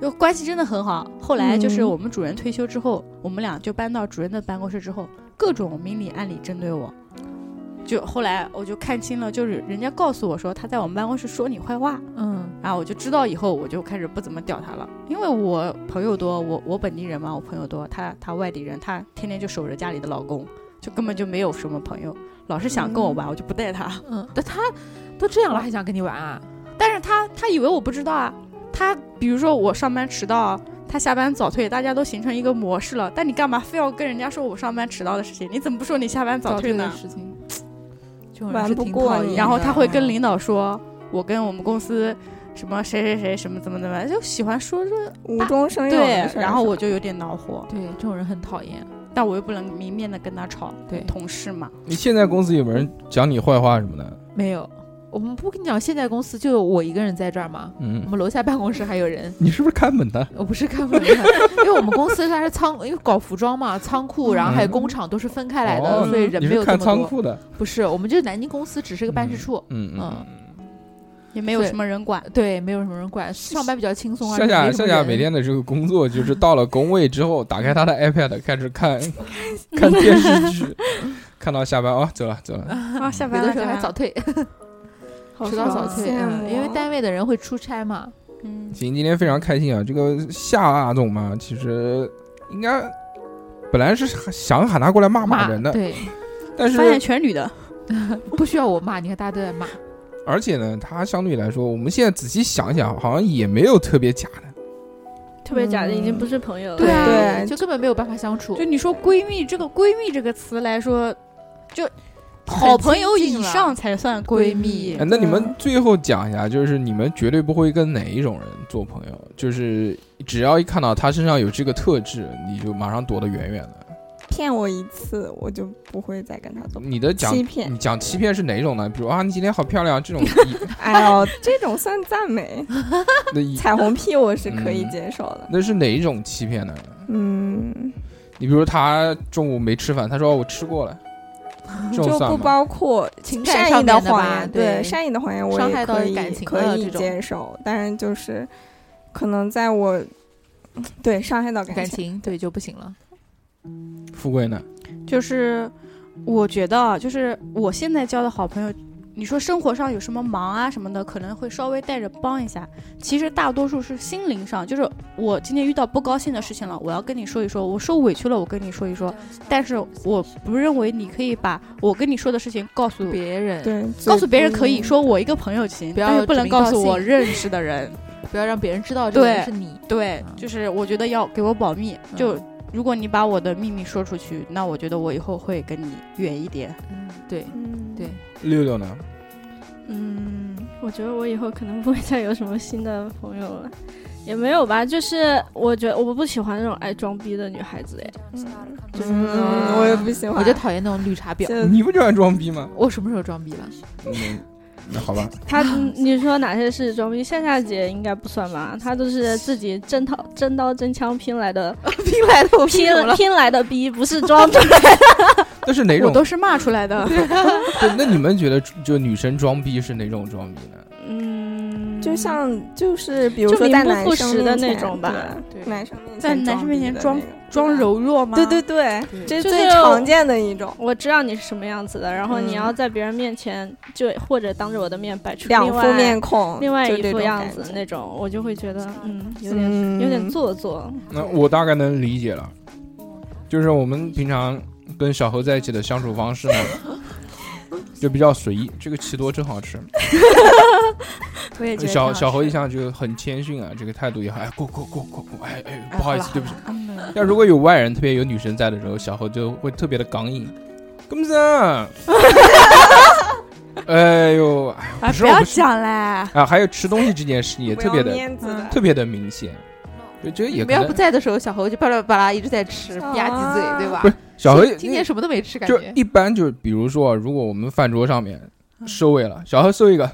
Speaker 5: 就关系真的很好。后来就是
Speaker 9: 嗯
Speaker 5: 我们主任退休之后，我们俩就搬到主任的办公室之后，各种明里暗里针对我。就后来我就看清了，就是人家告诉我说她在我们办公室说你坏话，
Speaker 3: 嗯，
Speaker 5: 然后啊我就知道以后，我就开始不怎么屌他了，因为我朋友多，我我本地人嘛，我朋友多，他他外地人，他天天就守着家里的老公，就根本就没有什么朋友，老是想跟我玩，我就不带他。
Speaker 3: 嗯，但他都这样了还想跟你玩啊？
Speaker 5: 但是他他以为我不知道啊，他比如说我上班迟到啊，他下班早退，大家都形成一个模式了，但你干嘛非要跟人家说我上班迟到的事情？你怎么不说你下班早退
Speaker 3: 退的
Speaker 5: 呢？
Speaker 3: 事情，这种人
Speaker 9: 玩
Speaker 3: 是
Speaker 9: 不
Speaker 3: 挺
Speaker 9: 过
Speaker 3: 讨
Speaker 9: 你
Speaker 3: 厌
Speaker 5: 然后
Speaker 3: 的
Speaker 5: 他会跟领导说。我跟我们公司什么谁谁谁什么怎么怎么，就喜欢说说
Speaker 9: 无中生有
Speaker 5: 对
Speaker 9: 的事，儿
Speaker 5: 然后
Speaker 9: 是
Speaker 5: 我
Speaker 9: 吧
Speaker 5: 就有点恼火。
Speaker 3: 对，这种人很讨厌，
Speaker 5: 但我又不能明面的跟他吵，
Speaker 3: 对
Speaker 5: 同事嘛，
Speaker 2: 你现在公司有没有人讲你坏话什么的？
Speaker 3: 没有。我们不跟你讲，现在公司就我一个人在这儿吗？
Speaker 2: 嗯
Speaker 3: 我们楼下办公室还有人，
Speaker 2: 你是不是看本的？
Speaker 3: 我不是看不明白，因为我们公司它是仓，因为搞服 装嘛，仓库，然后还有工厂都是分开来的，
Speaker 2: 嗯哦
Speaker 3: 所以人
Speaker 2: 你
Speaker 3: 没
Speaker 2: 是
Speaker 3: 有这
Speaker 2: 看
Speaker 3: 么
Speaker 2: 仓
Speaker 3: 多。
Speaker 2: 库的？
Speaker 3: 不是，我们就是南京公司只是个办事处，
Speaker 2: 嗯嗯
Speaker 3: 嗯，
Speaker 5: 也没有什么人管。
Speaker 3: 对，没有什么人管，上班比较轻松啊。
Speaker 2: 夏
Speaker 3: 没
Speaker 2: 夏
Speaker 3: 什么
Speaker 2: 夏夏
Speaker 3: 人
Speaker 2: 每 天的这个工作就是到了工位之后，打开他的 iPad 开始 看看电视剧，看到下班哦，走了走了。
Speaker 5: 啊，下班
Speaker 3: 有
Speaker 5: 了
Speaker 3: 的时候还早退，
Speaker 9: 好
Speaker 3: 迟到早
Speaker 9: 爽
Speaker 3: 退，
Speaker 9: 羡
Speaker 3: 嗯
Speaker 9: 慕
Speaker 3: 因为
Speaker 9: 啊
Speaker 3: 单位的人会出差嘛。
Speaker 5: 嗯，
Speaker 2: 行，今天非常开心啊！这个夏总嘛，其实应该本来是想喊他过来骂骂人的，
Speaker 3: 对，
Speaker 2: 但是
Speaker 5: 发现全女的，
Speaker 3: 不需要我骂，你看大家都在骂，
Speaker 2: 而且呢，他相对来说，我们现在仔细想一想，好像也没有特别假的。
Speaker 4: 特别假的已经不是朋友了。
Speaker 3: 啊，
Speaker 9: 嗯对
Speaker 3: 就根本没有办法相处
Speaker 5: 就。你说闺蜜这个闺蜜这个词来说，就好朋友以上才算闺蜜
Speaker 3: 闺蜜。
Speaker 2: 哎那你们最后讲一下，就是你们绝对不会跟哪一种人做朋友，就是只要一看到他身上有这个特质，你就马上躲得远远的。
Speaker 9: 骗我一次，我就不会再跟 他做。
Speaker 2: 你的讲
Speaker 9: 欺骗
Speaker 2: 你讲欺骗是哪种呢？比如啊，你今天好漂亮这种，
Speaker 9: 哎呦，这种算赞美，
Speaker 2: 那一
Speaker 9: 彩虹屁我是可以接受的。
Speaker 2: 嗯那是哪一种欺骗呢？
Speaker 9: 嗯，
Speaker 2: 你比如他中午没吃饭，他说我吃过 了，这种
Speaker 9: 就
Speaker 2: 算
Speaker 9: 不
Speaker 2: 吗？
Speaker 9: 包括
Speaker 3: 情感
Speaker 9: 善
Speaker 3: 上
Speaker 9: 意
Speaker 3: 面的
Speaker 9: 谎
Speaker 3: 吧
Speaker 9: 言，
Speaker 3: 对
Speaker 9: 善意的谎言我
Speaker 3: 伤
Speaker 9: 也
Speaker 3: 害到
Speaker 9: 可
Speaker 3: 感
Speaker 9: 以
Speaker 3: 情
Speaker 9: 可
Speaker 3: 了
Speaker 9: 以
Speaker 3: 这种
Speaker 9: 接受，但是就是可能在我对伤害到感
Speaker 3: 感
Speaker 9: 情，
Speaker 3: 情对就不行了，
Speaker 2: 富贵呢？
Speaker 5: 就是我觉得，啊，就是我现在交的好朋友，你说生活上有什么忙啊什么的，可能会稍微带着帮一下。其实大多数是心灵上，就是我今天遇到不高兴的事情了，我要跟你说一说，我受委屈了，我跟你说一说。但是我不认为你可以把我跟你说的事情告诉
Speaker 3: 别人
Speaker 9: 对，
Speaker 5: 告
Speaker 9: 嘴
Speaker 5: 诉别人可以
Speaker 9: 不
Speaker 5: 说我一个朋友行，
Speaker 3: 不要
Speaker 5: 但是不能
Speaker 3: 指名道
Speaker 5: 告诉我
Speaker 3: 姓
Speaker 5: 认识的 人。
Speaker 3: 不要让别人知道这个
Speaker 5: 对
Speaker 3: 人是你。
Speaker 5: 对，就是我觉得要给我保密。
Speaker 3: 嗯
Speaker 5: 就如果你把我的秘密说出去，那我觉得我以后会跟你远一点。
Speaker 3: 嗯，对
Speaker 9: 嗯
Speaker 3: 对，
Speaker 2: 六六呢？
Speaker 4: 嗯，我觉得我以后可能不会再有什么新的朋友了，也没有吧。就是我觉得我不喜欢那种爱装逼的女孩子，哎，
Speaker 3: 就是
Speaker 9: 嗯，我也不喜欢，
Speaker 3: 我就讨厌那种绿茶婊。
Speaker 5: 呃
Speaker 9: 就
Speaker 2: 你不就爱装逼吗？
Speaker 3: 我什么时候装逼 了？
Speaker 2: 嗯，那好吧，
Speaker 4: 她，你说哪些是装逼？夏夏姐应该不算吧？她都是自己真刀真刀真枪拼来的，
Speaker 3: 拼来
Speaker 9: 哦
Speaker 3: 的，我
Speaker 4: 拼
Speaker 3: 什么了？
Speaker 4: 拼来的逼，不是装逼。
Speaker 2: 那是哪
Speaker 5: 我
Speaker 2: 种？
Speaker 5: 都是骂出 来的，
Speaker 2: 对那你们觉得就女生装逼是哪种装逼呢？
Speaker 4: 嗯，
Speaker 9: 就像就是比如
Speaker 4: 就
Speaker 9: 说
Speaker 4: 名
Speaker 9: 在
Speaker 4: 不
Speaker 9: 男
Speaker 4: 副
Speaker 9: 生
Speaker 4: 实
Speaker 9: 面
Speaker 4: 的那
Speaker 9: 前
Speaker 4: 种吧
Speaker 9: 对
Speaker 5: 对
Speaker 9: 男生面前
Speaker 5: 在男生面前
Speaker 9: 装
Speaker 5: 装
Speaker 9: 逼的
Speaker 5: 装。
Speaker 9: 那个
Speaker 5: 柔弱吗？
Speaker 9: 对对对，这是
Speaker 4: 就
Speaker 9: 最
Speaker 4: 是
Speaker 9: 常见的一种，
Speaker 4: 我知道你是什么样子的，然后你
Speaker 9: 嗯
Speaker 4: 要在别人面前就或者当着我的面摆出
Speaker 9: 两
Speaker 4: 另
Speaker 9: 副
Speaker 4: 外
Speaker 9: 面孔，
Speaker 4: 另外
Speaker 9: 就
Speaker 4: 一
Speaker 9: 这
Speaker 4: 副
Speaker 9: 种
Speaker 4: 样
Speaker 9: 感
Speaker 4: 子
Speaker 9: 觉
Speaker 4: 那种，我就会觉得嗯，有点、
Speaker 9: 嗯
Speaker 4: 有点做作。
Speaker 2: 那我大概能理解了，就是我们平常跟小何在一起的相处方式呢，就比较随意。这个奇多真好吃，
Speaker 5: 我也觉得
Speaker 2: 小
Speaker 5: 挺好
Speaker 2: 小何
Speaker 5: 吃
Speaker 2: 一向就很谦逊啊，这个态度也好，哎，过过过过过，哎哎，
Speaker 5: 哎
Speaker 2: 不好意思，对
Speaker 5: 了
Speaker 2: 不起。
Speaker 5: 了嗯
Speaker 2: 但如果有外人，特别有女生在的时候，小何就会特别的刚硬，根本上，哎呦，哎
Speaker 5: 啊，
Speaker 2: 不是
Speaker 5: 不
Speaker 2: 我
Speaker 5: 要
Speaker 2: 不是
Speaker 5: 讲啦，
Speaker 2: 啊，还有吃东西这件事情也
Speaker 9: 不
Speaker 2: 特别
Speaker 9: 要
Speaker 2: 的
Speaker 9: 面子的，
Speaker 2: 特别的明显，就这
Speaker 3: 你
Speaker 2: 也
Speaker 3: 们
Speaker 2: 可
Speaker 3: 要
Speaker 2: 能
Speaker 3: 不在的时候，小猴就巴拉巴拉一直在吃，吧唧
Speaker 5: 啊
Speaker 3: 嘴，对吧
Speaker 2: 不？是小何
Speaker 3: 今今天什么都没吃，感
Speaker 2: 就
Speaker 3: 觉
Speaker 2: 一般就是，比如说啊，如果我们饭桌上面收尾了，小何收一个，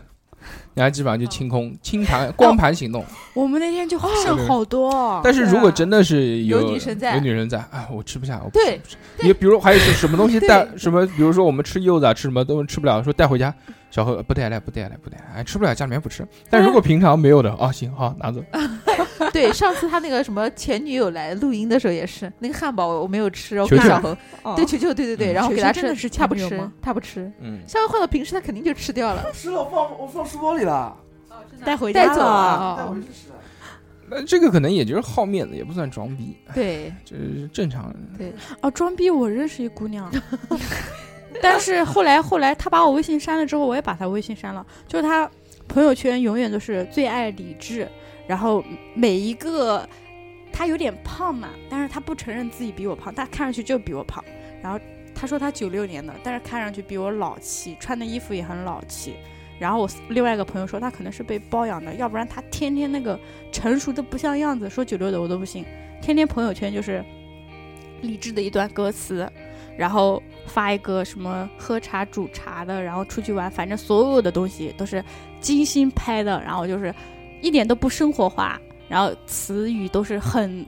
Speaker 2: 然后基本上就清空、清盘、光盘行动。
Speaker 5: 我们那天就剩好多。
Speaker 2: 但是如果真的是有
Speaker 3: 哦啊有女神在
Speaker 2: 有女人在，啊，我吃不下，我不
Speaker 3: 对
Speaker 2: 吃不吃。你比如还有什什么东西
Speaker 3: 对
Speaker 2: 带什么，比如说我们吃柚子啊，吃什么都吃不了，说带回家。小何呃不带来，不带来，不带来，哎，吃不了，家里面不吃。但如果平常没有的，啊，行，好，拿走。
Speaker 3: 对，上次他那个什么前女友来录音的时候也是，那个汉堡我没有吃，我
Speaker 2: 球
Speaker 3: 给
Speaker 2: 球
Speaker 3: 小猴，
Speaker 9: 哦
Speaker 3: 对球球，对对对，
Speaker 2: 嗯
Speaker 3: 然后
Speaker 5: 球
Speaker 3: 给
Speaker 5: 球
Speaker 3: 他
Speaker 5: 真的
Speaker 3: 吃，
Speaker 5: 是
Speaker 3: 他不
Speaker 5: 前女友
Speaker 3: 吃
Speaker 5: 吗，
Speaker 3: 他不吃。
Speaker 2: 嗯，
Speaker 3: 下回换到平时，他肯定就吃掉了，
Speaker 8: 吃了放我放书包里了，
Speaker 5: 带回
Speaker 3: 带
Speaker 5: 家
Speaker 3: 走了。
Speaker 5: 了，
Speaker 3: 哦
Speaker 8: 去吃。
Speaker 2: 那这个可能也就是好面子，也不算装逼，
Speaker 3: 对
Speaker 2: 这是正常的。
Speaker 3: 对，
Speaker 5: 哦，装逼！我认识一姑娘， 但是后来后来她把我微信删了之后，我也把她微信删了。就是她朋友圈永远都是最爱理智，然后每一个她有点胖嘛，但是她不承认自己比我胖，她看上去就比我胖。然后她说她九六年的，但是看上去比我老气，穿的衣服也很老气。然后我另外一个朋友说他可能是被包养的，要不然他天天那个成熟的不像样子，说九六的我都不信，天天朋友圈就是励志的一段歌词，然后发一个什么喝茶煮茶的，然后出去玩，反正所有的东西都是精心拍的，然后就是一点都不生活化，然后词语都是很。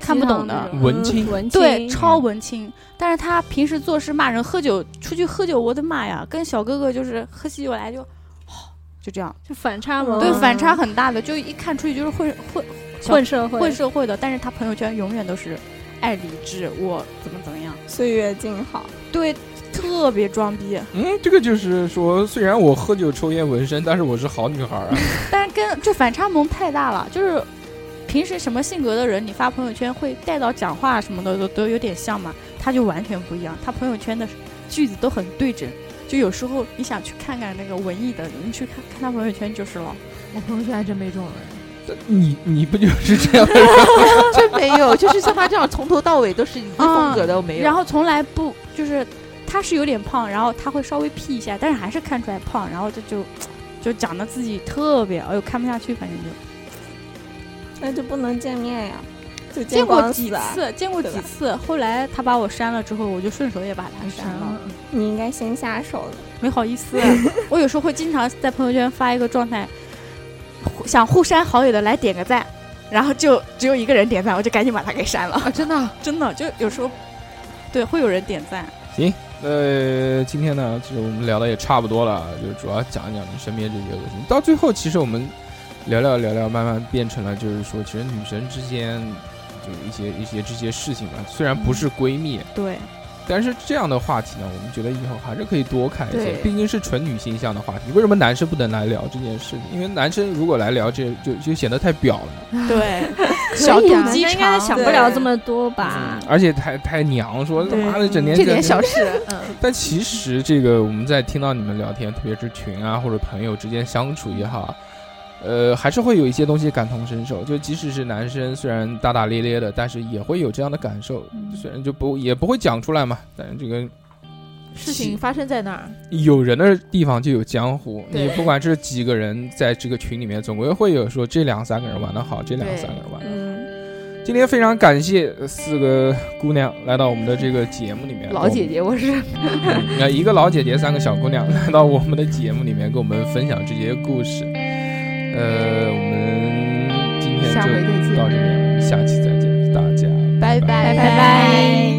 Speaker 5: 看不懂的
Speaker 2: 文青，
Speaker 4: 文青
Speaker 5: 对，超文青。但是他平时做事骂人，喝酒出去喝酒，我的妈呀，跟小哥哥就是喝起酒来就，哦就这样，
Speaker 4: 就反差萌，
Speaker 5: 对，反差很大的，就一看出去就是混混
Speaker 4: 混社会
Speaker 5: 混社会的。但是他朋友圈永远都是爱理智，我怎么怎么样，
Speaker 4: 嗯
Speaker 9: 岁月静好，
Speaker 5: 对，特别装逼。
Speaker 2: 嗯，这个就是说，虽然我喝酒抽烟纹身，但是我是好女孩啊。
Speaker 5: 但跟这反差萌太大了，就是。平时什么性格的人，你发朋友圈会带到讲话什么的都都有点像嘛，他就完全不一样。他朋友圈的句子都很对整，就有时候你想去看看那个文艺的，你去看看他朋友圈就是了。
Speaker 3: 我朋友圈还真没这种人。
Speaker 2: 你你不就是这样的人？
Speaker 3: 真没有，就是像他这样从头到尾都是一个风格的，我、嗯、没有。
Speaker 5: 然后从来不就是他是有点胖，然后他会稍微 P 一下，但是还是看出来胖，然后就就就讲的自己特别，哎呦看不下去，反正就。
Speaker 9: 那就不能见面呀，就
Speaker 5: 见过几
Speaker 9: 啊
Speaker 5: 次，见过几次。后来他把我删了之后，我就顺手也把他删了。
Speaker 9: 你应该先下手的，
Speaker 5: 没好意思。 我有时候会经常在朋友圈发一个状态，想互删好友的来点个赞，然后就只有一个人点赞，我就赶紧把他给删了。啊、
Speaker 3: 真的，
Speaker 5: 真的，就有时候对会有人点赞。
Speaker 2: 行，呃，今天呢，其实我们聊的也差不多了，就主要讲一讲你身边这些恶心。到最后，其实我们。聊聊聊聊，慢慢变成了就是说，其实女生之间就一些一些这些事情吧，虽然不是闺蜜，嗯、
Speaker 5: 对，
Speaker 2: 但是这样的话题呢，我们觉得以后还是可以多看一些，毕竟是纯女性向的话题。为什么男生不能来聊这件事情？因为男生如果来聊这就就显得太表了，
Speaker 5: 对，小
Speaker 3: 啊
Speaker 5: 肚鸡肠，
Speaker 4: 啊应该想不了这么多
Speaker 9: 嗯
Speaker 4: 吧。
Speaker 2: 而且太太娘，说他妈的整天
Speaker 3: 这点小事。嗯，
Speaker 2: 但其实这个我们在听到你们聊天，特别是群啊或者朋友之间相处也好。呃，还是会有一些东西感同身受，就即使是男生，虽然大大咧咧的，但是也会有这样的感受，
Speaker 3: 嗯
Speaker 2: 虽然就不也不会讲出来嘛，但是这个
Speaker 3: 事情发生在那儿，
Speaker 2: 有人的地方就有江湖，你不管是几个人在这个群里面，总归会有说这两三个人玩的好，这两三个人玩的好。嗯、今天非常感谢四个姑娘来到我们的这个节目里面，
Speaker 3: 老姐姐我是，
Speaker 2: 那呃一个老姐姐，三个小姑娘 来到我们的节目里面，跟我们分享这些故事。呃，我们今天就到这边，我们下期再见，大家
Speaker 3: 拜拜
Speaker 4: 拜拜。